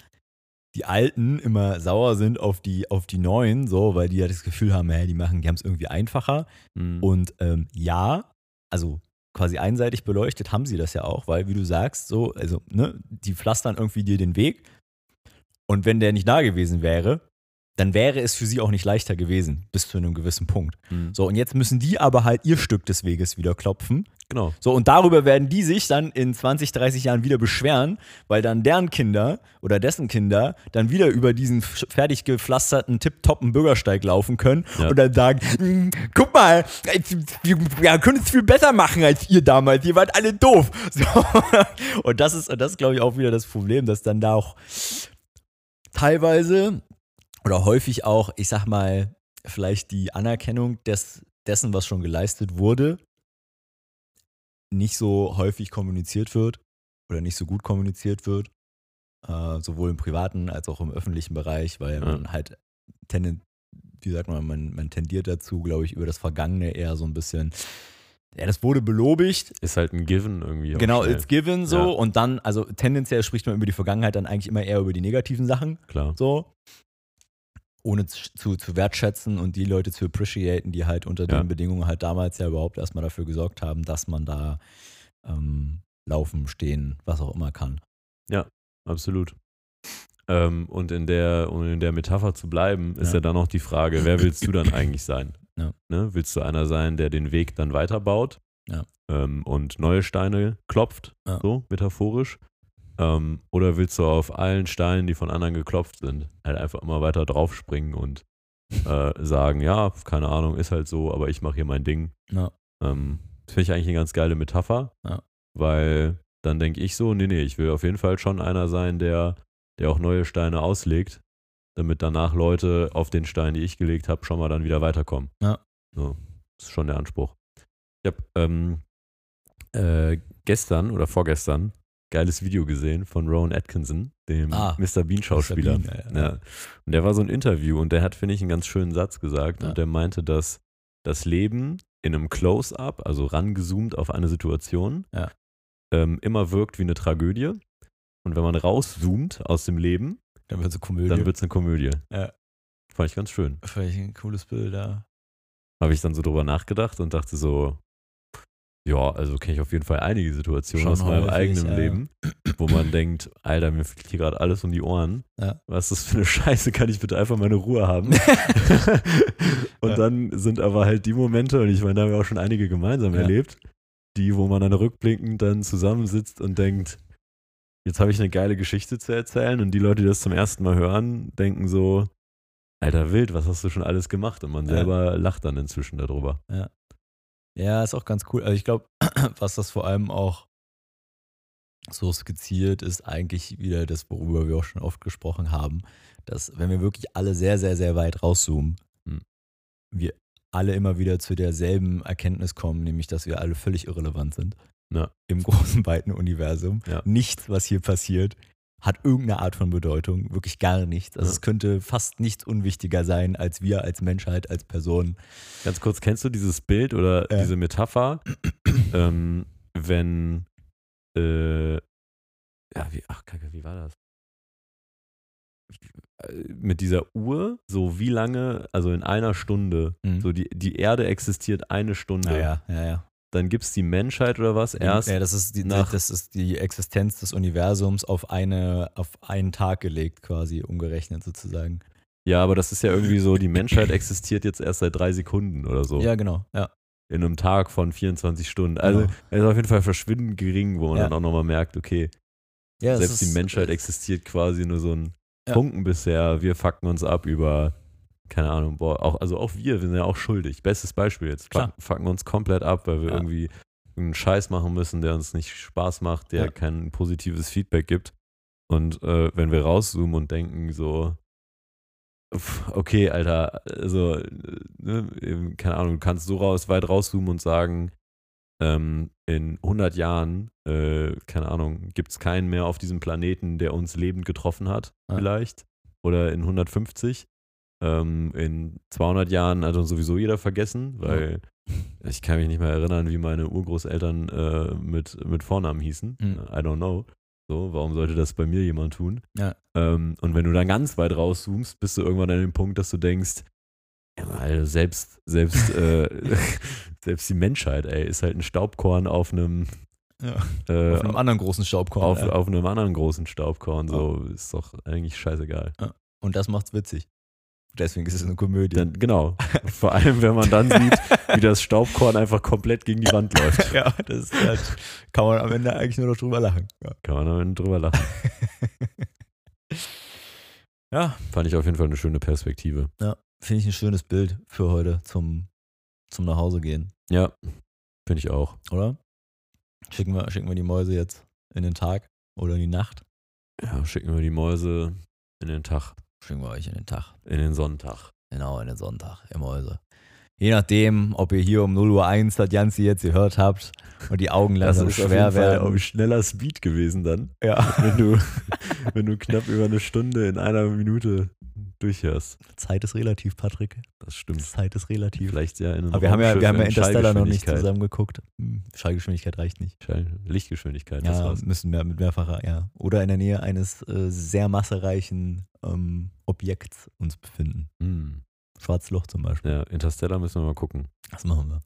[SPEAKER 1] die Alten immer sauer sind auf die, auf die Neuen, so, weil die ja das Gefühl haben, hey, die machen, die haben es irgendwie einfacher.
[SPEAKER 2] Mhm.
[SPEAKER 1] Und ähm, ja, also quasi einseitig beleuchtet haben sie das ja auch, weil, wie du sagst, so, also, ne, die pflastern irgendwie dir den Weg. Und wenn der nicht da gewesen wäre, dann wäre es für sie auch nicht leichter gewesen, bis zu einem gewissen Punkt.
[SPEAKER 2] Mhm.
[SPEAKER 1] So, und jetzt müssen die aber halt ihr Stück des Weges wieder klopfen.
[SPEAKER 2] Genau.
[SPEAKER 1] So, und darüber werden die sich dann in 20, 30 Jahren wieder beschweren, weil dann deren Kinder oder dessen Kinder dann wieder über diesen f- fertig gepflasterten, tipptoppen Bürgersteig laufen können
[SPEAKER 2] Ja.
[SPEAKER 1] und dann sagen, "Mm, guck mal, jetzt- wir wir können es viel besser machen als ihr damals, ihr wart alle doof. So. [laughs] Und das ist, und das ist, glaube ich, auch wieder das Problem, dass dann da auch teilweise oder häufig auch, ich sag mal, vielleicht die Anerkennung des, dessen, was schon geleistet wurde, nicht so häufig kommuniziert wird oder nicht so gut kommuniziert wird, äh, sowohl im privaten als auch im öffentlichen Bereich, weil
[SPEAKER 2] Ja.
[SPEAKER 1] man halt tenden, wie sagt man, man, man tendiert dazu, glaube ich, über das Vergangene eher so ein bisschen, ja, das wurde belobigt,
[SPEAKER 2] Ist halt ein Given irgendwie. auch
[SPEAKER 1] genau,
[SPEAKER 2] schnell.
[SPEAKER 1] it's given so
[SPEAKER 2] Ja.
[SPEAKER 1] und dann, also tendenziell spricht man über die Vergangenheit dann eigentlich immer eher über die negativen Sachen
[SPEAKER 2] Klar.
[SPEAKER 1] so. Ohne zu, zu- zu wertschätzen und die Leute zu appreciaten, die halt unter
[SPEAKER 2] Ja.
[SPEAKER 1] den Bedingungen halt damals ja überhaupt erstmal dafür gesorgt haben, dass man da ähm, laufen, stehen, was auch immer kann.
[SPEAKER 2] Absolut. Ähm, und in der, um in der Metapher zu bleiben, ist ja.
[SPEAKER 1] Ja.
[SPEAKER 2] dann auch die Frage, wer willst
[SPEAKER 1] [clears throat]
[SPEAKER 2] du dann eigentlich sein?
[SPEAKER 1] Ja.
[SPEAKER 2] Ne? Willst du einer sein, der den Weg dann weiterbaut
[SPEAKER 1] Ja.
[SPEAKER 2] ähm, und neue Steine klopft,
[SPEAKER 1] Ja.
[SPEAKER 2] so metaphorisch? Ähm, oder willst du auf allen Steinen, die von anderen geklopft sind, halt einfach immer weiter draufspringen und äh, sagen, ja, keine Ahnung, ist halt so, aber ich mache hier mein Ding.
[SPEAKER 1] Ja.
[SPEAKER 2] Ähm, das finde ich eigentlich eine ganz geile Metapher,
[SPEAKER 1] Ja.
[SPEAKER 2] weil dann denke ich so, nee, nee, ich will auf jeden Fall schon einer sein, der, der auch neue Steine auslegt, damit danach Leute auf den Stein, die ich gelegt habe, schon mal dann wieder weiterkommen.
[SPEAKER 1] Ja.
[SPEAKER 2] So, das ist schon der Anspruch. Ich habe ähm, äh, gestern oder vorgestern geiles Video gesehen von Rowan Atkinson, dem
[SPEAKER 1] Ah,
[SPEAKER 2] Mr. Bean-Schauspieler.
[SPEAKER 1] Mr. Bean, ja,
[SPEAKER 2] ja.
[SPEAKER 1] ja.
[SPEAKER 2] Und der war so ein Interview und der hat, finde ich, einen ganz schönen Satz gesagt.
[SPEAKER 1] Ja.
[SPEAKER 2] Und der meinte, dass das Leben in einem Close-up, also rangezoomt auf eine Situation,
[SPEAKER 1] Ja.
[SPEAKER 2] ähm, immer wirkt wie eine Tragödie. Und wenn man rauszoomt aus dem Leben,
[SPEAKER 1] Dann wird so Komödie.
[SPEAKER 2] dann wird es eine Komödie.
[SPEAKER 1] Ja.
[SPEAKER 2] Fand ich ganz schön.
[SPEAKER 1] Vielleicht ein cooles Bild, ja.
[SPEAKER 2] Habe ich dann so drüber nachgedacht und dachte so, ja, also kenne ich auf jeden Fall einige Situationen
[SPEAKER 1] Schon
[SPEAKER 2] aus meinem
[SPEAKER 1] häufig,
[SPEAKER 2] eigenen
[SPEAKER 1] ja.
[SPEAKER 2] Leben,
[SPEAKER 1] [clears throat]
[SPEAKER 2] wo man denkt, Alter, mir fliegt hier gerade alles um die Ohren.
[SPEAKER 1] Ja.
[SPEAKER 2] Was ist das für eine Scheiße? Kann ich bitte einfach meine
[SPEAKER 1] [laughs]
[SPEAKER 2] Ruhe haben? [laughs] und
[SPEAKER 1] Ja.
[SPEAKER 2] dann sind aber halt die Momente, und ich meine, da haben wir auch schon einige gemeinsam
[SPEAKER 1] Ja.
[SPEAKER 2] erlebt, die, wo man dann rückblickend dann zusammensitzt und denkt, jetzt habe ich eine geile Geschichte zu erzählen und die Leute, die das zum ersten Mal hören, denken so, Alter Wild, was hast du schon alles gemacht? Und man
[SPEAKER 1] Ja.
[SPEAKER 2] selber lacht dann inzwischen darüber.
[SPEAKER 1] Ja, ist auch ganz cool. Also ich glaube, [clears throat] was das vor allem auch so skizziert, ist eigentlich wieder das, worüber wir auch schon oft gesprochen haben, dass wenn wir wirklich alle sehr, sehr, sehr weit rauszoomen,
[SPEAKER 2] Hm.
[SPEAKER 1] wir alle immer wieder zu derselben Erkenntnis kommen, nämlich dass wir alle völlig irrelevant sind
[SPEAKER 2] Ja.
[SPEAKER 1] im [laughs] großen, weiten Universum.
[SPEAKER 2] Ja.
[SPEAKER 1] Nichts, was hier passiert, hat irgendeine Art von Bedeutung, wirklich gar nichts. Also
[SPEAKER 2] Ja.
[SPEAKER 1] es könnte fast nichts unwichtiger sein, als wir als Menschheit, als Personen.
[SPEAKER 2] Ganz kurz, kennst du dieses Bild oder
[SPEAKER 1] Ja.
[SPEAKER 2] diese
[SPEAKER 1] [clears throat]
[SPEAKER 2] Metapher, ähm, wenn, äh, ja, wie, ach Kacke, wie war das? Äh, Mit dieser Uhr, so wie lange, also in einer Stunde,
[SPEAKER 1] Mhm.
[SPEAKER 2] so die, die Erde existiert eine Stunde,
[SPEAKER 1] Naja, ja, ja.
[SPEAKER 2] dann gibt es die Menschheit oder was erst,
[SPEAKER 1] Hm, ja, das ist die,
[SPEAKER 2] nach-
[SPEAKER 1] das ist die Existenz des Universums auf eine auf einen Tag gelegt quasi umgerechnet sozusagen.
[SPEAKER 2] Ja, aber das ist ja irgendwie so, die Menschheit existiert jetzt erst seit drei Sekunden oder so.
[SPEAKER 1] Ja, genau. Ja.
[SPEAKER 2] In einem Tag von 24 Stunden. Also
[SPEAKER 1] Genau.
[SPEAKER 2] es ist auf jeden Fall verschwindend gering, wo man
[SPEAKER 1] Ja.
[SPEAKER 2] dann auch nochmal merkt, okay,
[SPEAKER 1] ja das
[SPEAKER 2] selbst die
[SPEAKER 1] ist- äh,
[SPEAKER 2] Menschheit existiert quasi nur so ein
[SPEAKER 1] Ja.
[SPEAKER 2] Funken bisher. Wir fucken uns ab über, keine Ahnung, boah, auch, also auch wir, wir sind ja auch schuldig. Bestes Beispiel jetzt.
[SPEAKER 1] Klar.
[SPEAKER 2] Fucken, fucken uns komplett ab, weil wir
[SPEAKER 1] Ja.
[SPEAKER 2] irgendwie einen Scheiß machen müssen, der uns nicht Spaß macht, der
[SPEAKER 1] Ja.
[SPEAKER 2] kein positives Feedback gibt. Und äh, wenn wir rauszoomen und denken so, pff, okay, Alter, also, äh, ne, eben, keine Ahnung, du kannst so raus, weit rauszoomen und sagen, ähm, in 100 Jahren, äh, keine Ahnung, gibt es keinen mehr auf diesem Planeten, der uns lebend getroffen hat,
[SPEAKER 1] Ja.
[SPEAKER 2] vielleicht. Oder in 150. Ähm, in 200 Jahren hat uns sowieso jeder vergessen, weil ich kann mich nicht mehr erinnern, wie meine Urgroßeltern äh, mit, mit Vornamen hießen.
[SPEAKER 1] Mhm.
[SPEAKER 2] I don't know. So, warum sollte das bei mir jemand tun?
[SPEAKER 1] Ja.
[SPEAKER 2] Ähm, und wenn du dann ganz weit rauszoomst, bist du irgendwann an dem Punkt, dass du denkst, ja, Alter, [laughs] selbst, selbst, äh, selbst die Menschheit, ey, ist halt ein Staubkorn auf einem,
[SPEAKER 1] Ja.
[SPEAKER 2] Äh,
[SPEAKER 1] Auf einem anderen großen Staubkorn.
[SPEAKER 2] auf,
[SPEAKER 1] ja.
[SPEAKER 2] auf einem anderen großen Staubkorn. So ist doch eigentlich scheißegal.
[SPEAKER 1] Und das macht's witzig. Deswegen ist es eine Komödie.
[SPEAKER 2] Dann, [laughs] genau. Vor allem, wenn man dann [laughs] sieht, wie das Staubkorn einfach komplett gegen die Wand läuft.
[SPEAKER 1] [laughs] ja, das ist halt, kann man am Ende eigentlich nur noch drüber lachen. Ja.
[SPEAKER 2] Kann man dann drüber lachen.
[SPEAKER 1] Ja.
[SPEAKER 2] Fand ich auf jeden Fall eine schöne Perspektive.
[SPEAKER 1] Finde ich ein schönes Bild für heute zum, zum Nachhause gehen,
[SPEAKER 2] Ja, finde ich auch.
[SPEAKER 1] oder? Schicken wir, schicken wir die Mäuse jetzt in den Tag oder in die Nacht?
[SPEAKER 2] Ja, schicken wir die Mäuse in den Tag,
[SPEAKER 1] Schicken wir euch in den Tag.
[SPEAKER 2] in den Sonntag.
[SPEAKER 1] Genau, in den Sonntag, im Häuser. Je nachdem, ob ihr hier um 0.01 Uhr das Ganze jetzt gehört habt und die Augen langsam schwer werden.
[SPEAKER 2] schneller Speed gewesen dann,
[SPEAKER 1] Ja.
[SPEAKER 2] wenn du, wenn du knapp über eine Stunde in einer Minute durchhörst.
[SPEAKER 1] [laughs] Zeit ist relativ, Patrick.
[SPEAKER 2] Das stimmt.
[SPEAKER 1] Zeit ist relativ.
[SPEAKER 2] Vielleicht ja in einem
[SPEAKER 1] Aber wir haben ja,
[SPEAKER 2] Raumschiff
[SPEAKER 1] wir haben ja
[SPEAKER 2] in
[SPEAKER 1] Interstellar noch nicht
[SPEAKER 2] Schallgeschwindigkeit.
[SPEAKER 1] zusammen geguckt. Hm, Schallgeschwindigkeit reicht nicht.
[SPEAKER 2] Schall- Lichtgeschwindigkeit, das
[SPEAKER 1] Ja,
[SPEAKER 2] war's.
[SPEAKER 1] müssen wir mit mehrfacher, ja. Oder in der Nähe eines äh, sehr massereichen ähm, Objekts uns befinden.
[SPEAKER 2] Hm.
[SPEAKER 1] Schwarzes Loch zum Beispiel.
[SPEAKER 2] Ja, Interstellar müssen wir mal
[SPEAKER 1] [laughs]
[SPEAKER 2] gucken.
[SPEAKER 1] Das machen wir.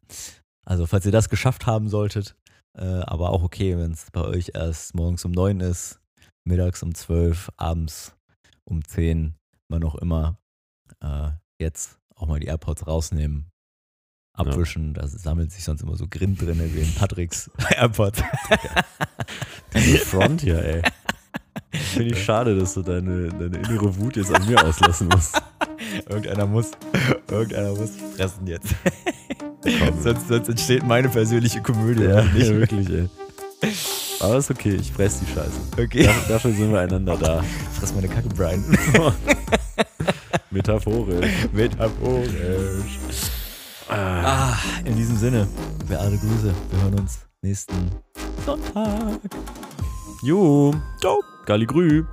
[SPEAKER 1] Also, falls ihr das geschafft haben solltet, äh, aber auch okay, wenn es bei euch erst morgens um neun ist, mittags um zwölf, abends um zehn, wann auch immer, äh, jetzt auch mal die AirPods rausnehmen, abwischen, da sammelt sich sonst immer so Grind drin, wie in Patricks [laughs] AirPods.
[SPEAKER 2] Die Front
[SPEAKER 1] [laughs]
[SPEAKER 2] hier, ey. Finde ich schade, dass du deine, deine innere Wut jetzt an mir
[SPEAKER 1] [laughs]
[SPEAKER 2] auslassen musst.
[SPEAKER 1] Irgendeiner muss, irgendeiner muss fressen jetzt. [laughs] sonst, sonst entsteht meine persönliche Komödie.
[SPEAKER 2] Ja,
[SPEAKER 1] nicht.
[SPEAKER 2] [laughs] wirklich, ey. Aber ist okay, ich fress die Scheiße.
[SPEAKER 1] Okay.
[SPEAKER 2] Da- Dafür sind wir einander da.
[SPEAKER 1] Fress meine Kacke, Brian.
[SPEAKER 2] Metaphorisch.
[SPEAKER 1] [laughs] Metaphorisch. Ah, in diesem Sinne, wir alle Grüße. Wir hören uns nächsten Sonntag.
[SPEAKER 2] Jo. Ciao. Galligrü.